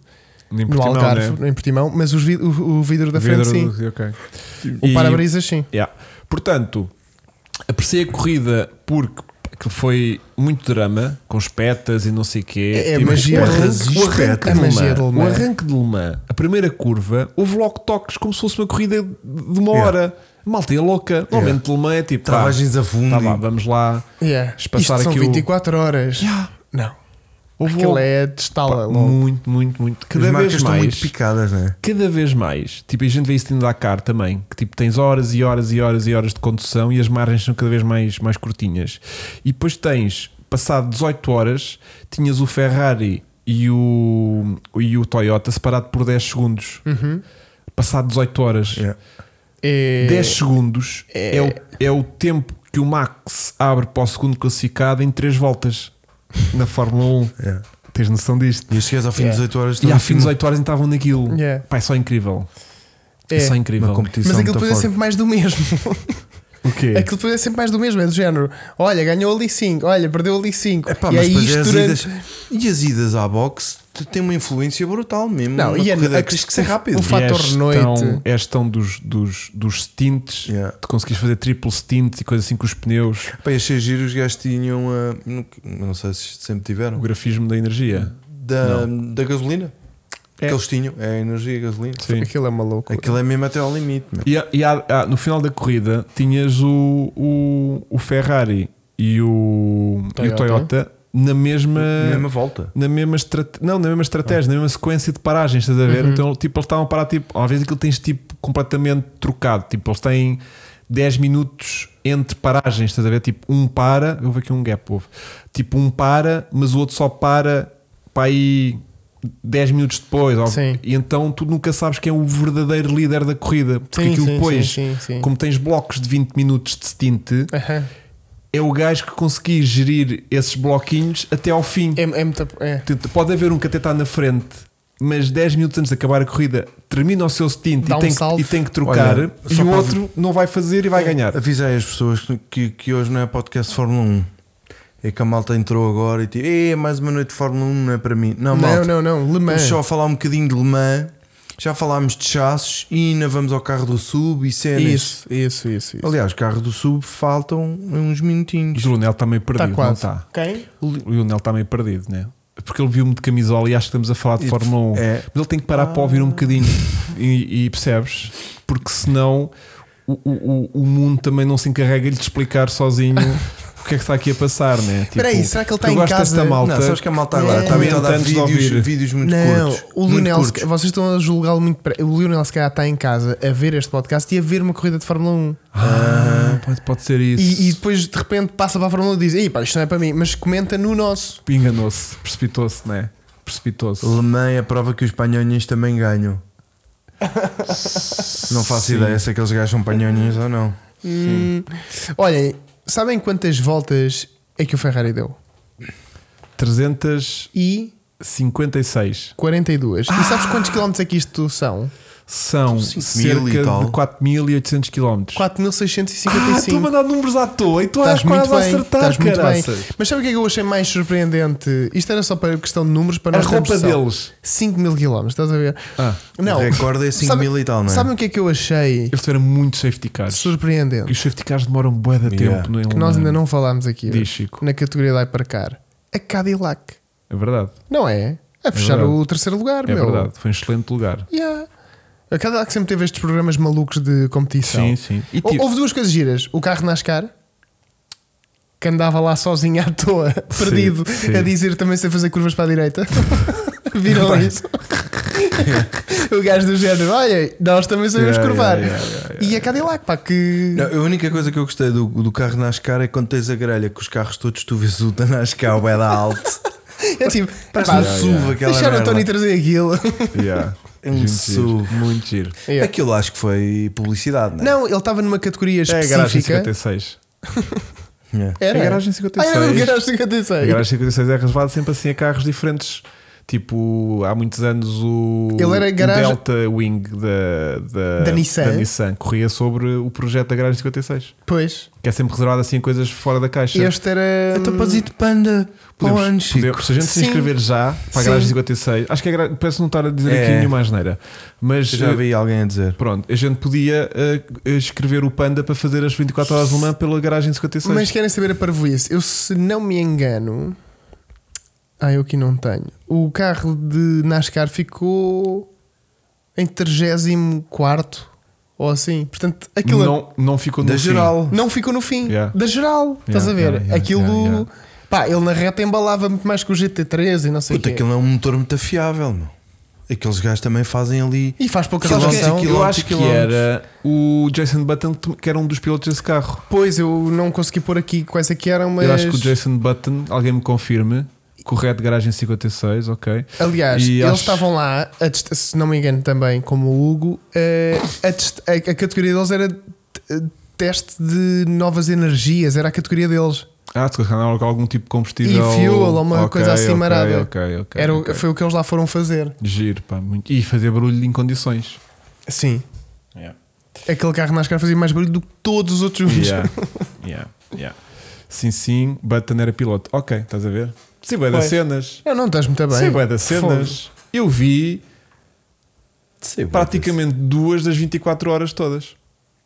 Speaker 2: Nem
Speaker 3: no
Speaker 2: Portimão,
Speaker 3: Algarve,
Speaker 2: né?
Speaker 3: em Portimão, mas os vid- o, o vidro da frente
Speaker 2: Vidro
Speaker 3: sim.
Speaker 2: do- ok.
Speaker 3: O
Speaker 2: E-
Speaker 3: para-brisas sim.
Speaker 2: Yeah. Portanto, apreciei a corrida porque que foi muito drama, com espetas e não sei o quê.
Speaker 3: É, é
Speaker 2: Tive
Speaker 3: magia
Speaker 2: o
Speaker 3: do-
Speaker 2: arranque, o arranque
Speaker 1: espetas.
Speaker 2: de
Speaker 3: A É magia
Speaker 2: Le
Speaker 3: do
Speaker 2: Mans,
Speaker 3: Le
Speaker 2: o
Speaker 3: Mans.
Speaker 2: arranque de Le Mans, a primeira curva, houve logo toques como se fosse uma corrida de uma
Speaker 1: Yeah.
Speaker 2: hora. Malta é louca. Normalmente Le Mans é tipo, pá,
Speaker 1: Travagens a fundo.
Speaker 2: tá lá,
Speaker 1: e-
Speaker 2: vamos lá.
Speaker 3: Yeah.
Speaker 2: Espaçar
Speaker 3: Isto são
Speaker 2: aqui o-
Speaker 3: 24 horas.
Speaker 2: Yeah.
Speaker 3: Não.
Speaker 2: Houve
Speaker 3: Aquilo
Speaker 2: logo,
Speaker 3: é de estala
Speaker 2: pá,
Speaker 3: logo.
Speaker 2: muito, muito, muito.
Speaker 1: As
Speaker 2: Cada
Speaker 1: marcas
Speaker 2: vez
Speaker 1: estão muito
Speaker 2: mais.
Speaker 1: picadas, né?
Speaker 2: cada vez mais, tipo, a gente vê isso no Dakar também, que tipo, tens horas e horas e horas e horas de condução e as margens são cada vez mais, mais curtinhas. E depois tens, passado 18 horas, tinhas o Ferrari e o, e o Toyota separado por 10 segundos. Passado 18 horas,
Speaker 1: Yeah.
Speaker 3: É...
Speaker 2: 10 segundos é... o, é o tempo que o Max abre para o segundo classificado em 3 voltas na Fórmula 1.
Speaker 1: Yeah.
Speaker 2: Tens noção disto?
Speaker 1: E chegas ao fim
Speaker 3: Yeah.
Speaker 1: de 18 horas
Speaker 2: É. E
Speaker 1: estão
Speaker 2: ao fim de
Speaker 1: numa-
Speaker 2: 18 horas ainda estavam naquilo.
Speaker 3: Yeah.
Speaker 2: Pá, é só incrível. É,
Speaker 3: É.
Speaker 2: só
Speaker 1: numa
Speaker 2: incrível.
Speaker 1: competição
Speaker 3: Mas aquilo
Speaker 1: muito
Speaker 3: depois é
Speaker 1: forte.
Speaker 3: sempre mais do mesmo.
Speaker 2: O quê?
Speaker 3: [laughs] aquilo depois é sempre mais do mesmo. É do género: olha, ganhou ali 5, olha, perdeu ali 5.
Speaker 1: Epá,
Speaker 3: e
Speaker 1: mas
Speaker 3: é
Speaker 1: depois é
Speaker 3: isto
Speaker 1: as
Speaker 3: durante.
Speaker 1: idas, e as idas à boxe te- têm uma influência brutal mesmo.
Speaker 3: Não,
Speaker 1: numa
Speaker 3: e é-
Speaker 1: corrida,
Speaker 3: a-
Speaker 1: tens que ser rápido.
Speaker 3: o fa- fator
Speaker 2: és
Speaker 3: noite.
Speaker 2: tão- és tão dos, dos, dos stints,
Speaker 1: Yeah.
Speaker 2: de conseguires fazer triple stint e coisas assim com os pneus,
Speaker 1: Para encher giro, os gajos tinham a. Não sei se sempre
Speaker 2: o
Speaker 1: tiveram.
Speaker 2: grafismo da energia.
Speaker 1: Da, da gasolina.
Speaker 2: É.
Speaker 1: Que eles tinham. É a energia e a gasolina.
Speaker 2: Sim.
Speaker 3: Aquilo é maluco.
Speaker 1: Aquilo é mesmo até ao limite. meu.
Speaker 2: E, há- e há- há- no final da corrida tinhas o, o, o Ferrari e o e o Toyota,
Speaker 3: Toyota.
Speaker 2: na mesma.
Speaker 3: Eh,
Speaker 1: Mesma volta.
Speaker 2: Na mesma, estrate- não, na mesma estratégia, na mesma sequência de paragens, estás a
Speaker 3: Uhum.
Speaker 2: ver? Então, tipo, eles estavam a parar, tipo, às vezes aquilo tens tipo completamente trocado, tipo, eles têm 10 minutos entre paragens, estás a ver? Tipo, um para, houve aqui um gap, houve. Tipo, um para, mas o outro só para para aí 10 minutos depois, ou-
Speaker 3: Sim.
Speaker 2: e então tu nunca sabes quem é o verdadeiro líder da corrida, porque
Speaker 3: Sim,
Speaker 2: aquilo
Speaker 3: sim,
Speaker 2: depois,
Speaker 3: sim, sim, sim.
Speaker 2: como tens blocos de 20 minutos de stint,
Speaker 3: Aham.
Speaker 2: é o gajo que conseguir gerir esses bloquinhos até ao fim.
Speaker 3: É, é muito. É.
Speaker 2: Portanto, Pode haver um que até está na frente, mas 10 minutos antes de acabar a corrida termina o seu stint
Speaker 3: Dá
Speaker 2: e
Speaker 3: um
Speaker 2: tem,
Speaker 3: salto.
Speaker 2: que, e tem que trocar,
Speaker 1: Olha,
Speaker 2: e
Speaker 1: só
Speaker 2: o
Speaker 1: para-
Speaker 2: outro não vai fazer e vai
Speaker 3: é.
Speaker 2: ganhar.
Speaker 1: Avisei as pessoas que- que, que hoje não é podcast de Fórmula 1. É que a malta entrou agora e tipo, "Eh, mais uma noite de Fórmula 1 não é para mim. Não, malta.
Speaker 3: Não, não, não. é. Le
Speaker 1: Vamos
Speaker 3: Mans.
Speaker 1: só falar um bocadinho de Le Mans. Já falámos de chassos e ainda vamos ao carro do sub e cenas.
Speaker 3: Isso, isso, isso. isso.
Speaker 1: Aliás, carro do sub faltam uns minutinhos.
Speaker 2: Mas o Lionel está meio
Speaker 3: Está
Speaker 2: perdido, não
Speaker 3: Tá quase.
Speaker 1: tá.
Speaker 2: está?
Speaker 3: Quem?
Speaker 2: O Lionel está meio perdido, né? Porque ele viu-me de camisola e acho que estamos a falar de
Speaker 1: E-
Speaker 2: Fórmula 1.
Speaker 1: é.
Speaker 3: Ah.
Speaker 2: Mas ele tem que parar para ouvir um bocadinho. e, e percebes? Porque senão o, o, o- o mundo também não se encarrega de te explicar sozinho o que é que está aqui a passar, né? Tipo,
Speaker 3: [laughs] Espera aí, será que ele está
Speaker 2: eu
Speaker 3: em
Speaker 2: gosto
Speaker 3: casa?
Speaker 2: desta malta.
Speaker 1: Não, sabes que a malta agora
Speaker 3: É.
Speaker 1: está habituada a
Speaker 2: Antes de
Speaker 1: vídeos,
Speaker 2: ouvir.
Speaker 1: vídeos muito
Speaker 3: não,
Speaker 1: curtos.
Speaker 3: o
Speaker 1: muito
Speaker 3: Lionel,
Speaker 1: curtos.
Speaker 3: se- vocês estão a julgá-lo muito. pre- O Lionel, se calhar, está em casa a ver este podcast e a ver uma corrida de Fórmula 1.
Speaker 2: Ah, pode, pode ser isso.
Speaker 3: E, e depois, de repente, passa para a Fórmula 1 e diz: Ei, pá, isto não é para mim, mas comenta no nosso.
Speaker 2: Enganou-se, precipitou-se, né? Precipitou-se.
Speaker 1: Le Mans é a prova que os panhonhas também [laughs] ganham. Não faço
Speaker 2: Sim.
Speaker 1: ideia se aqueles gajos são panhonhas ou não.
Speaker 3: Hum. Olhem, sabem quantas voltas é que o Ferrari deu?
Speaker 2: 356.
Speaker 3: E 42. E sabes quantos quilómetros é que isto são?
Speaker 2: São
Speaker 1: Cinco mil e
Speaker 2: cerca
Speaker 1: tal.
Speaker 2: de 4800 km.
Speaker 3: 4655.
Speaker 2: Ah, mandar números à toa e tu
Speaker 3: Estás muito bem, estás muito bem.
Speaker 2: caraças.
Speaker 3: Mas sabe o que é que eu achei mais surpreendente? Isto era só para questão de números, para
Speaker 2: A
Speaker 3: nós termos
Speaker 2: roupa
Speaker 3: noção.
Speaker 2: deles.
Speaker 3: 5 mil quilómetros, estás a ver?
Speaker 2: Ah,
Speaker 1: O recorde é 5 mil e tal, não é?
Speaker 3: Sabem o que é que eu achei
Speaker 2: eles tiveram muito safety cars. E
Speaker 3: surpreendente?
Speaker 2: os safety cars demoram bué de
Speaker 1: Yeah.
Speaker 2: tempo no
Speaker 3: Que nós ainda não falámos aqui
Speaker 2: é? Diz, Chico.
Speaker 3: na categoria de aparcar. A Cadillac,
Speaker 2: É verdade.
Speaker 3: não é? A fechar
Speaker 2: verdade.
Speaker 3: o terceiro lugar,
Speaker 2: É
Speaker 3: meu.
Speaker 2: verdade. Foi um excelente lugar.
Speaker 3: Yeah. A Cadillac sempre teve estes programas malucos de competição.
Speaker 2: Sim, sim. E
Speaker 3: Hou-
Speaker 2: tipo-
Speaker 3: Então, Houve duas coisas giras: o carro de NASCAR, que andava lá sozinho à toa,
Speaker 2: [laughs] Sim,
Speaker 3: perdido,
Speaker 2: sim.
Speaker 3: a dizer também sem fazer curvas para a direita. [laughs] Viram isso? o gajo do género: olha, nós também sabemos
Speaker 2: Yeah,
Speaker 3: curvar.
Speaker 2: yeah, yeah, yeah,
Speaker 3: e a Cadillac, pá, que.
Speaker 1: Não, a única coisa que eu gostei do, do carro NASCAR é quando tens a grelha com os carros todos, tu vês o da NASCAR, o é da [laughs] alto.
Speaker 3: É tipo,
Speaker 1: Parece
Speaker 3: pá,
Speaker 1: um SUV aquela
Speaker 3: deixaram o
Speaker 1: merda.
Speaker 3: Tony trazer aquilo.
Speaker 2: Yeah.
Speaker 3: É
Speaker 1: Um
Speaker 2: Muito
Speaker 1: sub.
Speaker 2: giro. Muito giro.
Speaker 3: Yeah.
Speaker 1: Aquilo acho que foi publicidade, não é?
Speaker 3: Não, ele estava numa
Speaker 2: É
Speaker 3: categoria
Speaker 2: a garagem
Speaker 3: específica.
Speaker 2: 56.
Speaker 1: Yeah.
Speaker 3: Era?
Speaker 2: É A garagem
Speaker 3: Ah,
Speaker 2: 56.
Speaker 3: era a garagem
Speaker 2: A
Speaker 3: 56.
Speaker 2: garagem 56 é reservada sempre assim a carros diferentes. Tipo, há muitos anos o,
Speaker 3: Ele era
Speaker 2: o
Speaker 3: garagem-
Speaker 2: Delta Wing da, da,
Speaker 3: Da Nissan.
Speaker 2: Nissan corria sobre o projeto da garagem 56,
Speaker 3: Pois.
Speaker 2: que é sempre reservado assim a coisas fora da caixa.
Speaker 3: Este era.
Speaker 1: Então, pasito panda, para o
Speaker 2: Podemos-
Speaker 1: ano, Chico.
Speaker 2: podemos- se a gente se
Speaker 3: Sim.
Speaker 2: inscrever já para a
Speaker 3: Sim.
Speaker 2: garagem 56, acho que é gra- parece não estar a dizer
Speaker 1: É.
Speaker 2: aqui nenhuma asneira, mas
Speaker 1: Já
Speaker 2: eh,
Speaker 1: vi alguém a dizer.
Speaker 2: pronto, a gente podia eh, escrever o Panda para fazer as 24 horas do Mans pela garagem 56.
Speaker 3: Mas querem saber a parvoíce? Eu, se não me engano. Ah, eu aqui não tenho. O carro de NASCAR ficou em 34 ou assim. Portanto, aquilo não,
Speaker 2: não, não ficou no
Speaker 1: Da
Speaker 2: fim.
Speaker 1: geral.
Speaker 3: ficou no fim.
Speaker 2: Yeah.
Speaker 3: Da geral, estás a ver?
Speaker 2: yeah, yeah,
Speaker 3: aquilo.
Speaker 2: yeah, yeah.
Speaker 3: Pá, ele na reta embalava muito mais que o GT3 e não sei o
Speaker 1: Puta,
Speaker 3: quê.
Speaker 1: aquilo é um motor muito afiável, meu. Aqueles gajos também fazem ali.
Speaker 3: E faz pouca
Speaker 1: Sabes
Speaker 2: Sabes
Speaker 1: que-
Speaker 3: relação.
Speaker 2: quem-
Speaker 1: quilómetros
Speaker 2: eu
Speaker 1: e
Speaker 2: acho que
Speaker 1: quilómetros.
Speaker 2: era o Jason Button que era um dos pilotos desse carro.
Speaker 3: Pois, eu não consegui pôr aqui quais é que eram, mas.
Speaker 2: Eu acho que o Jason Button, alguém me confirme. Correto, garagem 56, ok.
Speaker 3: Aliás,
Speaker 2: E
Speaker 3: eles
Speaker 2: acho-
Speaker 3: estavam lá, a dest- se não me engano também, como o Hugo, eh, a, dest- a- a categoria deles era eh, teste de novas energias, era a categoria deles.
Speaker 2: Ah, se calhar não era algum tipo de combustível.
Speaker 3: E fuel, ou uma
Speaker 2: Ok,
Speaker 3: coisa assim
Speaker 2: ok,
Speaker 3: marada.
Speaker 2: Ok, ok.
Speaker 3: era, o-
Speaker 2: ok.
Speaker 3: Foi o que eles lá foram fazer.
Speaker 2: Giro, pá, muito. E fazer barulho em condições.
Speaker 3: Sim.
Speaker 2: Yeah.
Speaker 3: Aquele carro de NASCAR fazia mais barulho do que todos os outros.
Speaker 2: [laughs] Yeah. yeah. yeah. Sim, sim, Button era piloto. Ok, estás a ver? Sim, vai das
Speaker 3: Pois.
Speaker 2: cenas.
Speaker 3: Não, não, estás muito bem.
Speaker 2: Sim, vai é? das cenas. Eu vi
Speaker 1: Sim,
Speaker 2: praticamente duas das 24 horas todas.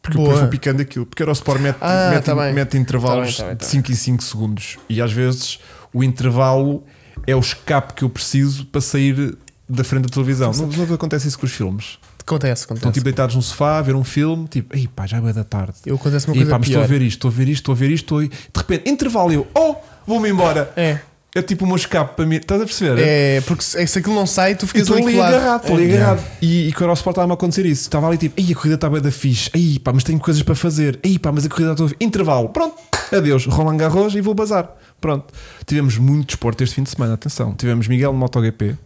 Speaker 2: Porque
Speaker 3: Boa.
Speaker 2: depois vou picando aquilo. Porque o Sport mete,
Speaker 3: Ah,
Speaker 2: mete,
Speaker 3: tá bem.
Speaker 2: mete intervalos
Speaker 3: Tá bem, tá bem, tá
Speaker 2: de 5 em 5 segundos. E às vezes o intervalo é o escape que eu preciso para sair da frente da televisão. Não, não acontece isso com os filmes.
Speaker 3: Acontece,
Speaker 2: Estão
Speaker 3: acontece.
Speaker 2: tipo deitados num sofá, a ver um filme, tipo, ei pá, já é bué da tarde.
Speaker 3: Eu acontece uma
Speaker 2: E
Speaker 3: coisa
Speaker 2: pá, mas estou
Speaker 3: pior.
Speaker 2: a ver isto, estou a ver isto, estou a ver isto, estou a... de repente, intervalo eu, oh, vou-me embora.
Speaker 3: É.
Speaker 2: É tipo o meu escape para mim. Estás a perceber?
Speaker 3: É, porque se, se aquilo não sai, tu
Speaker 2: E
Speaker 3: ficas É.
Speaker 2: estou ali
Speaker 3: colado.
Speaker 2: agarrado, estou ali agarrado. É. E, e com o Eurosport estava-me a acontecer isso. Estava ali tipo, ei, a corrida está bem da fixe, ei, pá, mas tenho coisas para fazer, ei, pá, mas a corrida está a Intervalo, pronto, adeus, Roland Garros e vou bazar. Pronto, tivemos muito desporto este fim de semana, atenção. Tivemos Miguel de MotoGP,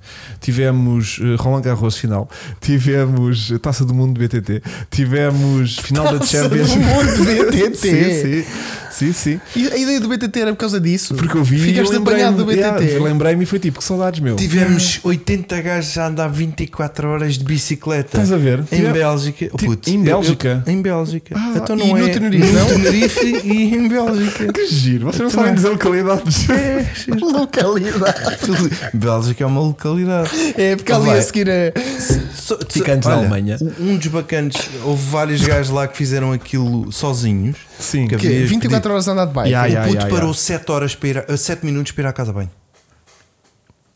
Speaker 2: tivemos eh, Roland Garros final, tivemos eh, Taça do Mundo de BTT, tivemos final
Speaker 3: [laughs]
Speaker 2: da
Speaker 3: Taça do
Speaker 2: Champions. [laughs]
Speaker 3: Mundo [laughs] BTT.
Speaker 2: sim, sim, sim, sim.
Speaker 3: E a ideia do BTT era por causa disso.
Speaker 2: Porque eu vi e
Speaker 3: Ficaste
Speaker 2: eu lembrei-me.
Speaker 3: apanhado do BTT.
Speaker 2: Yeah, lembrei-me e foi tipo, que saudades, meu.
Speaker 1: Tivemos 80 gajos a andar 24 horas de bicicleta.
Speaker 2: Estás a ver?
Speaker 1: Em
Speaker 2: Tive-
Speaker 1: Bélgica.
Speaker 3: Tipo,
Speaker 1: Oh,
Speaker 2: Ti-
Speaker 1: puto,
Speaker 2: em
Speaker 1: eu-
Speaker 2: Bélgica?
Speaker 1: eu- em Bélgica.
Speaker 2: Ah,
Speaker 1: então
Speaker 3: e
Speaker 1: não
Speaker 3: no
Speaker 1: é,
Speaker 3: Tenerife,
Speaker 1: no
Speaker 3: não?
Speaker 1: Tenerife e em
Speaker 3: [laughs]
Speaker 1: Bélgica.
Speaker 2: Que giro, vocês não
Speaker 1: Então
Speaker 2: sabem
Speaker 1: é.
Speaker 2: dizer localidades.
Speaker 3: É. Localidade.
Speaker 1: Bélgica é uma localidade.
Speaker 3: [laughs] É, porque
Speaker 1: Ah,
Speaker 3: ali
Speaker 1: vai.
Speaker 3: a seguir a.
Speaker 1: So- so-
Speaker 2: Fica antes da
Speaker 1: olha,
Speaker 2: Alemanha.
Speaker 1: Um dos bacanas, houve vários gajos lá que fizeram aquilo
Speaker 2: [laughs]
Speaker 1: sozinhos.
Speaker 2: Sim.
Speaker 1: Que
Speaker 3: Quê?
Speaker 1: havia-
Speaker 3: 24 horas a andar de bike. um
Speaker 2: Yeah,
Speaker 1: O
Speaker 2: yeah.
Speaker 1: puto parou 7 horas para ir, a- 7 minutos para ir à casa bem.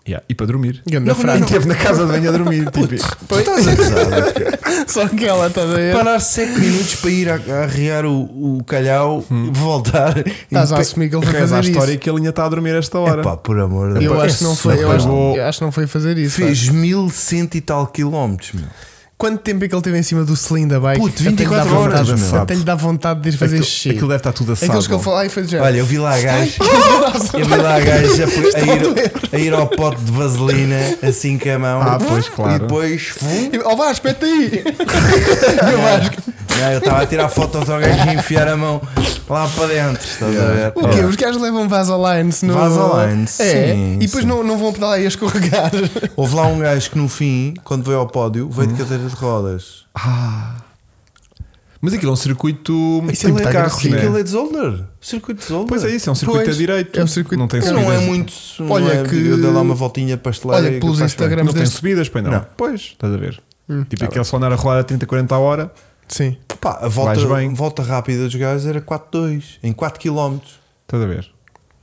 Speaker 2: Yeah, E para dormir.
Speaker 3: Ganda
Speaker 1: Não,
Speaker 3: frase.
Speaker 2: E teve na casa de banho a dormir. tipo,
Speaker 1: Tu
Speaker 3: [laughs]
Speaker 1: estás a gozar.
Speaker 3: Só que ela está a ver.
Speaker 1: Parar 7 minutos para ir a- a arrear o, o calhau, voltar.
Speaker 3: Hum. Estás a
Speaker 1: Em pé-
Speaker 3: assumir é que ele foi
Speaker 2: reza a
Speaker 3: fazer
Speaker 2: história
Speaker 3: isso.
Speaker 2: que a linha está a dormir a esta hora.
Speaker 1: Epá, por amor de
Speaker 3: Eu
Speaker 1: Deus.
Speaker 3: acho, que não foi, eu,
Speaker 2: rapaz
Speaker 3: acho,
Speaker 2: vou-
Speaker 3: eu acho que não foi fazer isso. tá? pá.
Speaker 1: Fez 1100 e tal quilómetros, meu.
Speaker 3: Quanto tempo é que ele teve em cima do cilindro da bike?
Speaker 1: Puto,
Speaker 3: Até lhe dá
Speaker 1: 24 horas,
Speaker 3: vontade-
Speaker 1: meu.
Speaker 3: Até lhe dá vontade de ir fazer xixi.
Speaker 2: aquilo, aquilo deve estar tudo assado.
Speaker 3: Aqueles que ele falou, ai, foi já.
Speaker 1: Olha, eu vi lá
Speaker 3: é
Speaker 1: a gajo.
Speaker 3: [laughs]
Speaker 1: Eu vi lá a gajo a, a ir, a ir ao pote de vaselina, assim com a mão.
Speaker 2: Ah, pois, claro.
Speaker 1: E depois, hum? fum.
Speaker 3: Ó oh, Vasco, mete aí! E o Vasco,
Speaker 1: Não, eu estava a tirar fotos ao gajo e enfiar a mão lá para dentro. Estás a ver?
Speaker 3: o quê? Os gajos levam Vaseline no...
Speaker 1: Vaseline,
Speaker 3: É,
Speaker 1: É. sim,
Speaker 3: e depois
Speaker 1: sim.
Speaker 3: não, não vão para lá a escorregar.
Speaker 1: Houve lá um gajo que no fim, quando veio ao pódio, veio
Speaker 3: Hum.
Speaker 1: de cadeira de rodas.
Speaker 2: Mas aquilo é um circuito.
Speaker 3: Isso é
Speaker 2: tipo
Speaker 3: muito
Speaker 2: de carros,
Speaker 3: agressivo.
Speaker 2: né?
Speaker 1: Aquilo é de Zolder. Circuito de Zolder.
Speaker 2: Pois é isso, é um circuito
Speaker 3: Pois,
Speaker 2: a direito.
Speaker 3: é um circuito-
Speaker 2: não tem
Speaker 3: Não
Speaker 1: Mas
Speaker 2: subidas.
Speaker 1: não é muito. Não
Speaker 3: Olha
Speaker 1: é,
Speaker 3: que-
Speaker 1: Eu dei lá uma voltinha pasteleira.
Speaker 3: Olha,
Speaker 1: e
Speaker 3: pelos
Speaker 1: faz bem.
Speaker 3: Instagram-
Speaker 2: Não tem
Speaker 3: deste-
Speaker 2: subidas, pois não.
Speaker 1: Não.
Speaker 2: Pois, estás a ver.
Speaker 3: Hum.
Speaker 2: tipo aquele sonar a rolar a 30, 40 a hora.
Speaker 3: Sim.
Speaker 1: Pá, a volta,
Speaker 2: Vais bem.
Speaker 1: volta rápida dos gajos era 4-2, em 4 km.
Speaker 2: Estás a ver.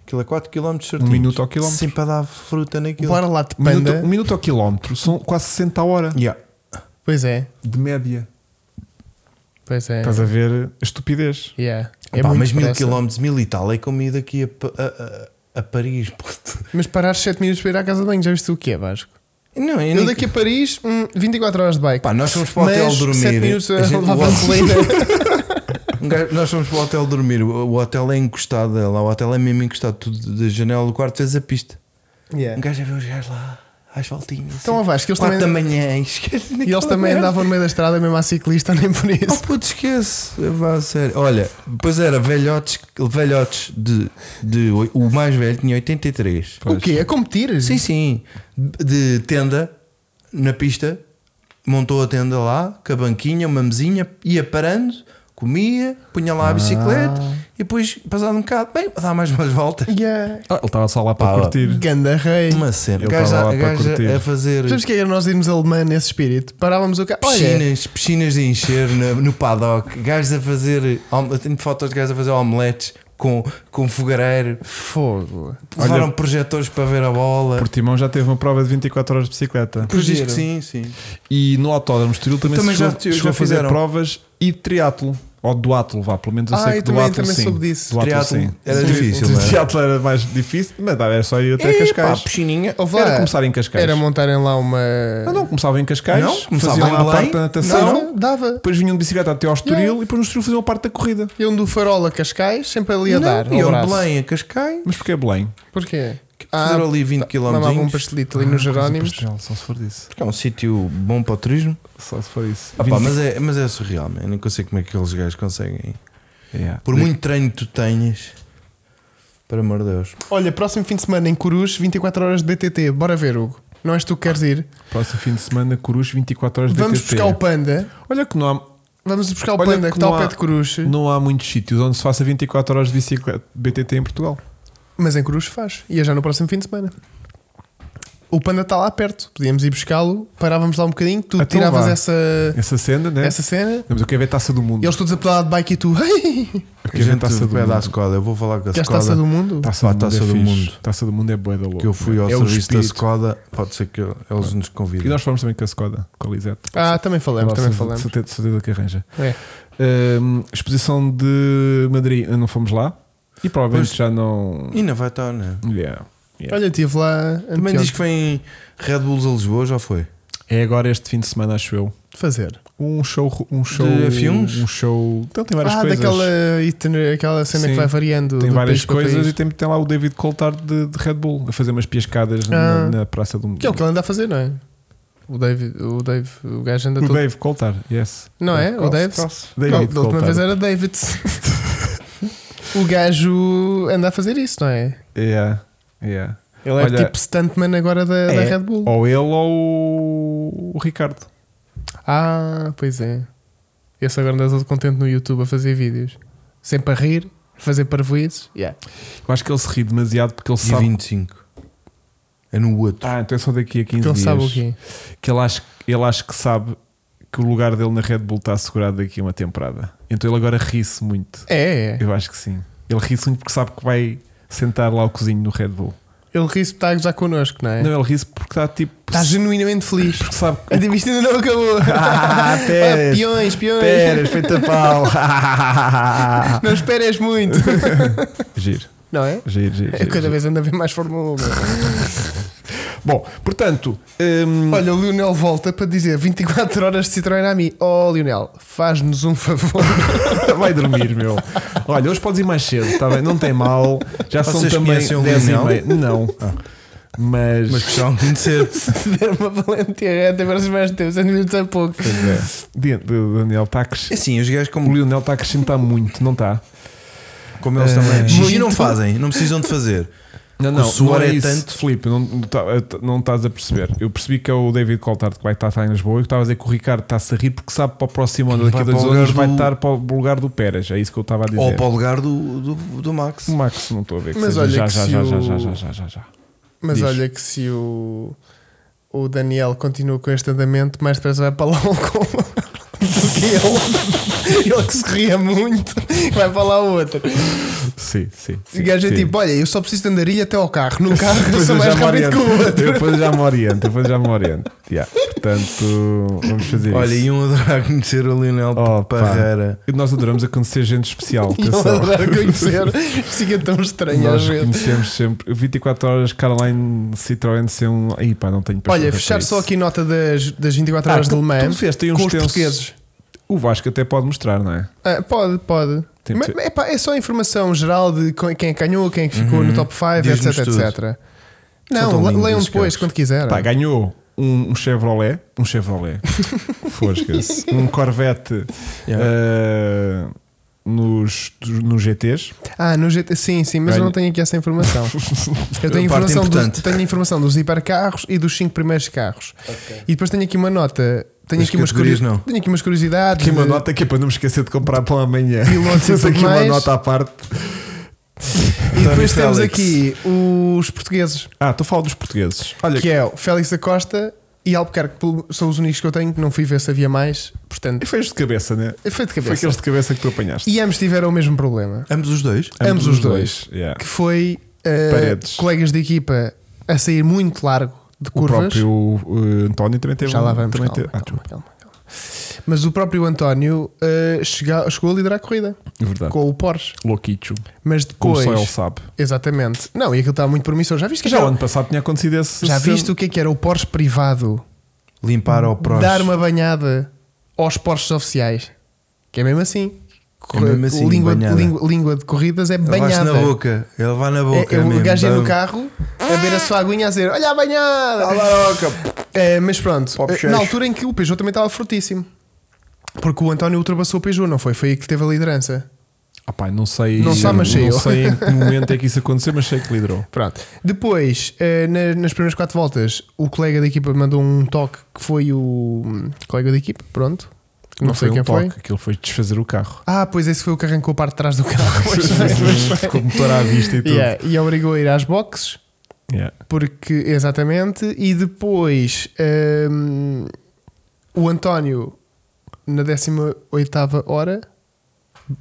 Speaker 1: Aquilo é 4 km certinho.
Speaker 3: Um
Speaker 2: minuto ao quilómetro.
Speaker 1: Sempre a dar fruta naquilo.
Speaker 3: [laughs] Bora lá, te
Speaker 2: Um minuto,
Speaker 3: panda.
Speaker 2: um minuto ao quilómetro são quase 60 a hora
Speaker 1: Yeah.
Speaker 3: Pois é,
Speaker 2: de média.
Speaker 3: pois é.
Speaker 2: Estás a ver a estupidez.
Speaker 3: Yeah. É
Speaker 1: Pá,
Speaker 3: muito
Speaker 1: mas mil
Speaker 3: depressa.
Speaker 1: quilómetros, mil e tal, é como ir daqui a, Pa- a, a- a Paris. [laughs] puto.
Speaker 3: Mas parar 7 minutos para ir à casa de banho, já viste o que é, Vasco?
Speaker 1: Não, eu,
Speaker 3: Eu
Speaker 1: nem-
Speaker 3: daqui a Paris, hum, 24 horas de bike.
Speaker 1: Pá, nós fomos para o
Speaker 3: Mas
Speaker 1: hotel dormir.
Speaker 3: sete minutos a
Speaker 1: A
Speaker 3: [laughs]
Speaker 1: gente-
Speaker 3: levar
Speaker 1: o- [laughs]
Speaker 3: vaselina.
Speaker 1: Um gajo- Nós fomos para o hotel dormir. O, o hotel é encostado lá, o hotel é mesmo encostado. Tudo da janela do quarto fez a pista. Um
Speaker 3: Yeah.
Speaker 1: gajo a ver os gajos lá, às voltinhas.
Speaker 3: Então, ó
Speaker 1: assim.
Speaker 3: Vasco, eles
Speaker 1: Quatro
Speaker 3: também-
Speaker 1: da manhã, [laughs] esquece
Speaker 3: E eles
Speaker 1: naquela [laughs]
Speaker 3: também
Speaker 1: merda.
Speaker 3: andavam no meio da estrada, mesmo à ciclista, nem por
Speaker 1: Oh
Speaker 3: isso.
Speaker 1: puto, esquece. Vá, a sério. Olha, depois era velhotes, velhotes de, de. oi- O mais velho tinha 83.
Speaker 3: O quê? A competir?
Speaker 1: Sim, sim. De tenda na pista, montou a tenda lá, com a banquinha, uma mesinha, ia parando, comia, punha
Speaker 2: Ah.
Speaker 1: lá a bicicleta e depois, passado um bocado, bem, vou dar mais umas voltas.
Speaker 3: Yeah.
Speaker 2: Ah, Ele estava só lá para
Speaker 1: Pá,
Speaker 2: curtir.
Speaker 3: Ganda rei.
Speaker 1: Uma cena.
Speaker 2: Eu
Speaker 1: Gaja,
Speaker 2: estava lá
Speaker 1: a
Speaker 2: para curtir.
Speaker 1: gaja a fazer
Speaker 3: Sabes que era nós irmos alemã nesse espírito? Parávamos o carro. Olha,
Speaker 1: piscinas, piscinas de encher na- no paddock, gajos a fazer. om- Eu tenho fotos de gajos a fazer omeletes com, com fogareiro.
Speaker 3: fogo.
Speaker 1: Levaram projetores para ver a bola.
Speaker 2: Portimão já teve uma prova de 24 horas de bicicleta.
Speaker 1: Pois diz que sim, sim.
Speaker 2: E no Autódromo Estoril também,
Speaker 1: Também
Speaker 2: se chegou,
Speaker 1: já- eu
Speaker 2: chegou
Speaker 1: já
Speaker 2: a fazer
Speaker 1: fizeram.
Speaker 2: provas e triatlo. Ou duatlo, vá, pelo menos eu
Speaker 3: Ah,
Speaker 2: sei
Speaker 3: eu
Speaker 2: que
Speaker 3: também-
Speaker 2: duatlo
Speaker 3: também
Speaker 2: sim.
Speaker 3: soube disso.
Speaker 2: Duatlo,
Speaker 1: Triatlo
Speaker 2: sim.
Speaker 1: era
Speaker 2: Sim.
Speaker 1: difícil, não é? era?
Speaker 2: Triatlo era mais difícil, mas dá, era só ir até Cascais.
Speaker 1: piscininha.
Speaker 3: Houve lá-
Speaker 2: Era começar em Cascais.
Speaker 3: Era montarem lá uma.
Speaker 2: Ah, não, começava em Cascais,
Speaker 1: Não, começava
Speaker 2: faziam
Speaker 1: em
Speaker 2: lá a
Speaker 1: Belém.
Speaker 2: parte da natação,
Speaker 3: Dava, dava.
Speaker 2: depois vinham de bicicleta até ao Estoril
Speaker 3: Yeah.
Speaker 2: e depois no Estoril faziam a parte da corrida.
Speaker 3: Iam do farol a Cascais, sempre ali a dar.
Speaker 1: E
Speaker 3: ao
Speaker 1: eu de
Speaker 3: braço.
Speaker 1: Belém a Cascais.
Speaker 2: Mas porquê Belém?
Speaker 3: Porquê?
Speaker 1: Fazer ali 20
Speaker 3: Mamava um
Speaker 1: km.
Speaker 3: pastelito
Speaker 2: Ah,
Speaker 3: ali nos Jerónimos.
Speaker 2: Só se for disso.
Speaker 1: Porque é um sítio bom para o turismo.
Speaker 2: Só se for isso.
Speaker 1: Ah, pá,
Speaker 2: 20.
Speaker 1: mas, é, mas é surreal, man. eu nem consigo como é que aqueles gajos conseguem.
Speaker 2: Yeah.
Speaker 1: Por muito treino que tu tenhas, por amor de Deus.
Speaker 3: Olha, próximo fim de semana em Coruj, 24 horas de DTT. Bora ver, Hugo. Não és tu que queres ir?
Speaker 2: Próximo fim de semana, Corus, 24 horas de
Speaker 3: Vamos
Speaker 2: DTT.
Speaker 3: buscar o panda.
Speaker 2: Olha que não há,
Speaker 3: Vamos buscar o
Speaker 2: Olha
Speaker 3: panda
Speaker 2: que
Speaker 3: que está
Speaker 2: não
Speaker 3: ao pé
Speaker 2: há-
Speaker 3: de Coruj.
Speaker 2: não há muitos sítios onde se faça 24 horas de bicicleta BTT em
Speaker 3: [laughs]
Speaker 2: Portugal.
Speaker 3: Mas em Coruj faz. E é já no próximo fim de semana. O panda está lá perto. Podíamos ir buscá-lo. Parávamos lá um bocadinho. Tu
Speaker 2: Então
Speaker 3: tiravas
Speaker 2: vá.
Speaker 3: essa,
Speaker 2: Essa senda, né?
Speaker 3: essa cena.
Speaker 2: Mas eu quero ver a taça do mundo.
Speaker 3: E eles todos a pedalar de bike e tu.
Speaker 2: Eu
Speaker 1: A
Speaker 2: quero ver a
Speaker 1: gente
Speaker 2: taça do
Speaker 1: vai dar a
Speaker 2: mundo.
Speaker 1: Skoda, eu vou falar com a
Speaker 3: Já
Speaker 1: Skoda.
Speaker 3: está a do mundo.
Speaker 2: Taça,
Speaker 1: Pá,
Speaker 2: do,
Speaker 1: Taça
Speaker 2: mundo
Speaker 1: do
Speaker 2: é fixe.
Speaker 1: mundo.
Speaker 2: Taça do mundo é boa da louca.
Speaker 1: Que eu fui ao
Speaker 2: é o
Speaker 1: serviço da
Speaker 2: espírito.
Speaker 1: Skoda, pode ser que eles nos
Speaker 2: E
Speaker 1: convidem.
Speaker 2: nós fomos também com a Skoda, com a Lisette.
Speaker 3: Ah, também falamos, também falamos.
Speaker 2: Certeza, certeza que arranja.
Speaker 3: É.
Speaker 2: Hum, exposição de Madrid, não fomos lá. E provavelmente
Speaker 1: Pois.
Speaker 2: já não.
Speaker 1: Ainda vai estar, né?
Speaker 2: Yeah, yeah.
Speaker 3: Olha, estive lá.
Speaker 1: Também diz
Speaker 3: anteontem.
Speaker 1: É que vem Red Bulls a Lisboa, já foi?
Speaker 2: É agora este fim de semana, acho eu.
Speaker 3: fazer.
Speaker 2: Um show. Um show
Speaker 1: De F1s?
Speaker 2: Um show. Então tem várias
Speaker 3: ah,
Speaker 2: coisas.
Speaker 3: daquela itiner- aquela cena
Speaker 2: Sim.
Speaker 3: que vai variando.
Speaker 2: Tem
Speaker 3: do
Speaker 2: várias
Speaker 3: país para
Speaker 2: coisas
Speaker 3: país.
Speaker 2: e tem, tem lá o David Coulthard de, de Red Bull a fazer umas piascadas na,
Speaker 3: Ah.
Speaker 2: na praça do mundo.
Speaker 3: Que é o que ele anda a fazer, não é? O Dave, o, Dave, o gajo anda
Speaker 2: O
Speaker 3: todo.
Speaker 2: Dave Coulthard, yes.
Speaker 3: Não é? O Dave? Não,
Speaker 2: David
Speaker 3: da última
Speaker 2: Coulthard.
Speaker 3: vez era David. [laughs] o gajo anda a fazer isso, não é?
Speaker 2: Yeah, yeah.
Speaker 3: Ele é
Speaker 2: Olha,
Speaker 3: tipo stuntman agora da, da
Speaker 2: é.
Speaker 3: Red Bull.
Speaker 2: Ou ele ou o Ricardo.
Speaker 3: Ah, pois é. Esse agora anda todo contente no YouTube a fazer vídeos. Sempre a rir, a fazer parvoízes. Yeah.
Speaker 2: Eu acho que ele se ri demasiado porque ele
Speaker 1: Dia
Speaker 2: sabe.
Speaker 1: 25. É no outro.
Speaker 2: Ah, então é só daqui a 15
Speaker 3: Porque ele
Speaker 2: dias.
Speaker 3: sabe o quê?
Speaker 2: Que ele acha, ele acha que sabe que o lugar dele na Red Bull está assegurado daqui a uma temporada. Então ele agora ri-se muito.
Speaker 3: É, é.
Speaker 2: Eu acho que sim. Ele ri-se muito porque sabe que vai sentar lá o cozinho no Red Bull.
Speaker 3: Ele ri-se está a gozar connosco, não é?
Speaker 2: Não, ele ri-se porque está tipo.
Speaker 3: Está
Speaker 2: [laughs]
Speaker 3: genuinamente feliz.
Speaker 2: Porque sabe.
Speaker 3: A entrevista ainda não acabou. [laughs]
Speaker 2: Ah, peras.
Speaker 3: peões, peões.
Speaker 2: Peras, feita
Speaker 1: [laughs]
Speaker 2: pau.
Speaker 3: Não
Speaker 2: [laughs]
Speaker 3: esperas muito.
Speaker 2: giro,
Speaker 3: Não é?
Speaker 2: giro, giro.
Speaker 3: Eu
Speaker 2: giro,
Speaker 3: cada
Speaker 2: giro.
Speaker 3: vez anda a ver mais Fórmula 1. meu.
Speaker 2: Bom, portanto.
Speaker 1: [laughs]
Speaker 2: hum,
Speaker 3: [laughs] Olha, o Lionel volta para dizer 24 horas de Citroën a mim. Oh, Lionel, faz-nos um favor.
Speaker 2: Vai dormir, meu. Olha, hoje podes ir mais cedo, está bem? Não tem mal. Já são
Speaker 1: Vocês
Speaker 2: também
Speaker 1: conhecem o
Speaker 2: 10 e
Speaker 1: Lionel?
Speaker 2: meia. Não. Mas.
Speaker 1: Mas é um gostavam de [laughs] conhecer.
Speaker 3: Se der uma valentia É, reta, versus mais tempo, 100 minutos é pouco.
Speaker 2: Pois é. Di- do Daniel está a
Speaker 1: É
Speaker 2: crescer.
Speaker 1: assim, os gajos
Speaker 2: O
Speaker 1: como,
Speaker 2: Lionel está a acrescentar muito, não tá? está?
Speaker 1: como eles
Speaker 2: É.
Speaker 1: também. Xixi não
Speaker 3: Muito.
Speaker 1: fazem, não precisam de fazer.
Speaker 2: Não,
Speaker 1: O suor é tanto.
Speaker 2: Filipe, não, não tá- não estás a perceber. Eu percebi que é o David Coulthard que vai estar tá em Lisboa e que estava a dizer é que o Ricardo está-se a rir porque sabe para o próximo ano, daqui a
Speaker 1: Vai
Speaker 2: dois
Speaker 1: para o lugar
Speaker 2: anos, vai
Speaker 1: do-
Speaker 2: estar para o lugar do Pérez. É isso que eu estava a dizer.
Speaker 1: Ou para o lugar do, do, do Max.
Speaker 2: O Max, não estou a ver. Que
Speaker 3: Mas
Speaker 2: seja.
Speaker 3: olha
Speaker 2: já,
Speaker 3: que
Speaker 2: já,
Speaker 3: se
Speaker 2: já,
Speaker 3: o-
Speaker 2: já, já, já, já, já, já.
Speaker 3: Mas
Speaker 2: Diz.
Speaker 3: olha que se o, o Daniel continua com este andamento, mais depressa vai para lá um [laughs] com do que ele. Ele que se ria muito, vai para lá o outro.
Speaker 2: Sim, sim.
Speaker 3: O
Speaker 2: sim,
Speaker 3: gajo é
Speaker 2: sim.
Speaker 3: tipo: olha, eu só preciso de andarilha até ao carro. No carro eu
Speaker 2: Depois
Speaker 3: sou mais
Speaker 2: já me
Speaker 3: rápido que o
Speaker 2: oriento.
Speaker 3: outro.
Speaker 2: Eu Depois já me oriento, depois já me oriento. Yeah. Portanto, vamos fazer
Speaker 1: Olha,
Speaker 2: isso.
Speaker 1: iam adorar conhecer o
Speaker 3: um
Speaker 1: Lionel
Speaker 2: Oh, pá.
Speaker 1: Parreira.
Speaker 2: Nós adoramos a conhecer gente
Speaker 3: [laughs]
Speaker 2: especial.
Speaker 3: E eu
Speaker 2: atenção.
Speaker 3: adorar conhecer. Fica tão estranho às
Speaker 2: Nós
Speaker 3: vezes.
Speaker 2: conhecemos sempre 24 horas Caroline Citroën ser um. Aí pá, não tenho paciência
Speaker 3: Olha,
Speaker 2: para
Speaker 3: fechar
Speaker 2: isso.
Speaker 3: só aqui nota das, das 24
Speaker 2: Ah,
Speaker 3: horas de
Speaker 2: tu,
Speaker 3: Le
Speaker 2: tu
Speaker 3: Mans
Speaker 2: fez, tem uns
Speaker 3: com os
Speaker 2: tensos-
Speaker 3: portugueses.
Speaker 2: O Vasco até pode mostrar, não é?
Speaker 3: Ah, pode, pode.
Speaker 2: Tem-
Speaker 3: Mas,
Speaker 2: tem-
Speaker 3: epá, é só informação geral de co- quem é que ganhou, quem é que ficou no top 5, etc,
Speaker 1: Diz-nos tudo.
Speaker 3: etc.
Speaker 1: tão
Speaker 3: Não, le-
Speaker 1: lindos
Speaker 3: leiam
Speaker 1: esses
Speaker 3: depois,
Speaker 1: carros.
Speaker 3: quando quiserem.
Speaker 2: Pá, ganhou um, um Chevrolet. Um
Speaker 3: [laughs]
Speaker 2: Chevrolet. Fosca-se. Um Corvette eh, nos, nos GTs.
Speaker 3: Ah, no GT, sim, sim, mas eu
Speaker 2: Ganho.
Speaker 3: não tenho aqui essa informação. Eu tenho
Speaker 1: A parte
Speaker 3: informação, do,
Speaker 1: importante.
Speaker 3: tenho informação dos hipercarros e dos 5 primeiros carros. E depois tenho aqui uma nota. Tenho
Speaker 1: Das
Speaker 3: aqui umas,
Speaker 1: categorias,
Speaker 3: curi-
Speaker 1: não.
Speaker 3: tenho aqui umas curiosidades.
Speaker 2: Aqui uma
Speaker 3: de-
Speaker 2: nota que é para não me esquecer de comprar para amanhã.
Speaker 3: Pilotos e
Speaker 2: Fiz
Speaker 3: tudo
Speaker 2: aqui uma
Speaker 3: mais.
Speaker 2: nota à parte.
Speaker 3: E depois
Speaker 1: António
Speaker 3: temos
Speaker 1: Félix.
Speaker 3: aqui os portugueses,
Speaker 2: Ah, estou a falar dos portugueses. Olha,
Speaker 3: que é o Félix da Costa e Albuquerque. pelo- São os únicos que eu tenho, que não fui ver se havia mais. Portanto,
Speaker 2: foi de cabeça, né?
Speaker 3: foi de
Speaker 2: Foi
Speaker 3: cabeça.
Speaker 2: aqueles de cabeça que tu apanhaste.
Speaker 3: E ambos tiveram o mesmo problema,
Speaker 1: Eh, Ambos os dois.
Speaker 3: ambos os dois.
Speaker 2: yeah.
Speaker 3: que foi eh,
Speaker 2: Paredes.
Speaker 3: colegas de equipa a sair muito largo de
Speaker 2: O
Speaker 3: curvas.
Speaker 2: próprio uh, António também teve.
Speaker 3: Já
Speaker 2: um-
Speaker 3: lá vamos,
Speaker 2: também
Speaker 3: calma,
Speaker 2: teve- ah,
Speaker 3: calma, calma, calma. Mas o próprio António eh, chega- chegou a liderar a corrida
Speaker 2: É verdade.
Speaker 3: com o Porsche.
Speaker 2: Louquicho.
Speaker 3: Mas
Speaker 2: Como
Speaker 3: depois.
Speaker 2: só ele sabe.
Speaker 3: Exatamente. Não, e aquilo está muito promissor. Já viste que,
Speaker 2: Já
Speaker 3: era-
Speaker 2: o ano passado tinha acontecido esse.
Speaker 3: já viste o que é que era o Porsche privado?
Speaker 1: Limpar ao próximo.
Speaker 3: Dar uma banhada aos Porsches oficiais. Que é mesmo assim.
Speaker 1: É mesmo assim,
Speaker 3: língua,
Speaker 1: banhada.
Speaker 3: língua- língua de corridas é
Speaker 1: Ele vai-se
Speaker 3: banhada.
Speaker 1: na boca. Ele vai na boca.
Speaker 3: É, eu-
Speaker 1: mesmo.
Speaker 3: o gajo ia no
Speaker 1: Dá-
Speaker 3: carro a ver a sua aguinha a dizer: Olha a banhada! É, mas pronto,
Speaker 2: Pop
Speaker 3: eh,
Speaker 2: cheios.
Speaker 3: na altura em que o Peugeot também estava fortíssimo. Porque o António ultrapassou o Peugeot, não foi? Foi aí que teve a liderança.
Speaker 2: Ah, pá, não sei.
Speaker 3: Não sabe, mas
Speaker 2: não
Speaker 3: sei eu.
Speaker 2: sei
Speaker 3: [laughs]
Speaker 2: em que momento é que isso aconteceu, mas sei que liderou.
Speaker 3: Pronto. Depois, eh, na- nas primeiras quatro voltas, o colega da equipa mandou um toque que foi o hum, colega da equipa, pronto. Não, sei
Speaker 2: foi
Speaker 3: quem
Speaker 2: um
Speaker 3: foi.
Speaker 2: toque, aquilo foi desfazer o
Speaker 3: [laughs]
Speaker 2: carro.
Speaker 3: Ah, pois esse foi o que arrancou a parte de trás do carro. [laughs] Pois foi, pois foi.
Speaker 2: Ficou o motor à vista e tudo.
Speaker 3: Yeah, E obrigou a ir às boxes.
Speaker 2: Yeah.
Speaker 3: Porque, exatamente, e depois hum, o António, na 18 hora,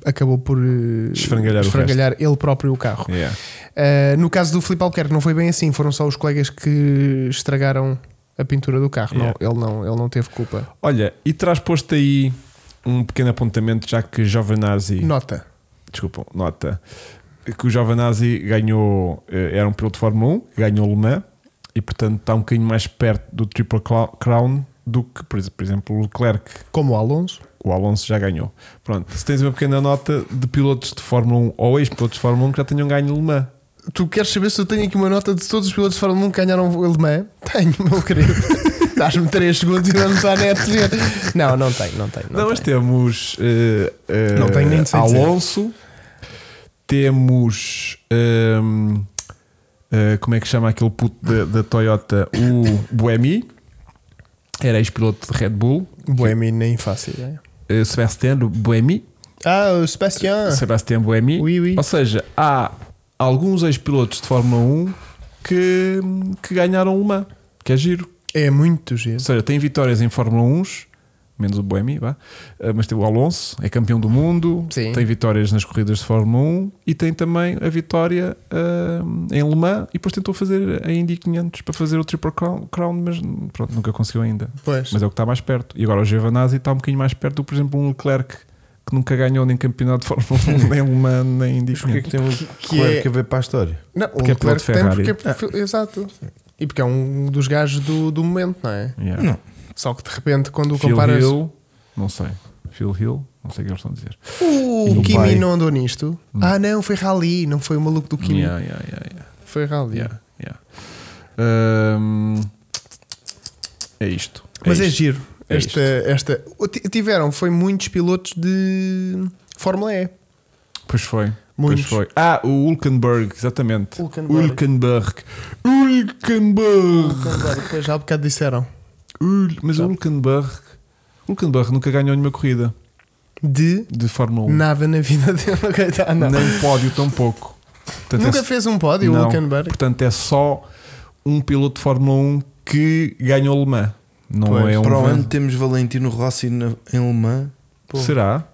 Speaker 3: acabou por eh,
Speaker 2: Esfrangalhar o
Speaker 3: esfrangalhar ele próprio o carro.
Speaker 2: Yeah.
Speaker 3: Uh, no caso do Filipe Albuquerque, não foi bem assim, foram só os colegas que estragaram a pintura do carro.
Speaker 2: Yeah.
Speaker 3: Não, ele, não, ele não teve culpa.
Speaker 2: Olha, e traz posto aí um pequeno apontamento, já que Jovenazzi.
Speaker 3: Nota.
Speaker 2: desculpa, nota que o Giovanazzi ganhou, eh, era um piloto de Fórmula 1, ganhou Le Mans e portanto está um bocadinho mais perto do Triple Clou- Crown do que, por ex- por exemplo, o Leclerc,
Speaker 3: Como o Alonso,
Speaker 2: o Alonso já ganhou. Pronto, se tens uma pequena nota de pilotos de Fórmula 1 ou ex-pilotos de Fórmula 1 que já tenham ganho Le Mans.
Speaker 3: tu queres saber se eu tenho aqui uma nota de todos os pilotos de Fórmula 1 que ganharam o Le Mans? [laughs] Tenho, meu querido. Dás-me 3 segundos e vamos à net ver. Não, não tenho, não tenho.
Speaker 2: Não,
Speaker 3: Não,
Speaker 2: mas
Speaker 3: tenho.
Speaker 2: temos eh, eh,
Speaker 3: Não tenho nem de sei dizer.
Speaker 2: Alonso, temos ehm, eh, como é que chama aquele puto da, da Toyota, o Buemi, era ex-piloto de Red Bull,
Speaker 3: Boemi, nem fácil. é?
Speaker 2: eh, Sebastián Buemi,
Speaker 3: Ah, o Sebastião.
Speaker 2: Sebastián Buemi.
Speaker 3: Oui, oui.
Speaker 2: Ou seja, há alguns ex-pilotos de Fórmula 1 que, que ganharam uma, que é giro.
Speaker 3: É muito
Speaker 2: Ou
Speaker 3: giro.
Speaker 2: seja, tem vitórias em Fórmula 1, menos o Boemi, vá. Ah, mas tem o Alonso, é campeão do mundo,
Speaker 3: Sim.
Speaker 2: tem vitórias nas corridas de Fórmula 1 e tem também a vitória ah, em Le Mans e depois tentou fazer a Indy 500 para fazer o Triple Crown, Crown, mas pronto, nunca conseguiu ainda.
Speaker 3: Pois.
Speaker 2: Mas é o que está mais perto. E agora o Giovanazzi está um bocadinho mais perto do, por exemplo, um Leclerc que nunca ganhou nem campeonato de
Speaker 1: [laughs]
Speaker 2: Fórmula 1, nem Le Mans, nem Indy
Speaker 1: Mas o que é
Speaker 2: 500.
Speaker 1: que tem o Leclerc
Speaker 3: é-
Speaker 1: a um- ver para a história?
Speaker 3: Não,
Speaker 2: Porque
Speaker 3: o
Speaker 2: é piloto
Speaker 3: Leclerc tem
Speaker 2: Ferrari.
Speaker 3: porque é perfil- Exato. E porque é um dos gajos do, do momento, não é?
Speaker 2: Yeah.
Speaker 1: Não.
Speaker 3: Só que de repente quando o
Speaker 2: Phil
Speaker 3: comparas.
Speaker 2: Hill, não sei. Phil Hill, não sei o que eles estão a dizer. E
Speaker 3: O
Speaker 2: o
Speaker 3: Kimi
Speaker 2: pai.
Speaker 3: não andou nisto. Ah, não, foi Rally, não foi o maluco do Kimi.
Speaker 2: Yeah, yeah, yeah, yeah,
Speaker 3: Foi Rally.
Speaker 2: yeah, yeah. Ahm, é isto.
Speaker 3: Mas é,
Speaker 2: isto.
Speaker 3: giro.
Speaker 2: É
Speaker 3: esta, esta. o ti- Tiveram, foi muitos pilotos de Fórmula E.
Speaker 2: Pois foi.
Speaker 3: Muitos.
Speaker 2: Pois foi. Ah, o Hulkenberg, exatamente.
Speaker 3: Hülkenberg.
Speaker 2: Hulkenberg. Hulkenberg.
Speaker 3: Depois já há bocado disseram.
Speaker 2: Hul- Mas o Hulkenberg. Hulkenberg nunca ganhou nenhuma corrida
Speaker 3: De
Speaker 2: de Fórmula 1.
Speaker 3: nada na vida [laughs] dele. Ah, não.
Speaker 2: Nem pódio, tampouco. Portanto,
Speaker 3: Nunca
Speaker 2: é-
Speaker 3: fez um pódio, o
Speaker 2: Não.
Speaker 3: Hülkenberg.
Speaker 2: Portanto, é só um piloto de Fórmula 1 que ganhou o Le Mans. Não
Speaker 3: Pois,
Speaker 2: é um.
Speaker 1: para o ano
Speaker 2: ven-
Speaker 1: temos Valentino Rossi na- em Le Mans. Pô,
Speaker 2: Será?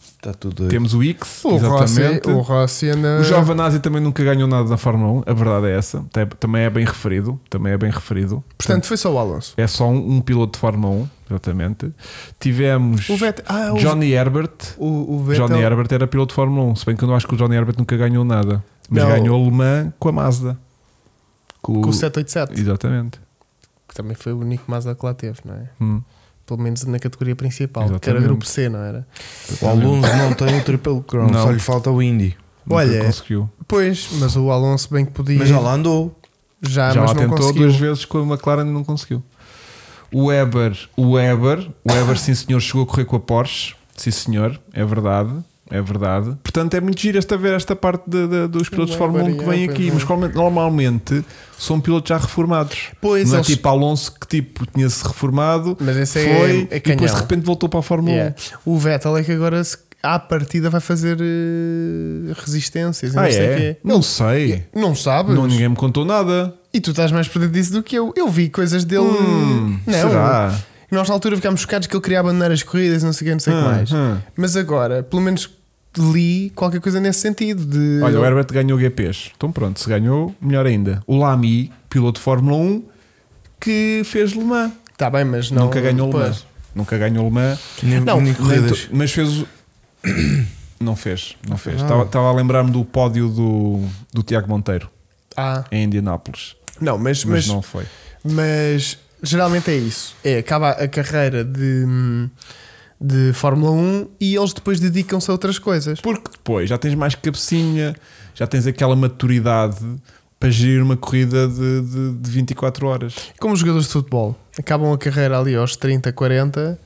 Speaker 1: Está tudo aí.
Speaker 2: Temos o X,
Speaker 3: O Rossi,
Speaker 2: exatamente.
Speaker 3: o Rossi anda.
Speaker 2: O Giovanazzi também nunca ganhou nada na Fórmula 1, a verdade é essa. Tem- Também é bem referido, também é bem referido.
Speaker 3: Portanto, foi só o Alonso.
Speaker 2: é só um, um piloto de Fórmula 1, exatamente. Tivemos
Speaker 3: O Vettel. Ah, o,
Speaker 2: Johnny Herbert.
Speaker 3: o, o Vettel.
Speaker 2: Johnny Herbert era piloto de Fórmula 1, se bem que eu não acho que o Johnny Herbert nunca ganhou nada. Mas
Speaker 3: Não.
Speaker 2: ganhou o Le Mans com a Mazda.
Speaker 3: Com o 787.
Speaker 2: Exatamente.
Speaker 3: Que também foi o único Mazda que lá teve, não é?
Speaker 2: Hum.
Speaker 3: Pelo menos na categoria principal, que era
Speaker 2: Exatamente.
Speaker 3: grupo C, não era?
Speaker 1: O Alonso não tem o Triple Crown,
Speaker 2: Não.
Speaker 1: só lhe falta o Indy.
Speaker 2: Nunca
Speaker 3: Olha,
Speaker 2: conseguiu.
Speaker 3: Pois, mas o Alonso bem que podia.
Speaker 1: Mas já lá andou.
Speaker 3: Já,
Speaker 2: já
Speaker 3: Ah, mas
Speaker 2: lá
Speaker 3: não
Speaker 2: tentou
Speaker 3: conseguiu.
Speaker 2: duas vezes com a McLaren e não conseguiu. O Weber, o Weber, o Weber, sim senhor, chegou a correr com a Porsche, sim senhor, é verdade, é verdade. Portanto, é muito giro esta ver esta parte de- de- dos pilotos de
Speaker 3: Weber,
Speaker 2: Fórmula 1 que
Speaker 3: yeah,
Speaker 2: vêm
Speaker 3: pois
Speaker 2: aqui,
Speaker 3: é.
Speaker 2: mas normalmente, normalmente são pilotos já reformados.
Speaker 3: Pois,
Speaker 2: não é
Speaker 3: eles-
Speaker 2: tipo Alonso que tipo tinha-se reformado,
Speaker 3: Mas esse é-
Speaker 2: foi
Speaker 3: é
Speaker 2: e depois de
Speaker 3: canhão.
Speaker 2: repente voltou para a Fórmula um.
Speaker 3: Yeah. O Vettel é que agora se- à partida vai fazer eh, resistências.
Speaker 2: 1.
Speaker 3: e
Speaker 2: Ah,
Speaker 3: não sei o
Speaker 2: é?
Speaker 3: quê.
Speaker 2: Não sei.
Speaker 3: Não sabes?
Speaker 2: Não, ninguém me contou nada.
Speaker 3: E tu estás mais por dentro disso do que eu. Eu vi coisas dele.
Speaker 2: Hum,
Speaker 3: não,
Speaker 2: será?
Speaker 3: Nós na altura ficámos chocados que ele queria abandonar as corridas, não sei o que, não sei o que
Speaker 2: Hum,
Speaker 3: mais.
Speaker 2: hum.
Speaker 3: Mas agora, pelo menos li qualquer coisa nesse sentido. De...
Speaker 2: Olha, o Herbert ganhou GPs. Então pronto, se ganhou, melhor ainda. O Lamy, piloto de Fórmula 1, que fez Le Mans.
Speaker 3: Tá bem, mas não.
Speaker 2: Nunca ganhou Le
Speaker 3: pois.
Speaker 2: Mans. Nunca ganhou Le Mans.
Speaker 1: Nem,
Speaker 3: Não,
Speaker 1: nem
Speaker 2: Nem
Speaker 1: corridas.
Speaker 2: to- Mas fez o... [coughs] Não fez, não
Speaker 1: fez
Speaker 2: fez. Estava,
Speaker 1: nada.
Speaker 2: estava a lembrar-me do pódio do, do Tiago Monteiro
Speaker 3: Ah,
Speaker 2: em Indianápolis,
Speaker 3: não, mas,
Speaker 2: mas,
Speaker 3: mas,
Speaker 2: não foi.
Speaker 3: mas geralmente é isso. É, acaba a carreira de, de Fórmula 1 e eles depois dedicam-se a outras coisas.
Speaker 2: Porque depois já tens mais cabecinha, já tens aquela maturidade para gerir uma corrida de, de, de 24 horas.
Speaker 3: Como os jogadores de futebol acabam a carreira ali aos 30, 40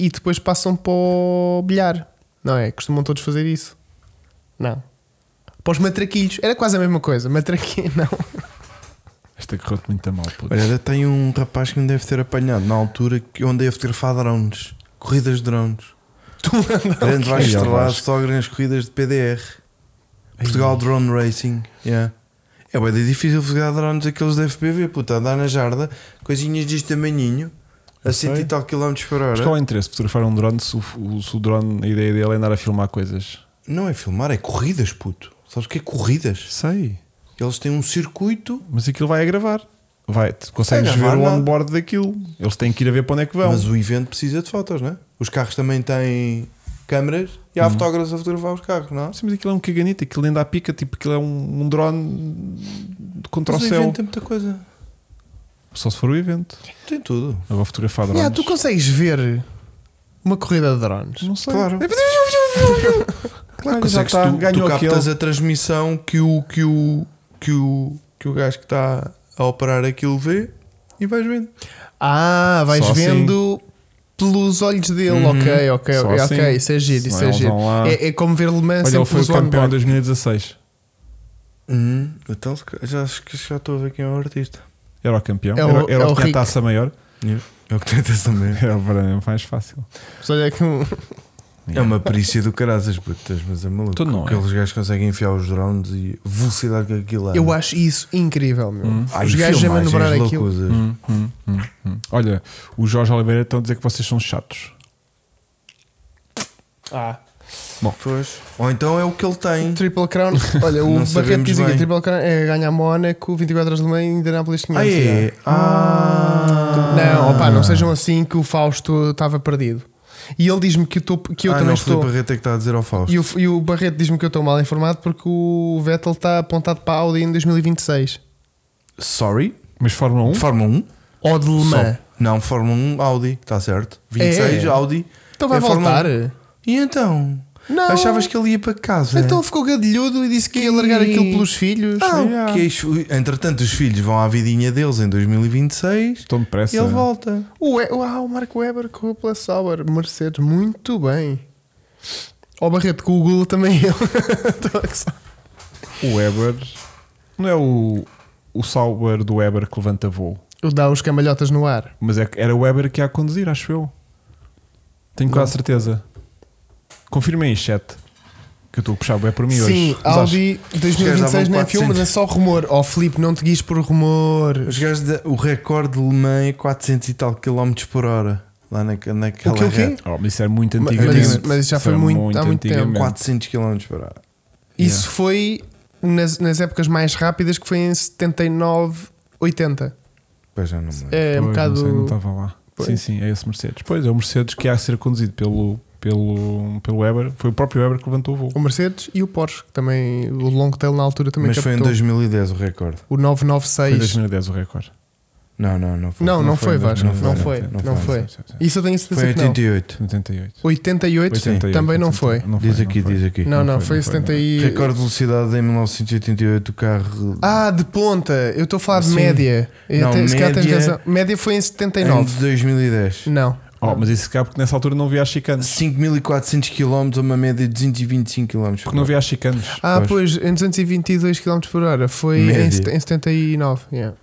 Speaker 3: e depois passam para o bilhar, não é? Costumam todos fazer isso. Não. Para os matraquilhos. Era quase a mesma coisa. Matraquilho, [laughs] não.
Speaker 2: Esta correu-te muito a mal. puto.
Speaker 1: Olha, ainda tem um rapaz que me deve ter apanhado na altura que onde ia fotografar drones. Corridas de drones.
Speaker 3: Tu não.
Speaker 1: Grande Vasco
Speaker 2: Olha,
Speaker 1: Estrelado,
Speaker 2: Vasco.
Speaker 1: só grandes corridas de PDR. Portugal Drone Racing. Yeah. É bué de difícil fotografar drones aqueles da FPV, puta. Andar na jarda, coisinhas deste tamanhinho, a 100 e
Speaker 2: sei.
Speaker 1: tal km por
Speaker 2: Mas qual
Speaker 1: hora.
Speaker 2: é o interesse de fotografar um drone se o, o- se o drone, a ideia dele é andar a filmar coisas?
Speaker 1: Não é filmar, é corridas, puto. Sabes o que é corridas?
Speaker 2: Sei.
Speaker 1: Eles têm um circuito,
Speaker 2: Mas aquilo vai a gravar. Vai, tu consegues
Speaker 1: Vai
Speaker 2: ver
Speaker 1: gravar
Speaker 2: o
Speaker 1: nada.
Speaker 2: onboard daquilo. Eles têm que ir a ver para onde é que vão.
Speaker 1: mas o evento precisa de fotos, não é? Os carros também têm câmaras e há fotógrafos a fotografar os carros, não é?
Speaker 2: Sim, mas aquilo é um caganito, aquilo ainda à pica, tipo, aquilo é um, um drone de contra
Speaker 1: Mas
Speaker 2: o
Speaker 1: o
Speaker 2: céu.
Speaker 1: evento é- tem muita coisa.
Speaker 2: Só se for o evento.
Speaker 1: Tem tudo.
Speaker 2: Eu vou fotografar drones.
Speaker 3: Yeah, tu consegues ver uma corrida de drones.
Speaker 2: Não sei. [laughs]
Speaker 1: Claro. [laughs]
Speaker 2: Claro, já
Speaker 1: Consegues,
Speaker 2: está,
Speaker 1: tu, tu
Speaker 2: ganhou
Speaker 1: captas
Speaker 2: aquele.
Speaker 1: a transmissão que o, que, o, que, o, que o gajo que está a operar aquilo vê e vais vendo.
Speaker 3: Ah, vais
Speaker 2: Só assim.
Speaker 3: vendo pelos olhos dele.
Speaker 1: Uhum.
Speaker 3: Ok, ok,
Speaker 2: Só
Speaker 3: ok.
Speaker 2: assim.
Speaker 3: Isso é giro, isso
Speaker 2: Senão
Speaker 3: é
Speaker 2: eles
Speaker 3: giro.
Speaker 2: vão lá.
Speaker 3: É, é como ver Le Mans
Speaker 2: Olha, ele foi
Speaker 3: sempre
Speaker 2: o
Speaker 3: pelos
Speaker 2: campeão em
Speaker 3: onboard.
Speaker 2: 2016.
Speaker 1: Hum, então se calhar, já, acho que já estou a ver quem é o artista.
Speaker 2: Era o campeão.
Speaker 3: É o-
Speaker 2: era era
Speaker 3: é
Speaker 2: o
Speaker 3: o
Speaker 2: que tinha a
Speaker 3: Rick.
Speaker 2: taça maior. [laughs]
Speaker 1: É o que tenta também.
Speaker 2: Era o mais fácil. [laughs]
Speaker 3: Mas Olha que um-
Speaker 1: É uma perícia do caraças, putas, mas é maluco.
Speaker 2: Tu não é.
Speaker 1: Aqueles gajos conseguem enfiar os drones e a velocidade que aquilo é.
Speaker 3: Eu acho isso incrível, meu.
Speaker 2: Uhum.
Speaker 1: Ai,
Speaker 3: Os gajos a
Speaker 1: filmagens
Speaker 3: manobrar aquilo.
Speaker 1: loucuzas.
Speaker 2: Hum, hum, hum, hum. Olha, o Jorge Oliveira estão a dizer que vocês são chatos.
Speaker 3: Ah.
Speaker 1: Pois. Ou então é o que ele tem.
Speaker 3: Um Triple Crown, olha,
Speaker 1: [laughs]
Speaker 3: o
Speaker 1: Não
Speaker 3: Barreto
Speaker 1: sabemos
Speaker 3: diz aqui:
Speaker 1: bem.
Speaker 3: Triple Crown é ganhar Mónaco, 24 horas de manhã e Indianapolis 500.
Speaker 1: Ah, é? Ah.
Speaker 3: Não, opá, não sejam assim que o Fausto estava perdido. E ele diz-me que, eu tô- que eu
Speaker 1: ah,
Speaker 3: também
Speaker 1: não,
Speaker 3: estou.
Speaker 1: Filipe Arreta é que está a dizer ao Fausto.
Speaker 3: E o, e o Barreto diz-me que eu estou mal informado porque o Vettel está apontado para a Audi em 2026.
Speaker 1: Sorry?
Speaker 2: Mas
Speaker 3: Um?
Speaker 2: Fórmula 1?
Speaker 1: Fórmula 1?
Speaker 3: Ou de Le Mans.
Speaker 1: Só. Não, Fórmula 1, Audi, está certo. 26,
Speaker 3: É.
Speaker 1: Audi.
Speaker 3: Então vai
Speaker 1: É Fórmula
Speaker 3: voltar.
Speaker 1: E então?
Speaker 3: Não.
Speaker 1: Achavas que ele ia para casa?
Speaker 3: Ah. Então ele ficou gadilhudo e disse que ia largar
Speaker 1: E-
Speaker 3: aquilo pelos filhos.
Speaker 1: Ah,
Speaker 2: Yeah.
Speaker 1: ok. Entretanto, os filhos vão à vidinha deles em 2026
Speaker 2: Estou depressa.
Speaker 1: e ele volta.
Speaker 3: Ué, uau, o Marco Weber com o Plus Sauber. Mercedes, muito bem. Ó Barreto, com o Gula também é ele. [laughs] Estou a gozar.
Speaker 2: O Weber. Não é o, o Sauber do Weber que levanta voo.
Speaker 3: Ele dá uns camalhotas é no ar.
Speaker 2: Mas é que era o Weber que ia a conduzir, acho eu. Tenho quase certeza. Confirmem em chat. Que eu estou a puxar o é por mim
Speaker 3: Sim,
Speaker 2: hoje. Mas acho-
Speaker 3: Audi 2026 não é filme, mas é só rumor. Ó Filipe, não te guies por rumor.
Speaker 1: Os gajos, da- o recorde alemão é 400 e tal quilómetros por hora. Lá na, naquela
Speaker 3: O quê, o quê?
Speaker 1: reta.
Speaker 2: Oh, mas isso é muito
Speaker 3: Mas-
Speaker 2: antigamente.
Speaker 3: mas isso- mas isso já foi muito- há muito tempo.
Speaker 2: antigamente.
Speaker 1: 400 quilómetros por hora.
Speaker 3: Isso foi nas, nas épocas mais rápidas, que foi em 79, 80.
Speaker 1: Pois já não me lembro.
Speaker 3: É um
Speaker 2: Pois, Não, sei, não tá.
Speaker 3: bocado.
Speaker 2: estava lá.
Speaker 3: Pois.
Speaker 2: Sim, sim, é esse Mercedes. Pois, é o Mercedes que ia a ser conduzido pelo, pelo, pelo Weber. Foi o próprio Weber que levantou o voo.
Speaker 3: o Mercedes e o Porsche, que também o Longtail na altura também
Speaker 1: Mas foi em
Speaker 3: captou.
Speaker 1: 2010 o recorde.
Speaker 3: O
Speaker 2: Foi em
Speaker 3: 996.
Speaker 2: 2010 o recorde.
Speaker 1: Não, não, não foi.
Speaker 3: Não, não, foi,
Speaker 2: em
Speaker 3: Vasco. Não,
Speaker 2: 2010,
Speaker 3: foi.
Speaker 2: não
Speaker 3: Não,
Speaker 2: foi,
Speaker 3: foi.
Speaker 2: não foi, não foi.
Speaker 3: Isso eu tenho
Speaker 1: Foi em
Speaker 3: certeza que não.
Speaker 1: 88.
Speaker 2: 88.
Speaker 3: 88? também não foi.
Speaker 1: diz
Speaker 2: não
Speaker 1: aqui,
Speaker 2: foi.
Speaker 1: diz aqui.
Speaker 3: Não, não,
Speaker 2: não foi,
Speaker 3: foi
Speaker 2: não foi.
Speaker 3: 70 e...
Speaker 1: Recorde de velocidade em 1988 do carro.
Speaker 3: Ah, de ponta. Eu estou a falar de
Speaker 1: Sim.
Speaker 3: média. Eu
Speaker 1: Não,
Speaker 3: te- se calhar tens
Speaker 1: média-
Speaker 3: razão. Média foi em
Speaker 1: em
Speaker 3: 79.
Speaker 1: 2010.
Speaker 3: Não.
Speaker 2: Oh, mas isso cá porque nessa altura não via chicanos.
Speaker 1: 5.400 km, uma média de 225 km.
Speaker 2: Porque não via chicanos.
Speaker 3: Ah,
Speaker 1: Pois.
Speaker 3: pois, em 222 km por hora. Foi em,
Speaker 1: Média.
Speaker 3: set- em 79. yeah.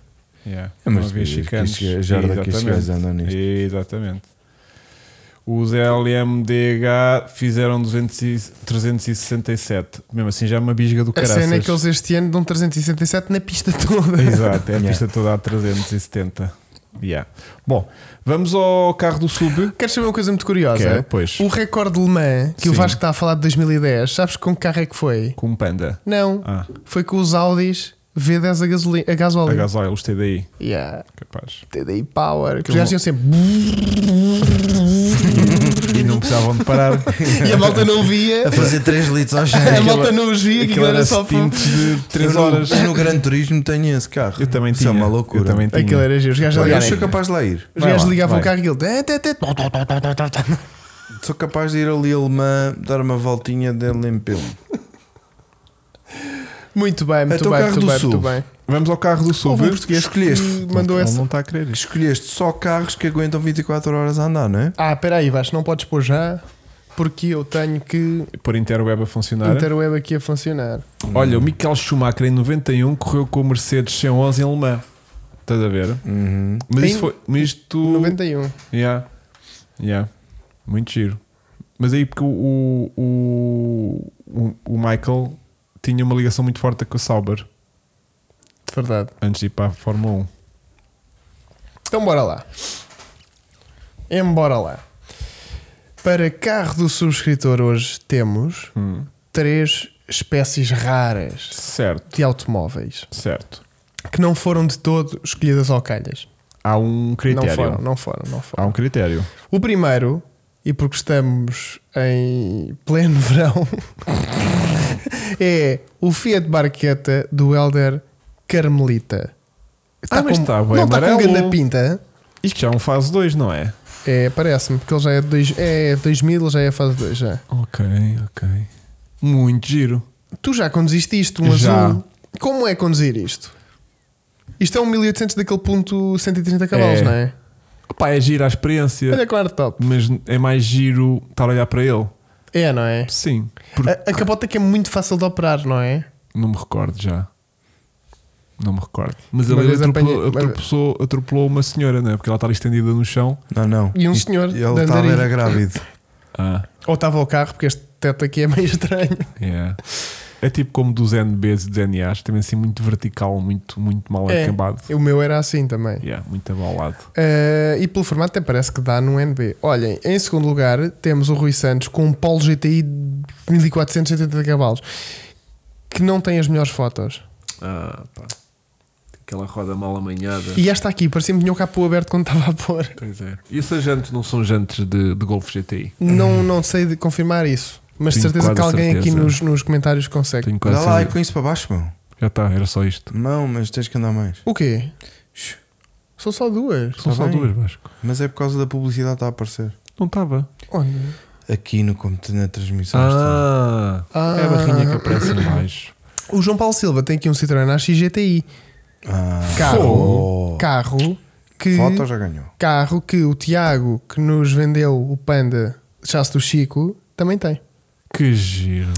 Speaker 2: Yeah.
Speaker 1: É, mas
Speaker 2: não havia
Speaker 1: que- que
Speaker 2: chicanos.
Speaker 1: estes gajos- já daqui estes gajos andam nisto.
Speaker 2: Exatamente. Os LMDH fizeram 200 e 367. Mesmo assim já é uma bisga do
Speaker 3: A
Speaker 2: caraças.
Speaker 3: cena é que eles este ano dão 367 na pista [laughs] toda.
Speaker 1: [laughs]
Speaker 2: Exato, é a
Speaker 1: Yeah.
Speaker 2: pista toda a 370. Yeah. Bom, vamos ao carro do sub.
Speaker 3: Queres saber uma coisa muito
Speaker 1: Ah,
Speaker 3: curiosa?
Speaker 2: Quero, pois.
Speaker 3: O recorde alemão que o
Speaker 2: Sim.
Speaker 3: Vasco está a falar de 2010, sabes com que carro é que foi?
Speaker 2: Com um panda.
Speaker 3: Não.
Speaker 2: Ah,
Speaker 3: Foi com os Audis V10 a, gasoli- a
Speaker 2: a
Speaker 3: gasóleo.
Speaker 2: gasóleo, os TDI.
Speaker 3: Yeah.
Speaker 2: Capaz.
Speaker 3: TDI Power. Que os
Speaker 1: Que
Speaker 3: gajos iam sempre.
Speaker 2: E não precisavam
Speaker 1: [laughs]
Speaker 2: de parar.
Speaker 3: e a malta não via. [laughs]
Speaker 1: A fazer 3 litros
Speaker 2: [laughs]
Speaker 1: ao chão.
Speaker 3: A malta não os via. Que
Speaker 2: Aquilo
Speaker 3: aquilo era
Speaker 2: era
Speaker 3: só.
Speaker 2: stints É de 3
Speaker 1: Eu no-
Speaker 2: horas.
Speaker 1: Eu no Gran Turismo tenho esse carro.
Speaker 2: Eu também
Speaker 1: Isso
Speaker 2: tinha.
Speaker 1: é uma loucura.
Speaker 2: Eu também tinha.
Speaker 3: Aquilo era giro. Os gajos
Speaker 1: Olha, eu
Speaker 3: ligavam,
Speaker 1: sou capaz de lá ir.
Speaker 3: os
Speaker 2: Vai
Speaker 3: gajos
Speaker 2: lá,
Speaker 3: ligavam o
Speaker 2: vai.
Speaker 3: carro e ele.
Speaker 1: Sou capaz de ir ali a Alemã, dar uma voltinha de limpelo.
Speaker 3: Muito bem,
Speaker 1: Até
Speaker 3: muito
Speaker 1: o
Speaker 3: bem,
Speaker 1: carro
Speaker 3: muito
Speaker 1: do
Speaker 3: bem, muito
Speaker 1: Sul.
Speaker 3: bem.
Speaker 2: Vamos ao carro do sub.
Speaker 3: Houve um português
Speaker 1: Escolheste.
Speaker 3: que mandou
Speaker 2: Ele
Speaker 3: essa.
Speaker 2: não está a querer. isto.
Speaker 1: Escolheste só carros que aguentam 24 horas a andar, não é?
Speaker 3: Ah, espera aí, Vasco, não podes pôr já. Porque eu tenho que
Speaker 2: Pôr interweb a funcionar.
Speaker 3: interweb aqui a funcionar.
Speaker 2: Olha, o Michael Schumacher em 91 correu com o Mercedes 111 em Le Mans. Estás a ver?
Speaker 1: Uhum.
Speaker 2: Mas
Speaker 3: Em
Speaker 2: isso foi. Mas isto.
Speaker 3: 91.
Speaker 2: Yeah. Yeah. Muito giro. Mas é aí porque o, o, o, o Michael tinha uma ligação muito forte com o Sauber
Speaker 3: Verdade.
Speaker 2: antes de ir para a Fórmula 1.
Speaker 3: Então bora lá. Embora lá. Para carro do subscritor hoje temos
Speaker 2: Hum.
Speaker 3: três espécies raras
Speaker 2: Certo,
Speaker 3: de automóveis
Speaker 2: certo.
Speaker 3: que não foram de todo escolhidas ao calhas.
Speaker 2: Há um critério.
Speaker 3: Não foram, não foram, não foram.
Speaker 2: Há um critério.
Speaker 3: O primeiro, e porque estamos em pleno [laughs] verão, é o Fiat Barqueta do Elder Carmelita. Tá
Speaker 2: Ah, mas
Speaker 3: com-
Speaker 2: está bem
Speaker 3: não está com
Speaker 2: amarelo.
Speaker 3: grande pinta.
Speaker 2: Isto já é um fase 2, não é?
Speaker 3: É, parece-me, porque ele já é, dois, é 2000, já é a fase 2 já.
Speaker 2: Ok, ok. Muito giro.
Speaker 3: Tu já conduziste isto, um
Speaker 2: Já.
Speaker 3: azul. Como é conduzir isto? Isto é um 1800 daquele ponto 130 cavalos,
Speaker 2: É.
Speaker 3: não é?
Speaker 2: Pá, é giro a experiência,
Speaker 3: Olha claro, top.
Speaker 2: mas é mais giro estar a olhar para ele.
Speaker 3: É, não é?
Speaker 2: Sim, porque
Speaker 3: A, a capota que é muito fácil de operar, não é?
Speaker 2: não me recordo já. Não me recordo. Mas
Speaker 3: Uma
Speaker 2: ele
Speaker 3: vez
Speaker 2: atropelou,
Speaker 3: apanhei-
Speaker 2: atropelou, atropelou uma né? senhora, não é? Porque ela estava estendida no chão.
Speaker 1: Não, não.
Speaker 3: E um
Speaker 1: Isto-
Speaker 3: senhor
Speaker 1: Ele
Speaker 3: de
Speaker 1: estava
Speaker 2: [laughs]
Speaker 4: Ah.
Speaker 3: andarilho.
Speaker 1: era grávido.
Speaker 3: Ou estava ao carro, porque este teto aqui é meio [laughs] estranho.
Speaker 2: Yeah. É tipo como dos NBs e dos NAs, também assim muito vertical, muito, muito mal
Speaker 3: É.
Speaker 2: acabado.
Speaker 3: O meu era assim também.
Speaker 2: Yeah, muito abalado.
Speaker 3: Eh, e pelo formato até parece que dá num NB. Olhem, em segundo lugar temos o Rui Santos com um Polo GTI de 1480 cavalos que não tem as melhores fotos.
Speaker 4: Ah, pá. Aquela roda mal amanhada.
Speaker 3: E esta aqui, parecia-me que tinha o capô aberto quando [laughs] estava a pôr.
Speaker 4: Pois é. E essas jantes não são jantes de, de Golf GTI?
Speaker 3: Não, não sei de confirmar isso, mas de
Speaker 4: Tenho
Speaker 3: certeza que
Speaker 4: quase
Speaker 3: alguém aqui
Speaker 4: certeza.
Speaker 3: nos, nos comentários consegue.
Speaker 4: Tenho quase
Speaker 1: Dá lá aí
Speaker 4: certeza.
Speaker 1: com isso para baixo, meu.
Speaker 2: Já está, era só isto.
Speaker 1: Não, mas tens que andar mais.
Speaker 3: O quê? São só duas.
Speaker 2: São
Speaker 1: Está
Speaker 2: só
Speaker 1: bem.
Speaker 2: duas, Vasco.
Speaker 1: Mas é por causa da publicidade que está a aparecer.
Speaker 2: Não estava.
Speaker 3: Olha.
Speaker 1: Aqui no comput- na transmissão. está.
Speaker 4: Ah,
Speaker 2: É a barrinha que aparece em baixo.
Speaker 3: O João Paulo Silva tem aqui um Citroën AX GTI.
Speaker 1: Ah.
Speaker 3: Carro.
Speaker 1: Fogo.
Speaker 3: Carro que.
Speaker 1: Foto já ganhou.
Speaker 3: carro que o Tiago, que nos vendeu o Panda Chasse do Chico, também tem.
Speaker 2: Que giro.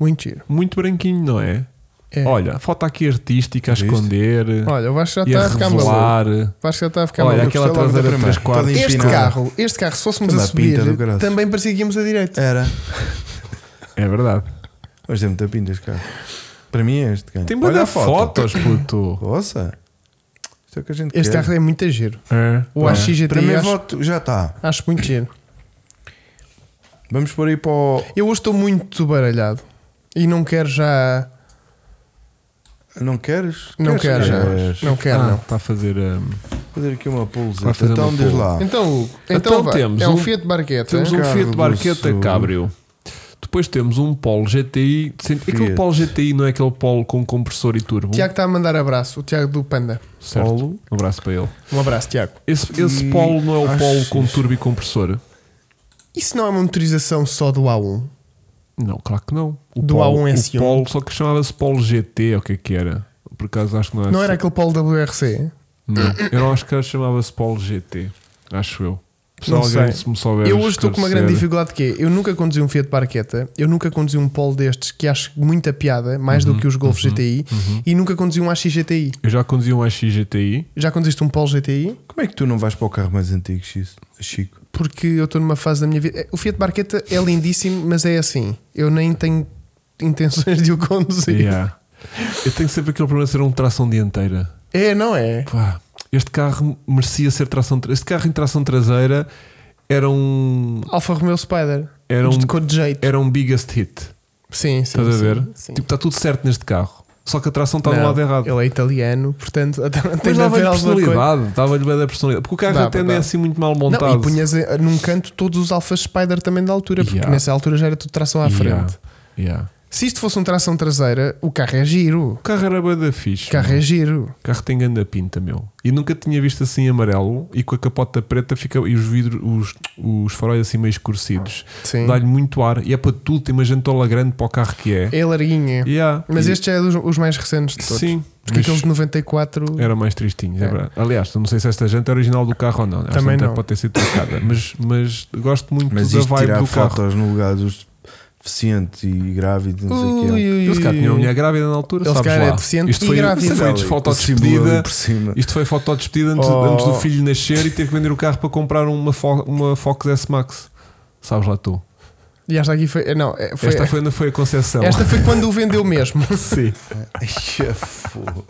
Speaker 3: Muito giro.
Speaker 2: Muito branquinho, não é?
Speaker 3: É.
Speaker 2: Olha, a foto aqui artística a
Speaker 1: Viste?
Speaker 2: esconder
Speaker 3: Olha, o Vasco já
Speaker 2: e
Speaker 3: está
Speaker 2: a
Speaker 3: a ficar maluco.
Speaker 2: revelar.
Speaker 3: O Vasco já está a ficar
Speaker 2: Olha,
Speaker 3: maluco.
Speaker 2: aquela
Speaker 1: Gostei logo da
Speaker 2: traseira
Speaker 1: primeira.
Speaker 2: 3 quartos.
Speaker 1: Toda
Speaker 3: Este
Speaker 1: empinada.
Speaker 3: carro, este carro, se fôssemos
Speaker 1: Toda
Speaker 3: a
Speaker 1: a pinta
Speaker 3: subir,
Speaker 1: do graças.
Speaker 3: também parecia que íamos a direita.
Speaker 1: Era.
Speaker 2: É verdade.
Speaker 1: Mas tem muita pinta este carro. Para mim é este ganho.
Speaker 2: Tem
Speaker 1: Olha
Speaker 2: muitas
Speaker 1: a
Speaker 2: fotos, puto.
Speaker 1: Ouça. Isto é o que a gente
Speaker 3: Este
Speaker 1: quer.
Speaker 3: carro é muito giro.
Speaker 2: É.
Speaker 3: O AX
Speaker 1: Para mim
Speaker 3: GTI
Speaker 1: [laughs] é
Speaker 3: acho,
Speaker 1: voto já está.
Speaker 3: acho muito giro.
Speaker 1: Vamos por aí para o.
Speaker 3: Eu hoje estou muito baralhado e não quero já.
Speaker 1: Não queres?
Speaker 3: Não quero
Speaker 1: Queres?
Speaker 3: já.
Speaker 1: Queres?
Speaker 3: Não quero,
Speaker 2: Ah,
Speaker 3: não.
Speaker 2: está a fazer. hum,
Speaker 1: Vou fazer aqui uma pulsa.
Speaker 2: Vai fazer
Speaker 1: Então
Speaker 2: uma
Speaker 1: diz
Speaker 2: pulsa.
Speaker 1: lá.
Speaker 3: Então, Hugo, então,
Speaker 2: Então
Speaker 3: vá.
Speaker 2: temos
Speaker 3: é um,
Speaker 2: um-
Speaker 3: Fiat é? Barqueta.
Speaker 2: Temos um
Speaker 1: Carro
Speaker 2: Fiat
Speaker 1: do
Speaker 2: Barqueta
Speaker 1: Sul.
Speaker 2: Cabrio. Depois temos um Polo GTI. de cento- Aquele
Speaker 1: Fiat.
Speaker 2: Polo GTI não é aquele Polo com compressor e turbo.
Speaker 3: Tiago está a mandar abraço, o Tiago do Panda.
Speaker 2: Certo. Polo. Um abraço para ele.
Speaker 3: Um abraço, Tiago.
Speaker 2: Esse, esse
Speaker 1: E
Speaker 2: Polo não é o
Speaker 1: acho
Speaker 2: Polo com
Speaker 1: isso.
Speaker 2: turbo e compressor?
Speaker 3: Isso não é uma motorização só do A1?
Speaker 2: Não, claro que não. O
Speaker 3: Do
Speaker 2: Polo,
Speaker 3: A1 S1.
Speaker 2: O Polo, só que chamava-se Polo GT, ou o que é que era? Por acaso acho que não é era.
Speaker 3: Não era aquele Polo WRC? Eh,
Speaker 2: Não, eu acho que ela chamava-se Polo GT. Acho eu. Se
Speaker 3: Não
Speaker 2: alguém
Speaker 3: sei.
Speaker 2: se me souber.
Speaker 3: Eu hoje estou com uma grande
Speaker 2: esclarecer-
Speaker 3: dificuldade que é, eu nunca conduzi um Fiat Barqueta, eu nunca conduzi um Polo destes que acho muita piada, mais
Speaker 2: Uhum,
Speaker 3: do que os Golf GTI, e nunca conduzi um AX GTI.
Speaker 2: Eu já conduzi um AX GTI.
Speaker 3: Já conduziste um Polo GTI?
Speaker 1: Como é que tu não vais para o carro mais antigo, X- Chico?
Speaker 3: Porque eu estou numa fase da minha vida. O Fiat Barqueta é lindíssimo, mas é assim. Eu nem tenho intenções de o conduzir.
Speaker 2: Yeah. Eu tenho sempre aquele problema de ser um tração dianteira.
Speaker 3: É, não é?
Speaker 2: Pá, este carro merecia ser tração. tra- Este carro em tração traseira era um.
Speaker 3: Alfa Romeo Spider.
Speaker 2: Era um,
Speaker 3: De cor de jeito.
Speaker 2: era um biggest hit.
Speaker 3: Sim, sim.
Speaker 2: Estás a
Speaker 3: sim,
Speaker 2: ver?
Speaker 3: sim.
Speaker 2: Tipo, está tudo certo neste carro. Só que a tração está do
Speaker 3: Não,
Speaker 2: lado errado.
Speaker 3: Ele é italiano, portanto, [laughs] tem
Speaker 2: Mas
Speaker 3: de haver
Speaker 2: dava-lhe
Speaker 3: alguma coisa.
Speaker 2: personalidade. Dava-lhe bem da personalidade. Porque o carro
Speaker 3: Dava,
Speaker 2: até não é
Speaker 3: dava.
Speaker 2: assim muito mal montado.
Speaker 3: Não, e punhas eh, num canto todos os Alfa Spider também da altura, porque
Speaker 2: Yeah.
Speaker 3: nessa altura já era tudo tração à frente.
Speaker 2: Yeah, yeah.
Speaker 3: Se isto fosse um tração traseira, o carro é giro.
Speaker 2: O carro era bem da
Speaker 3: O
Speaker 2: fixe.
Speaker 3: carro
Speaker 2: meu.
Speaker 3: é giro.
Speaker 2: O carro tem ganda pinta, meu. E nunca tinha visto assim amarelo e com a capota preta fica, e os vidros, os, os faróis assim meio escurecidos.
Speaker 3: Sim.
Speaker 2: Dá-lhe muito ar e é para tudo. Tem uma jantola grande para o carro que é.
Speaker 3: É larguinha.
Speaker 2: Yeah.
Speaker 3: Mas
Speaker 2: E-
Speaker 3: este já é dos os mais recentes de todos.
Speaker 2: Sim,
Speaker 3: Porque
Speaker 2: mas
Speaker 3: aqueles de 94.
Speaker 2: era mais tristinho. É.
Speaker 3: É.
Speaker 2: verdade. Aliás, eu não sei se esta janta é original do carro ou não. Esta
Speaker 3: Também
Speaker 2: janta
Speaker 3: não.
Speaker 2: pode ter sido trocada, mas, mas gosto muito
Speaker 1: Mas
Speaker 2: da
Speaker 1: isto
Speaker 2: vibe
Speaker 1: tirar
Speaker 2: do carro.
Speaker 1: fotos no lugar dos deficientes e grávidos, não sei o
Speaker 3: Ui,
Speaker 1: que é.
Speaker 3: ui,
Speaker 2: Eu se calhar um- tinha uma mulher grávida na altura,
Speaker 3: Ele se
Speaker 2: sabes
Speaker 3: calhar
Speaker 2: lá.
Speaker 3: é deficiente
Speaker 2: isto
Speaker 3: e
Speaker 2: foi,
Speaker 3: grávida.
Speaker 2: isto foi
Speaker 1: Olha,
Speaker 2: de foto
Speaker 1: o símbolo ali
Speaker 2: despedida.
Speaker 1: por cima.
Speaker 2: Isto foi foto de despedida antes,
Speaker 3: Oh.
Speaker 2: antes do filho nascer e ter que vender o carro para comprar uma, Fo- uma Fox S Max. Sabes lá tu.
Speaker 3: E esta aqui foi. Não, é, foi,
Speaker 2: Esta foi, ainda foi a concessão.
Speaker 3: [laughs] esta foi quando o vendeu mesmo.
Speaker 2: [laughs]
Speaker 3: [laughs]
Speaker 2: Sim.
Speaker 1: Ai, é fogo.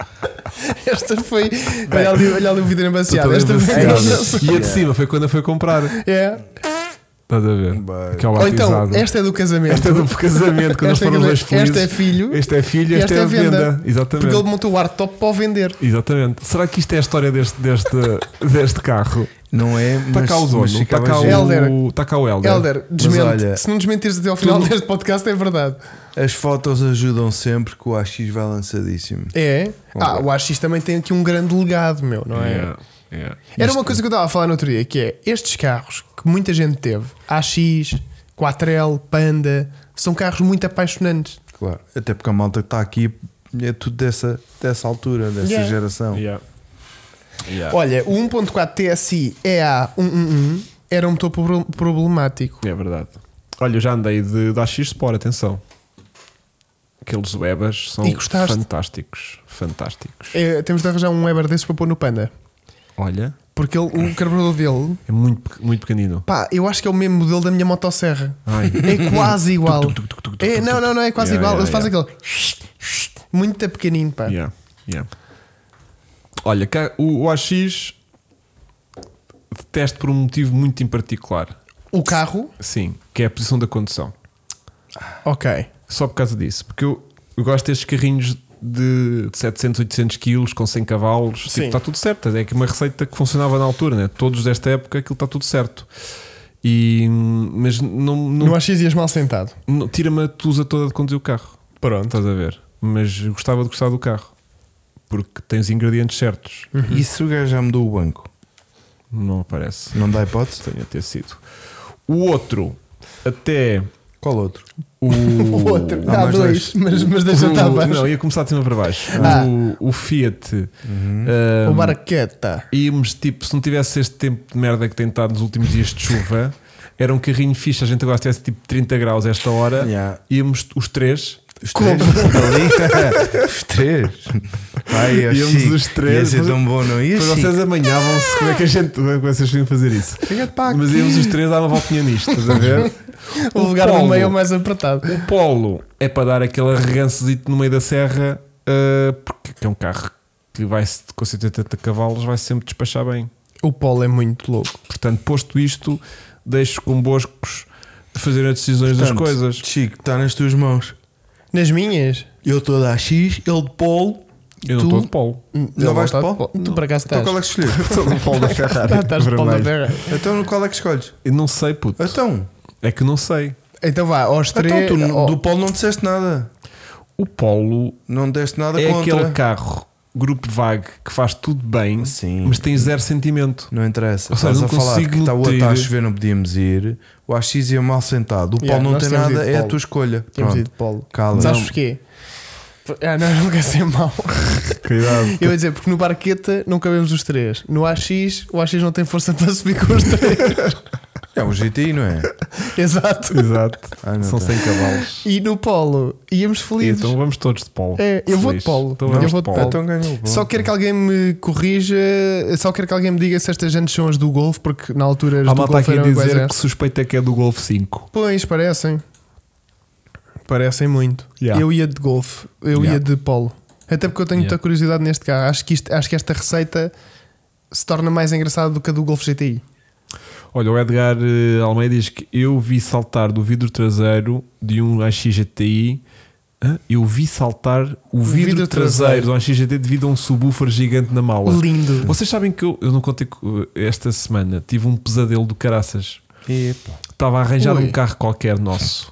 Speaker 3: Esta foi. Olha ali, olha ali o vidro embaciado.
Speaker 2: Toda
Speaker 3: Esta foi.
Speaker 2: embaciada. E a de cima foi quando a foi comprar.
Speaker 3: [laughs] É.
Speaker 2: Estás a ver?
Speaker 1: Bem.
Speaker 2: Que é o
Speaker 3: Ou então,
Speaker 2: batizado.
Speaker 3: esta é do casamento.
Speaker 2: Esta é do casamento, quando eles
Speaker 3: Esta é
Speaker 2: foram os
Speaker 3: do-
Speaker 2: dois felizes.
Speaker 3: esta é filho.
Speaker 2: Este é filho,
Speaker 3: e
Speaker 2: esta, é a venda.
Speaker 3: Porque
Speaker 2: Exatamente.
Speaker 3: ele montou o hardtop para o vender.
Speaker 2: Exatamente. Será que isto é a história deste, deste, [laughs] deste carro?
Speaker 1: Não é,
Speaker 2: Está
Speaker 1: mas,
Speaker 2: cá o dono,
Speaker 1: mas
Speaker 2: está
Speaker 1: ficava
Speaker 2: cá
Speaker 1: giro.
Speaker 2: o,
Speaker 3: Helder.
Speaker 2: está cá o Helder.
Speaker 3: Helder, desmente.
Speaker 1: olha-
Speaker 3: Se não desmentires até ao final deste podcast, é verdade.
Speaker 1: As fotos ajudam sempre que o AX vai lançadíssimo.
Speaker 3: É. Ah, o AX também tem aqui um grande legado, meu, não é?
Speaker 2: Yeah, yeah.
Speaker 3: Era uma coisa que eu estava a falar no outro dia, que é estes carros que muita gente teve, AX, 4L, Panda, são carros muito apaixonantes.
Speaker 1: Claro. Até porque a malta que está aqui é tudo dessa, dessa altura, dessa
Speaker 3: Yeah.
Speaker 1: geração.
Speaker 2: Yeah. Yeah.
Speaker 3: Olha, o 1.4 TSI EA111 era um motor pro- problemático.
Speaker 2: É verdade. Olha, eu já andei de, de AX Sport, atenção. Aqueles Webas são
Speaker 3: E gostaste?
Speaker 2: fantásticos. Fantásticos.
Speaker 3: É, temos de arranjar um Weber desses para pôr no Panda.
Speaker 2: Olha,
Speaker 3: Porque ele- o carburador dele,
Speaker 2: É muito, pe- muito pequenino.
Speaker 3: pá, eu acho que é o mesmo modelo da minha motosserra.
Speaker 2: Ai. [laughs]
Speaker 3: É quase igual.
Speaker 2: Tuc, tuc, tuc, tuc, tuc,
Speaker 3: É,
Speaker 2: [laughs] tuc,
Speaker 3: não,
Speaker 2: tuc.
Speaker 3: não, não, é quase
Speaker 2: Yeah,
Speaker 3: igual. Ele
Speaker 2: yeah,
Speaker 3: faz
Speaker 2: yeah.
Speaker 3: aquele. Muito pequenino, pá.
Speaker 2: Yeah, yeah.
Speaker 5: Olha, cá,
Speaker 2: O, o AX detesto por um motivo muito em particular.
Speaker 3: O carro,
Speaker 2: Sim, que é a posição da condução.
Speaker 3: ok.
Speaker 2: Só por causa disso. Porque eu, eu gosto destes carrinhos de 700, 800 quilos com 100 cavalos. Tipo,
Speaker 3: Sim.
Speaker 2: está tudo certo. É que uma receita que funcionava na altura, né? Todos desta época, aquilo está tudo certo. E, mas não, não,
Speaker 3: No AX ias mal sentado.
Speaker 2: não- tira-me a tusa toda de conduzir o carro. Pronto. Estás a ver? Mas gostava de gostar do carro. Porque tem os ingredientes certos.
Speaker 1: Uhum. E se o gajo já mudou o banco?
Speaker 2: Não aparece.
Speaker 1: Não dá
Speaker 2: [laughs]
Speaker 1: hipótese?
Speaker 2: tenha ter sido. O outro, até
Speaker 1: Qual outro?
Speaker 2: o.
Speaker 3: O outro. Ah,
Speaker 2: Há
Speaker 3: Há
Speaker 2: mais
Speaker 3: dois, mas, [laughs] mas deixa
Speaker 2: O-
Speaker 3: estar
Speaker 2: Não,
Speaker 3: baixo.
Speaker 2: ia começar de cima para baixo.
Speaker 3: Ah. Uhum.
Speaker 2: O, o Fiat.
Speaker 3: O
Speaker 2: ahm,
Speaker 3: Barqueta.
Speaker 2: íamos, tipo, se não tivesse este tempo de merda que tem estado nos últimos dias de
Speaker 3: [laughs]
Speaker 2: chuva, era um carrinho fixe. A gente agora se tivesse tipo 30 graus a esta hora,
Speaker 1: Yeah.
Speaker 2: íamos os três.
Speaker 1: Os três? Ali? [laughs] os três? Vai, ó,
Speaker 2: Íamos
Speaker 1: Chico,
Speaker 2: os três.
Speaker 1: Ia ser tão bom, não ia?
Speaker 2: Depois
Speaker 1: Chico?
Speaker 2: vocês amanhavam-se como é que a gente como é que vocês vinham fazer isso. Mas íamos os três dar uma voltinha nisto, estás a ver?
Speaker 3: [laughs] O lugar
Speaker 2: Polo.
Speaker 3: no meio é o mais apertado.
Speaker 2: O Polo é para dar aquele arregancezito no meio da serra, uh, porque é um carro que vai se- com 180 cavalos vai sempre despachar bem.
Speaker 3: O Polo é muito louco.
Speaker 2: Portanto, posto isto, deixo convoscos fazerem as decisões das
Speaker 1: Portanto,
Speaker 2: coisas.
Speaker 1: Chico, está nas tuas mãos.
Speaker 3: Nas minhas?
Speaker 1: Eu estou a dar X, ele de polo.
Speaker 2: Eu não
Speaker 1: tu-
Speaker 2: estou de Polo.
Speaker 1: Não vais de
Speaker 3: Ele não
Speaker 1: pó?
Speaker 3: está Tu para cá
Speaker 1: Então
Speaker 3: estás.
Speaker 1: qual é que escolhes?
Speaker 2: [laughs] Estou no Polo da Ferrari.
Speaker 3: Ah, [laughs] estás de pó na
Speaker 2: vermelho.
Speaker 3: terra.
Speaker 1: então qual é que escolhes?
Speaker 2: Eu não sei, puto.
Speaker 1: Então,
Speaker 2: É que não sei.
Speaker 3: Então vá, aos três.
Speaker 1: então tu n-
Speaker 3: oh,
Speaker 1: do polo não disseste nada.
Speaker 2: O Polo
Speaker 1: Não deste nada
Speaker 2: é
Speaker 1: contra.
Speaker 2: aquele carro grupo vague que faz tudo bem,
Speaker 1: Sim.
Speaker 2: mas tem zero sentimento.
Speaker 1: Não interessa.
Speaker 2: Ou seja,
Speaker 1: Estás
Speaker 2: não
Speaker 1: a falar de
Speaker 2: consigo
Speaker 1: que está o outro a
Speaker 2: nutrir.
Speaker 1: chover, não podíamos ir. O AX ia mal sentado. O
Speaker 3: Yeah,
Speaker 1: Paulo não
Speaker 3: nós
Speaker 1: tem
Speaker 3: temos
Speaker 1: nada,
Speaker 3: ido
Speaker 1: é a
Speaker 3: Paulo.
Speaker 1: tua escolha.
Speaker 3: Temos
Speaker 1: Pronto.
Speaker 3: ido de Polo.
Speaker 1: Cala.
Speaker 3: Sabes
Speaker 1: Não.
Speaker 3: porquê? Ah, não, [laughs] não quer ser mau.
Speaker 2: [laughs]
Speaker 5: cuidado.
Speaker 3: Eu ia dizer, porque no Barqueta não cabemos os três. No AX, o AX não tem força para subir com os três.
Speaker 1: É um GTI, não é?
Speaker 3: [laughs] Exato.
Speaker 5: Exato.
Speaker 1: Ah, não
Speaker 5: São
Speaker 1: tá.
Speaker 5: 100 cavalos.
Speaker 3: E no Polo, íamos felizes.
Speaker 2: Então vamos todos de Polo.
Speaker 3: É, eu vou de
Speaker 2: Feliz.
Speaker 3: Polo.
Speaker 2: Então
Speaker 3: Eu
Speaker 2: vamos
Speaker 3: vou de Polo.
Speaker 1: Então ganhou o Paulo.
Speaker 3: Só quero que alguém me corrija, só quero que alguém me diga se estas gentes são as do Golf, porque na altura as
Speaker 2: Há
Speaker 3: do
Speaker 2: malta
Speaker 3: Golf
Speaker 2: aqui a
Speaker 3: eram iguais a
Speaker 2: dizer que
Speaker 3: estas.
Speaker 2: suspeita que é do Golf 5.
Speaker 3: Pois, parecem. Parecem muito.
Speaker 2: Yeah.
Speaker 3: Eu ia de Golf, eu
Speaker 2: Yeah.
Speaker 3: ia de Polo. Até porque eu tenho muita
Speaker 2: Yeah.
Speaker 3: curiosidade neste carro. Acho que, isto- acho que esta receita se torna mais engraçada do que a do Golf GTI.
Speaker 2: Olha, o Edgar eh, Almeida diz que eu vi saltar do vidro traseiro de um AXGTI. Hã? Eu vi saltar o, vidro,
Speaker 3: vidro
Speaker 2: traseiro,
Speaker 3: traseiro.
Speaker 2: de um AXGT devido a um subwoofer gigante na mala.
Speaker 3: Lindo.
Speaker 2: Vocês sabem que eu, eu não contei co- esta semana, tive um pesadelo do caraças.
Speaker 1: Epa,
Speaker 2: Estava a arranjar
Speaker 3: Ui.
Speaker 2: um carro qualquer nosso.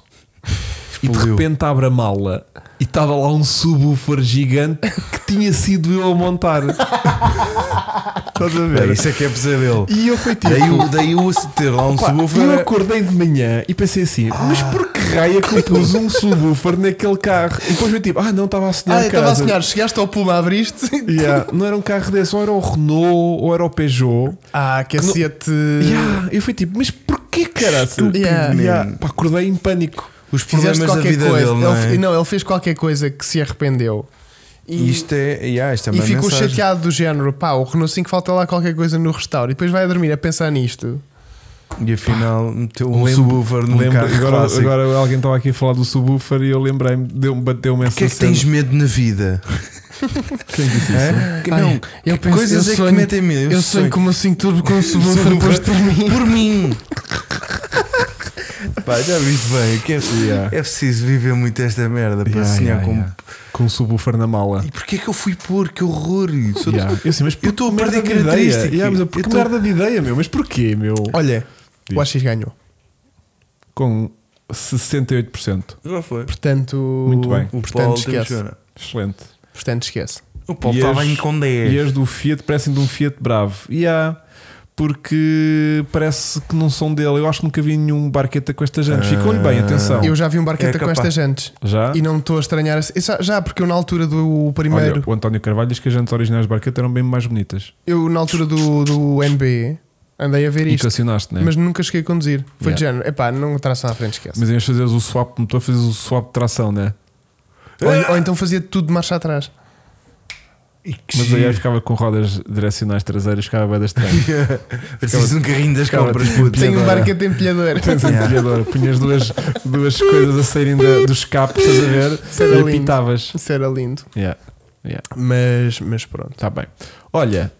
Speaker 2: E de
Speaker 1: Explodiu.
Speaker 2: repente abre a mala e estava lá um subwoofer gigante que tinha sido eu a montar. Estás a ver?
Speaker 1: é, isso é que é pesadelo.
Speaker 3: [laughs] E eu fui tipo,
Speaker 1: Daí, o- daí o se ter lá um
Speaker 2: Pá,
Speaker 1: subwoofer. Ah.
Speaker 2: eu
Speaker 1: era-
Speaker 2: acordei de manhã e pensei assim, mas por que raio é que eu pus um subwoofer naquele carro? E depois eu tipo, ah não, estava a sonhar
Speaker 3: Ah, eu estava
Speaker 2: casa.
Speaker 3: a sonhar, chegaste ao Puma, abriste.
Speaker 2: Yeah, não era um carro desse, ou era o Renault, ou era o Peugeot.
Speaker 3: Ah, cacete.
Speaker 2: Yeah, eu fui tipo, mas porquê, caraças?
Speaker 1: Estúpido,
Speaker 3: Yeah.
Speaker 1: assim. man.
Speaker 2: Yeah, pá, acordei em pânico.
Speaker 1: Os problemas
Speaker 3: Fizeste
Speaker 1: da
Speaker 3: qualquer
Speaker 1: vida
Speaker 3: coisa.
Speaker 1: dele, não
Speaker 3: ele,
Speaker 1: é?
Speaker 3: fe- não, ele fez qualquer coisa que se arrependeu.
Speaker 1: E isto é. Yeah, isto é
Speaker 3: E
Speaker 1: uma
Speaker 3: ficou
Speaker 1: mensagem.
Speaker 3: chateado do género, pá, o Renault 5 falta lá qualquer coisa no restauro e depois vai a dormir a pensar nisto.
Speaker 1: E afinal, meteu um
Speaker 2: Lembro-
Speaker 1: subwoofer num
Speaker 2: Lembro-
Speaker 1: carro
Speaker 2: agora,
Speaker 1: clássico.
Speaker 2: agora alguém estava aqui a falar do subwoofer e eu lembrei-me, deu-me- bateu-me
Speaker 1: O
Speaker 2: essa
Speaker 1: que é que
Speaker 2: cena.
Speaker 1: tens medo na vida?
Speaker 2: Quem disse isso?
Speaker 1: É?
Speaker 3: Ai,
Speaker 1: Não,
Speaker 3: eu penso-
Speaker 1: coisas
Speaker 3: eu
Speaker 1: é que
Speaker 3: sonho-
Speaker 1: metem medo.
Speaker 3: Eu, sonho com o meu 5
Speaker 1: [laughs]
Speaker 3: turbo com um subwoofer
Speaker 1: Subwoofer.
Speaker 3: posto por mim.
Speaker 1: por mim. Pá, já viste bem. que é,
Speaker 2: Yeah.
Speaker 1: é preciso viver muito esta merda para
Speaker 2: Yeah,
Speaker 1: sonhar
Speaker 2: yeah,
Speaker 1: com.
Speaker 2: yeah. Com um subwoofer na mala.
Speaker 1: E porquê é que eu fui pôr? Que horror! Sou-
Speaker 2: Yeah. Eu assim, mas
Speaker 1: Eu estou a
Speaker 2: merda
Speaker 1: perder
Speaker 2: de ideia.
Speaker 1: característica.
Speaker 2: Yeah, mas eu-
Speaker 1: Eu
Speaker 2: que
Speaker 1: estou-
Speaker 2: merda de ideia, meu. Mas porquê, meu?
Speaker 3: Olha,
Speaker 2: Diz.
Speaker 3: o AX ganhou.
Speaker 2: com 68%.
Speaker 1: Já foi.
Speaker 3: Portanto,
Speaker 2: Muito
Speaker 1: O
Speaker 2: bem.
Speaker 1: Paulo
Speaker 3: portanto
Speaker 1: tem que
Speaker 3: esquece.
Speaker 1: chorar.
Speaker 2: Excelente.
Speaker 3: Portanto, esquece.
Speaker 1: O Paulo
Speaker 2: E
Speaker 1: estava
Speaker 2: as-
Speaker 1: em com
Speaker 3: É.
Speaker 1: 10.
Speaker 2: E as do Fiat parecem de um Fiat Bravo. E há, porque parece que não são dele. Eu acho que nunca vi nenhum barqueta com estas jantes. Ficou-lhe bem, atenção.
Speaker 3: Eu já vi um barqueta
Speaker 1: É
Speaker 3: com
Speaker 1: capaz.
Speaker 3: estas jantes
Speaker 2: Já?
Speaker 3: e não estou a estranhar. assim- Isso Já, porque eu na altura do primeiro,
Speaker 2: Olha, o António Carvalho diz que as jantes originais de barqueta eram bem mais bonitas.
Speaker 3: eu na altura do, do NB andei a ver
Speaker 2: E
Speaker 3: isto,
Speaker 2: equacionaste, né?
Speaker 3: mas nunca cheguei a conduzir. Foi
Speaker 2: Yeah.
Speaker 3: de género, epá, não traçam à frente, esquece.
Speaker 2: Mas em vez de fazeres o swap de motor, fazes o swap de tração, né? [laughs]
Speaker 3: Ou, ou então fazia tudo de marcha atrás.
Speaker 1: E que
Speaker 2: Mas aí eu
Speaker 1: giro.
Speaker 2: ficava com rodas direcionais traseiras, ficava bem das
Speaker 3: [laughs]
Speaker 2: trans.
Speaker 1: Preciso de um carrinho das
Speaker 2: ficava-
Speaker 1: compras, puto.
Speaker 3: Tenho um
Speaker 2: Agora.
Speaker 3: barquete empilhador.
Speaker 2: [laughs] Tens
Speaker 1: Yeah.
Speaker 2: empilhador, punhas duas, duas coisas a saírem da- do escape, estás a
Speaker 3: Isso era
Speaker 2: ver?
Speaker 3: lindo.
Speaker 2: E apitavas.
Speaker 3: Isso era lindo.
Speaker 2: Yeah, yeah.
Speaker 3: Mas, mas pronto.
Speaker 2: Tá bem. Olha,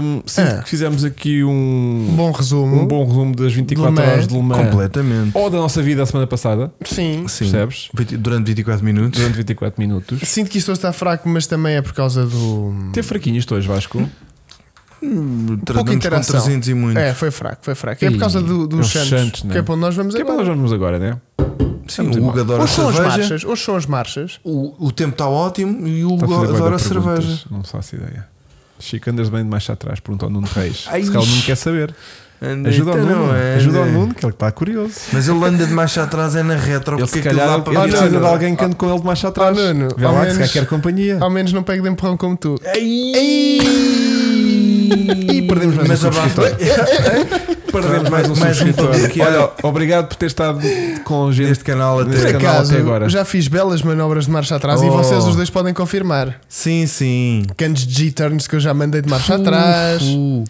Speaker 2: hum, sinto
Speaker 3: Ah.
Speaker 2: que fizemos aqui um,
Speaker 3: Bom resumo.
Speaker 2: um bom resumo das 24
Speaker 3: Le Mans.
Speaker 2: horas de Le Mans.
Speaker 1: Completamente.
Speaker 2: Ou da nossa vida a semana passada,
Speaker 3: Sim.
Speaker 1: Sim.
Speaker 2: percebes?
Speaker 1: Vinte- Durante 24 minutos.
Speaker 2: Durante 24 minutos.
Speaker 3: Sinto que isto hoje está fraco, mas também é por causa do.
Speaker 2: Teve fraquinho isto hoje, Vasco.
Speaker 1: Hum, Tratamos com
Speaker 3: interação.
Speaker 1: 300 e muito.
Speaker 3: É, foi fraco, foi fraco. É por
Speaker 2: Ih,
Speaker 3: causa do,
Speaker 2: é o
Speaker 3: dos Santos.
Speaker 2: Santos, né?
Speaker 3: Que é para onde nós vamos
Speaker 2: Que é para
Speaker 3: agora.
Speaker 2: nós vamos agora, né?
Speaker 1: Sim, o Hugo adora
Speaker 3: Hoje são as
Speaker 1: cerveja.
Speaker 3: marchas. Hoje são as marchas.
Speaker 1: O, o tempo está ótimo e o
Speaker 2: Está Tá a
Speaker 1: Hugo
Speaker 2: fazer bué de
Speaker 1: adora
Speaker 2: perguntas,
Speaker 1: cerveja.
Speaker 2: Não faço ideia. Chico, andas bem de mais atrás, pergunta ao Nuno Reis.
Speaker 1: Ai,
Speaker 2: Se calhar o Nuno quer saber. Ajuda ao
Speaker 1: Então não
Speaker 2: Nuno,
Speaker 1: é,
Speaker 2: ajuda ao
Speaker 1: né?
Speaker 2: Nuno, que ele está curioso.
Speaker 1: Mas ele anda de marcha atrás é na retro.
Speaker 2: Ele
Speaker 1: porque
Speaker 2: se
Speaker 1: aquilo
Speaker 2: calhar
Speaker 1: dá
Speaker 2: ele
Speaker 1: para
Speaker 2: precisa
Speaker 1: virar.
Speaker 2: de alguém que ande com ele de marcha atrás.
Speaker 3: Ah, Nuno,
Speaker 2: Vê
Speaker 3: ao
Speaker 2: lá que se calhar
Speaker 3: menos-
Speaker 2: quer companhia.
Speaker 3: Ao menos não pego de empurrão como tu.
Speaker 2: É E perdemos mais
Speaker 1: Mas
Speaker 2: um
Speaker 1: abaixo-
Speaker 2: subscritor. Perdemos [laughs]
Speaker 1: Mais
Speaker 2: mais um
Speaker 1: um
Speaker 2: subscritor.
Speaker 1: podcast.
Speaker 2: Olha, obrigado por ter estado com gente
Speaker 1: Este canal até-
Speaker 2: neste
Speaker 3: Por
Speaker 2: canal
Speaker 3: acaso,
Speaker 2: até agora.
Speaker 3: já fiz belas manobras de marcha atrás e
Speaker 1: Oh.
Speaker 3: vocês os dois podem confirmar.
Speaker 1: Sim, sim. Uh,
Speaker 3: Cantos de G-turns que eu já mandei de marcha atrás.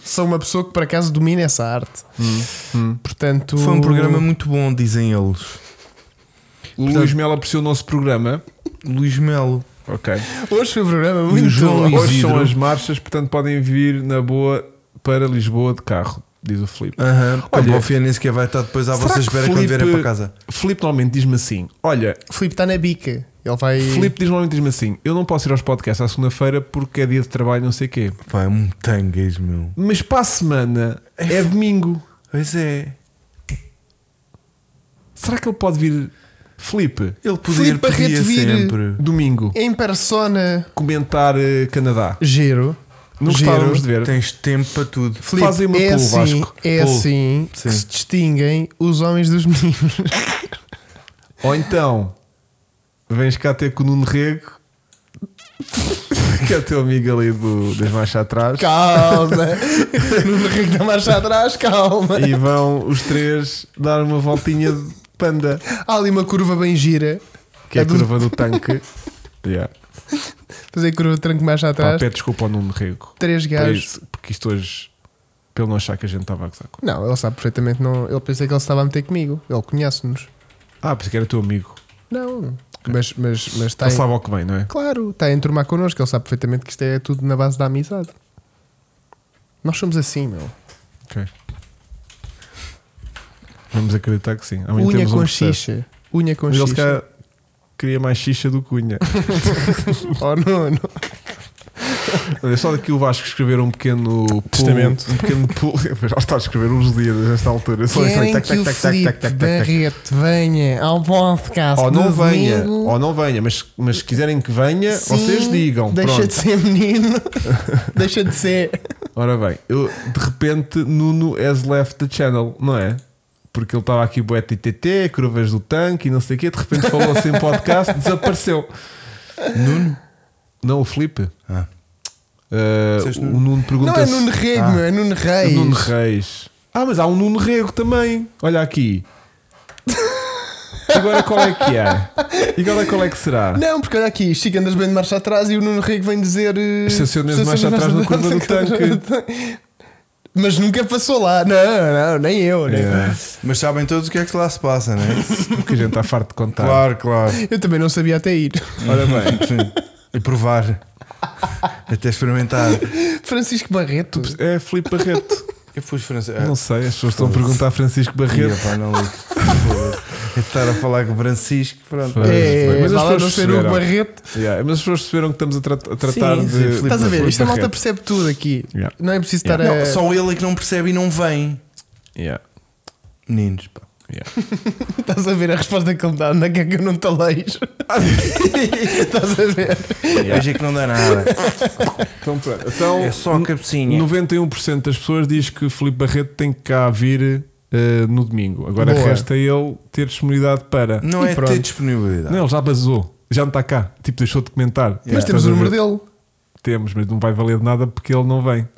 Speaker 3: Sou uma pessoa que por acaso domina essa arte. Portanto.
Speaker 1: Foi um programa muito bom, dizem eles.
Speaker 2: O Luís Melo apreciou o nosso programa.
Speaker 1: Luís Melo.
Speaker 2: Ok.
Speaker 3: Hoje foi um programa
Speaker 1: E o
Speaker 3: muito
Speaker 1: João
Speaker 3: bom.
Speaker 1: Luís
Speaker 2: Hoje são
Speaker 1: Isidro.
Speaker 2: as marchas, portanto podem vir na boa para Lisboa de carro, diz o Filipe.
Speaker 1: Aham.
Speaker 2: Olha-
Speaker 1: Olha, Bofia nem sequer vai estar depois à
Speaker 2: Será
Speaker 1: vossa
Speaker 2: que
Speaker 1: espera Ah, quando
Speaker 2: Filipe-
Speaker 1: vierem para casa.
Speaker 2: Filipe normalmente diz-me assim: Olha,
Speaker 3: Filipe está na bica. Ele vai.
Speaker 2: Filipe diz normalmente diz-me assim: Eu não posso ir aos podcasts à segunda-feira porque é dia de trabalho, não sei o quê.
Speaker 1: Pá, é um tangas, meu.
Speaker 2: Mas para a semana é domingo.
Speaker 1: Pois é.
Speaker 2: Será que ele pode vir? Filipe,
Speaker 1: Ele podia,
Speaker 3: Filipe
Speaker 1: podia
Speaker 3: Barreto vir-
Speaker 1: sempre.
Speaker 2: domingo,
Speaker 3: Em persona.
Speaker 2: comentar eh, Canadá.
Speaker 3: Giro.
Speaker 2: Não
Speaker 3: Giro.
Speaker 2: gostávamos de ver.
Speaker 1: Tens tempo para tudo.
Speaker 3: Filipe,
Speaker 2: Fazem uma
Speaker 3: é
Speaker 2: pool,
Speaker 3: assim,
Speaker 2: Vasco.
Speaker 3: É
Speaker 1: Pool.
Speaker 3: assim que
Speaker 1: Sim.
Speaker 3: se distinguem os homens dos
Speaker 1: [laughs]
Speaker 3: meninos.
Speaker 2: Ou então, vens cá ter com o Nuno Rego, [laughs] que é o teu amigo ali do, das marchas atrás,
Speaker 3: Calma. no barrigo da marcha atrás, calma.
Speaker 2: e vão os três dar uma voltinha de panda,
Speaker 3: Há ali uma curva bem gira.
Speaker 2: que é a
Speaker 3: do-
Speaker 2: curva do tanque. Yeah.
Speaker 3: Fazer curva de tranco mais
Speaker 2: Pá,
Speaker 3: atrás.
Speaker 2: pede desculpa ao Nuno Rego,
Speaker 3: Três
Speaker 2: por
Speaker 3: gajos.
Speaker 2: isso, porque isto hoje, pelo não achar que a gente estava a gozar com.
Speaker 3: Não, ele sabe perfeitamente. Não, ele pensei que ele se estava a meter comigo. Ele conhece-nos.
Speaker 2: Ah, pensei que era teu amigo.
Speaker 3: Não. Mas, mas,
Speaker 2: Ele
Speaker 3: mas está.
Speaker 1: Então
Speaker 3: Em...
Speaker 2: sabe ao que vem, não é?
Speaker 3: Claro, está a enturmar connosco. Ele sabe perfeitamente que isto é tudo na base da amizade. Nós somos assim, meu.
Speaker 2: Ok. Vamos acreditar que sim. Amanhã
Speaker 3: Unha
Speaker 2: temos um
Speaker 3: com
Speaker 2: processo.
Speaker 3: xixa. Unha com
Speaker 2: Mas ele se
Speaker 3: xixa.
Speaker 2: calhar queria mais xixa do que unha.
Speaker 3: Oh, não, não.
Speaker 2: Olha, só daqui o Vasco escrever um pequeno pulo-
Speaker 6: Testamento.
Speaker 2: Um pequeno pulo. [laughs] Já está a escrever uns dias nesta altura. Só isso aí,
Speaker 3: Querem
Speaker 2: tac,
Speaker 3: que
Speaker 2: tac,
Speaker 3: o
Speaker 2: tac, tac, tac,
Speaker 3: Filipe
Speaker 2: tac, tac, tac.
Speaker 3: Barreto venha ao podcast
Speaker 2: Ou não
Speaker 3: do
Speaker 2: venha,
Speaker 3: domingo?
Speaker 2: ou não venha, mas, mas se quiserem que venha,
Speaker 3: Sim,
Speaker 2: vocês digam.
Speaker 3: Deixa
Speaker 2: Pronto.
Speaker 3: de ser
Speaker 2: [laughs]
Speaker 3: menino. deixa de ser.
Speaker 2: Ora bem, eu, de repente Nuno has left the channel, não é? Porque ele estava aqui boé TTT, curvas do tanque e não sei o quê, de repente falou assim em
Speaker 3: [laughs]
Speaker 2: podcast, desapareceu. Nuno? Não, o Felipe. Eh,
Speaker 1: Ah. Disseste
Speaker 2: o Nuno pergunta Ah.
Speaker 3: Não é Nuno Rego, meu, é Nuno Reis.
Speaker 2: Nuno Reis. Ah, mas há um Nuno Rego também. Olha aqui. Agora qual é que é? E agora qual é que será?
Speaker 3: Não, porque olha aqui, Chico andas bem de marcha atrás e o Nuno Rego vem dizer. eh,
Speaker 2: Estacionei de marcha atrás na
Speaker 3: [laughs]
Speaker 2: curva do
Speaker 3: tanque. Mas nunca passou lá. Não, não, nem eu. Nem
Speaker 2: É,
Speaker 1: Mas sabem todos o que é que lá se passa, não é?
Speaker 2: porque a gente está farto de contar.
Speaker 1: claro, claro.
Speaker 3: Eu também não sabia até ir.
Speaker 1: Ora [laughs] bem. E provar. Até experimentar.
Speaker 3: [laughs] Francisco Barreto.
Speaker 2: É Felipe Barreto.
Speaker 1: Eu fui francês.
Speaker 2: Não sei, as pessoas estão a perguntar a Francisco Barreto.
Speaker 1: Ia, pá, não ligo. [laughs] Foda-se. Eu Estar a falar com o Francisco, pronto.
Speaker 2: Pois,
Speaker 3: É,
Speaker 2: pois. Mas as
Speaker 3: vá lá
Speaker 2: pessoas
Speaker 3: não ser o
Speaker 2: perceberam.
Speaker 3: Barreto.
Speaker 2: Yeah, mas as pessoas perceberam que estamos a, tra- a tratar
Speaker 1: Sim,
Speaker 2: de.
Speaker 1: sim, Filipe
Speaker 3: Estás a ver?
Speaker 1: Barreto.
Speaker 3: Isto a malta
Speaker 2: Barreto.
Speaker 3: percebe tudo aqui.
Speaker 2: Yeah.
Speaker 3: Não é preciso estar
Speaker 2: Yeah.
Speaker 1: Não,
Speaker 3: a.
Speaker 1: só ele é que não percebe e não vem.
Speaker 2: Yeah,
Speaker 1: Meninos, pá.
Speaker 2: yeah. um-
Speaker 3: Estás a ver a resposta que ele me dá? Onde é que é que eu não te leis? [laughs] Estás a ver?
Speaker 2: Ah, Yeah.
Speaker 1: Hoje é que não dá nada.
Speaker 2: Então, pronto. Então,
Speaker 1: É só a cabecinha.
Speaker 2: 91% das pessoas diz que Filipe Barreto tem que cá vir eh, no domingo. Agora
Speaker 3: Boa.
Speaker 2: resta ele ter disponibilidade para.
Speaker 1: Não
Speaker 3: E
Speaker 1: é
Speaker 3: pronto.
Speaker 1: ter disponibilidade.
Speaker 2: Não, ele já basou. Já não está cá. Tipo, deixou de comentar.
Speaker 3: Mas temos
Speaker 2: Estás a
Speaker 3: o número
Speaker 2: ver?
Speaker 3: dele.
Speaker 2: Temos, mas não vai valer de nada porque ele não vem.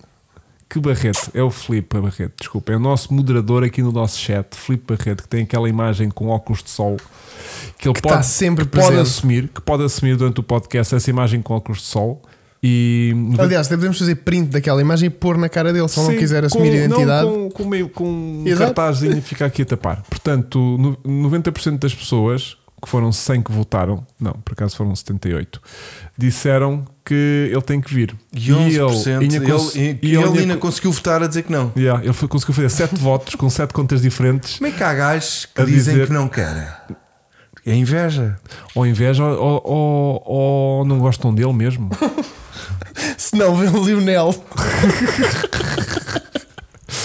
Speaker 2: Que Barreto, é o Filipe Barreto, desculpa, é o nosso moderador aqui no nosso chat, Filipe Barreto, que tem aquela imagem com óculos de sol que ele
Speaker 3: Que
Speaker 2: pode
Speaker 3: está sempre
Speaker 2: que pode
Speaker 3: presente.
Speaker 2: assumir, que pode assumir durante o podcast essa imagem com óculos de sol E
Speaker 3: Aliás, até podemos fazer print daquela imagem e pôr na cara dele, se ele não
Speaker 2: Sim,
Speaker 3: quiser assumir
Speaker 2: com-
Speaker 3: a identidade.
Speaker 2: Não, com, com, meio, com um
Speaker 3: Exato.
Speaker 2: cartazinho e fica aqui a tapar. Portanto, no- 90% das pessoas, que foram 100 que votaram, não, por acaso foram 78, disseram que ele tem que vir.
Speaker 1: E 11%.
Speaker 2: ainda cons-
Speaker 1: ele, e,
Speaker 2: e ele
Speaker 1: ele
Speaker 2: ainda
Speaker 1: ainda conseguiu votar a dizer que não.
Speaker 2: Yeah, ele foi- conseguiu fazer 7 [laughs] votos com 7 contas diferentes,
Speaker 1: Como é que há gajos que
Speaker 2: A
Speaker 1: dizem
Speaker 2: dizer-
Speaker 1: que não querem? É inveja.
Speaker 2: ou inveja, ou, ou- ou não gostam dele [laughs] mesmo.
Speaker 3: Se não, vê o Lionel.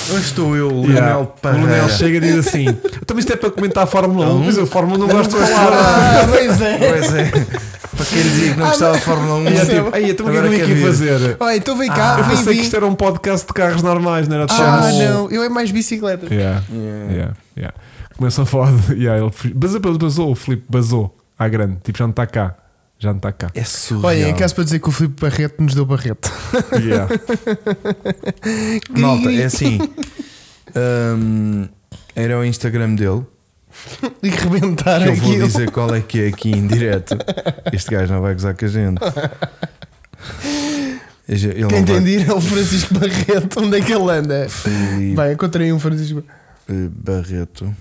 Speaker 1: Hoje estou eu, Leonel
Speaker 2: Yeah.
Speaker 1: Parreira.
Speaker 2: O Leonel chega e diz assim: Então isto é para comentar a Fórmula 1, mas a Fórmula 1 não gosto de
Speaker 1: gosto de
Speaker 2: [laughs] falar.
Speaker 3: [laughs] Ah, pois é.
Speaker 1: Pois
Speaker 2: [laughs]
Speaker 1: é. Para quem dizia que não gostava de Fórmula 1,
Speaker 2: E é
Speaker 3: Percebo.
Speaker 2: tipo, "Ei, então o que é que
Speaker 1: Agora
Speaker 2: eu vim
Speaker 1: quer
Speaker 2: aqui
Speaker 1: vir."
Speaker 2: fazer?
Speaker 3: Olha, então vem cá,
Speaker 2: Eu
Speaker 3: vem,
Speaker 2: pensei que
Speaker 3: vem.
Speaker 2: isto era um podcast de carros normais, não era de
Speaker 3: Ah,
Speaker 2: Fórmula 1.
Speaker 3: não, eu é mais bicicleta.
Speaker 2: Yeah,
Speaker 1: Yeah.
Speaker 2: yeah, yeah. Começou a falar de. Yeah, ele fugi- basou, basou, basou, o Filipe basou à grande. Tipo, já não está cá. Já não está
Speaker 1: [laughs]
Speaker 2: cá.
Speaker 1: é surreal.
Speaker 3: Olha, é caso para dizer que o Filipe Barreto nos deu Barreto.
Speaker 2: Yeah.
Speaker 1: Malta, é assim. Hum, era o Instagram dele.
Speaker 3: E rebentar
Speaker 1: que eu vou
Speaker 3: aquilo.
Speaker 1: dizer qual é que é aqui em direto.
Speaker 2: [laughs]
Speaker 1: Este gajo não vai gozar com a gente. Ele não vai-
Speaker 3: Quem tem de ir é o Francisco Barreto. Onde é que ele anda?
Speaker 1: Filipe
Speaker 3: Bem, encontrei um Francisco Barreto.
Speaker 1: Barreto,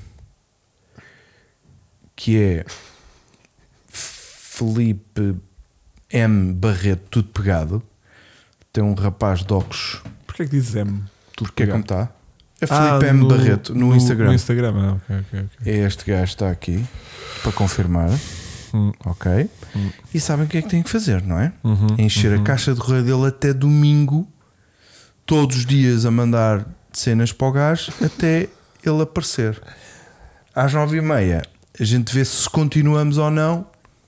Speaker 1: que é Felipe M. Barreto, tudo pegado. Tem um rapaz de óculos,
Speaker 2: Porquê que dizes M? Tudo
Speaker 1: que é como
Speaker 2: pegado?
Speaker 1: está? É
Speaker 2: Ah,
Speaker 1: Felipe M. Barreto, no, Instagram.
Speaker 2: No Instagram, ah, ok, ok, ok.
Speaker 1: É este gajo que está aqui para confirmar.
Speaker 2: Hum,
Speaker 1: Ok.
Speaker 2: Hum.
Speaker 1: E sabem o que é que têm que fazer, não é?
Speaker 2: uhum,
Speaker 1: Encher
Speaker 2: uhum.
Speaker 1: a caixa de correio dele até domingo, todos os dias a mandar cenas para o gajo até ele aparecer. Às nove e meia, a gente vê se continuamos ou não,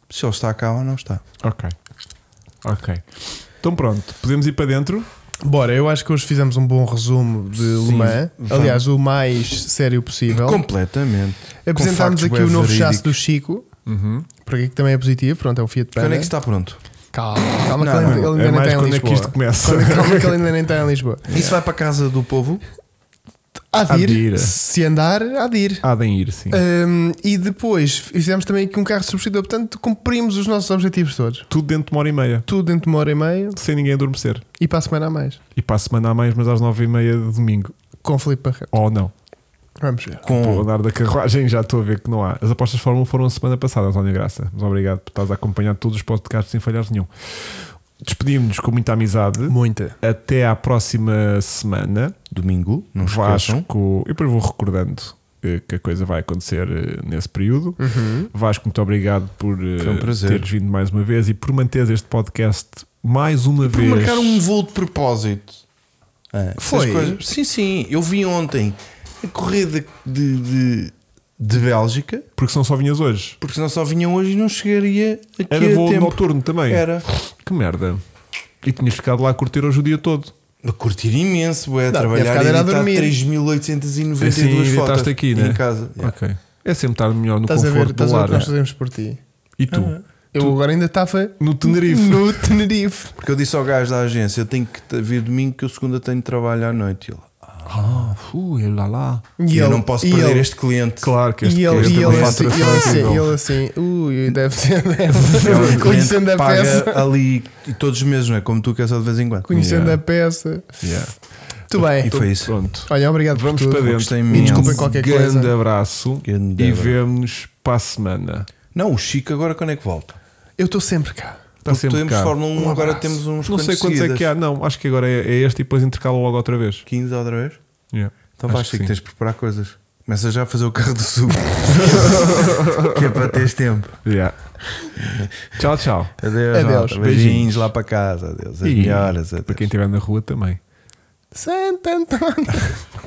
Speaker 1: se ele está cá ou não está.
Speaker 2: Ok. Ok. Então pronto, podemos ir para dentro.
Speaker 3: Bora, eu acho que hoje fizemos um bom resumo de Le
Speaker 1: Sim,
Speaker 3: Mans.
Speaker 1: vamos.
Speaker 3: Aliás, o mais sério possível.
Speaker 1: Completamente.
Speaker 3: Apresentámos
Speaker 1: com
Speaker 3: aqui
Speaker 1: factos
Speaker 3: o novo
Speaker 1: bué
Speaker 3: chassi do Chico,
Speaker 2: Uhum.
Speaker 3: para que também é positivo. Pronto, é o Fiat
Speaker 1: Quando
Speaker 3: Panda.
Speaker 1: é que está pronto?
Speaker 3: Calma,
Speaker 1: Não,
Speaker 3: calma, que ele-
Speaker 1: não,
Speaker 3: ele
Speaker 2: É
Speaker 3: ainda nem
Speaker 2: mais
Speaker 3: está em
Speaker 2: quando é que isto
Speaker 3: Lisboa.
Speaker 2: começa.
Speaker 3: Calma, calma, que ele ainda nem está em Lisboa.
Speaker 1: [laughs] Isso vai para a casa do povo?
Speaker 3: Há de
Speaker 2: Há de
Speaker 3: ir,
Speaker 2: ir.
Speaker 3: se andar, há de ir.
Speaker 2: [laughs] Há de ir, sim.
Speaker 3: Hum, e depois fizemos também aqui um carro de substituidor, portanto cumprimos os nossos objetivos todos.
Speaker 2: Tudo dentro de uma hora e meia.
Speaker 3: Tudo dentro de uma hora e meia
Speaker 2: Sem ninguém adormecer.
Speaker 3: e para a semana a mais.
Speaker 2: E para a semana há mais, mas às nove e meia de domingo.
Speaker 3: Com o Filipe Barreto.
Speaker 2: Ou não.
Speaker 3: Vamos ver.
Speaker 2: O
Speaker 1: Com
Speaker 2: andar da carruagem já estou a ver que não há. As apostas de Fórmula um foram a semana passada, António Graça. Mas obrigado por estás a acompanhar todos os podcasts sem falhar nenhum. Despedimos-nos com muita amizade.
Speaker 3: Muita.
Speaker 2: Até à próxima semana.
Speaker 1: domingo, não esqueçam.
Speaker 2: Vasco, eu depois vou recordando eh, que a coisa vai acontecer eh, nesse período. Vasco, muito obrigado por eh,
Speaker 1: Foi um prazer.
Speaker 2: teres vindo mais uma vez e por manteres este podcast mais uma
Speaker 1: Por
Speaker 2: vez.
Speaker 1: marcar um voo de propósito. Ah, essas
Speaker 3: É. Foi?
Speaker 1: coisas- Sim, sim. Eu vi ontem a corrida de, de, de Bélgica,
Speaker 2: Porque são só vinhas hoje.
Speaker 1: porque senão só vinham hoje e não chegaria aqui
Speaker 2: Era
Speaker 1: a
Speaker 2: voo
Speaker 1: tempo.
Speaker 2: noturno também.
Speaker 1: Era.
Speaker 2: Que merda. E tinhas ficado lá a curtir hoje o dia todo.
Speaker 1: A curtir imenso, ué, a
Speaker 3: Não,
Speaker 1: trabalhar
Speaker 3: deve ficar
Speaker 1: e
Speaker 3: era a
Speaker 1: editar
Speaker 3: dormir.
Speaker 1: 3.892
Speaker 2: Assim,
Speaker 1: fotos.
Speaker 2: editaste aqui, né?
Speaker 1: Em casa. yeah.
Speaker 2: Ok. É sempre estar melhor no
Speaker 3: Estás a ver,
Speaker 2: conforto
Speaker 3: estás
Speaker 2: do
Speaker 3: a ver o que
Speaker 2: lar.
Speaker 3: nós fazemos por ti.
Speaker 2: E tu?
Speaker 3: Eu
Speaker 2: Tu-
Speaker 3: agora ainda estava
Speaker 2: No Tenerife.
Speaker 3: no Tenerife.
Speaker 1: Porque eu disse ao gajo da agência: eu tenho que te- vir domingo, que eu segunda tenho de trabalho à noite. E ele,
Speaker 2: Ah, fui, lá lá.
Speaker 3: E
Speaker 1: eu
Speaker 3: ele-
Speaker 1: não posso
Speaker 3: e
Speaker 1: perder
Speaker 3: ele-
Speaker 1: este cliente.
Speaker 2: Claro que este
Speaker 3: E ele,
Speaker 2: este
Speaker 3: e
Speaker 2: é uma
Speaker 3: ele, assim, e ele
Speaker 2: faturação
Speaker 3: assim,
Speaker 2: incrível.
Speaker 3: ele assim, ui, deve
Speaker 2: [laughs]
Speaker 3: ser,
Speaker 1: É um cliente
Speaker 3: [laughs] conhecendo a
Speaker 1: que paga
Speaker 3: peça,
Speaker 1: ali e todos os meses, não é? Como tu que é só de vez em quando.
Speaker 3: conhecendo
Speaker 2: Yeah.
Speaker 3: a peça.
Speaker 2: Yeah.
Speaker 3: Muito bem,
Speaker 1: E foi isso.
Speaker 2: Pronto.
Speaker 3: olha, obrigado
Speaker 2: Vamos
Speaker 3: por
Speaker 2: para
Speaker 3: tudo.
Speaker 2: dentro.
Speaker 1: Gostei
Speaker 3: Me
Speaker 1: imenso.
Speaker 3: desculpem qualquer
Speaker 2: Grande
Speaker 3: coisa.
Speaker 2: abraço
Speaker 1: Grande
Speaker 2: e
Speaker 1: abraço.
Speaker 2: vemo-nos para a semana.
Speaker 1: Não, o Chico agora quando é que volta?
Speaker 3: Eu estou sempre cá.
Speaker 1: Porque
Speaker 2: Está Tá sempre
Speaker 1: temos
Speaker 2: cá.
Speaker 1: Fórmula 1,
Speaker 3: Um
Speaker 1: agora
Speaker 3: abraço.
Speaker 1: temos uns
Speaker 2: Não sei
Speaker 1: quantos
Speaker 2: quantos é que há, não. Acho que agora é, é este e depois intercala logo outra vez.
Speaker 1: 15 outra vez?
Speaker 2: Yeah.
Speaker 1: Então
Speaker 2: Acho
Speaker 1: vais
Speaker 2: que
Speaker 1: ter que
Speaker 2: sim.
Speaker 1: tens de preparar coisas. Começa já a fazer o carro do
Speaker 2: [laughs]
Speaker 1: sul. que é para teres tempo.
Speaker 2: Yeah. [laughs] tchau, tchau.
Speaker 1: Adeus,
Speaker 3: Adeus.
Speaker 1: malta. Beijinhos,
Speaker 2: Beijinhos.
Speaker 1: lá para casa. Adeus. As
Speaker 2: E
Speaker 1: melhoras.
Speaker 2: para
Speaker 1: adeus.
Speaker 2: quem estiver na rua também.
Speaker 3: Santo António.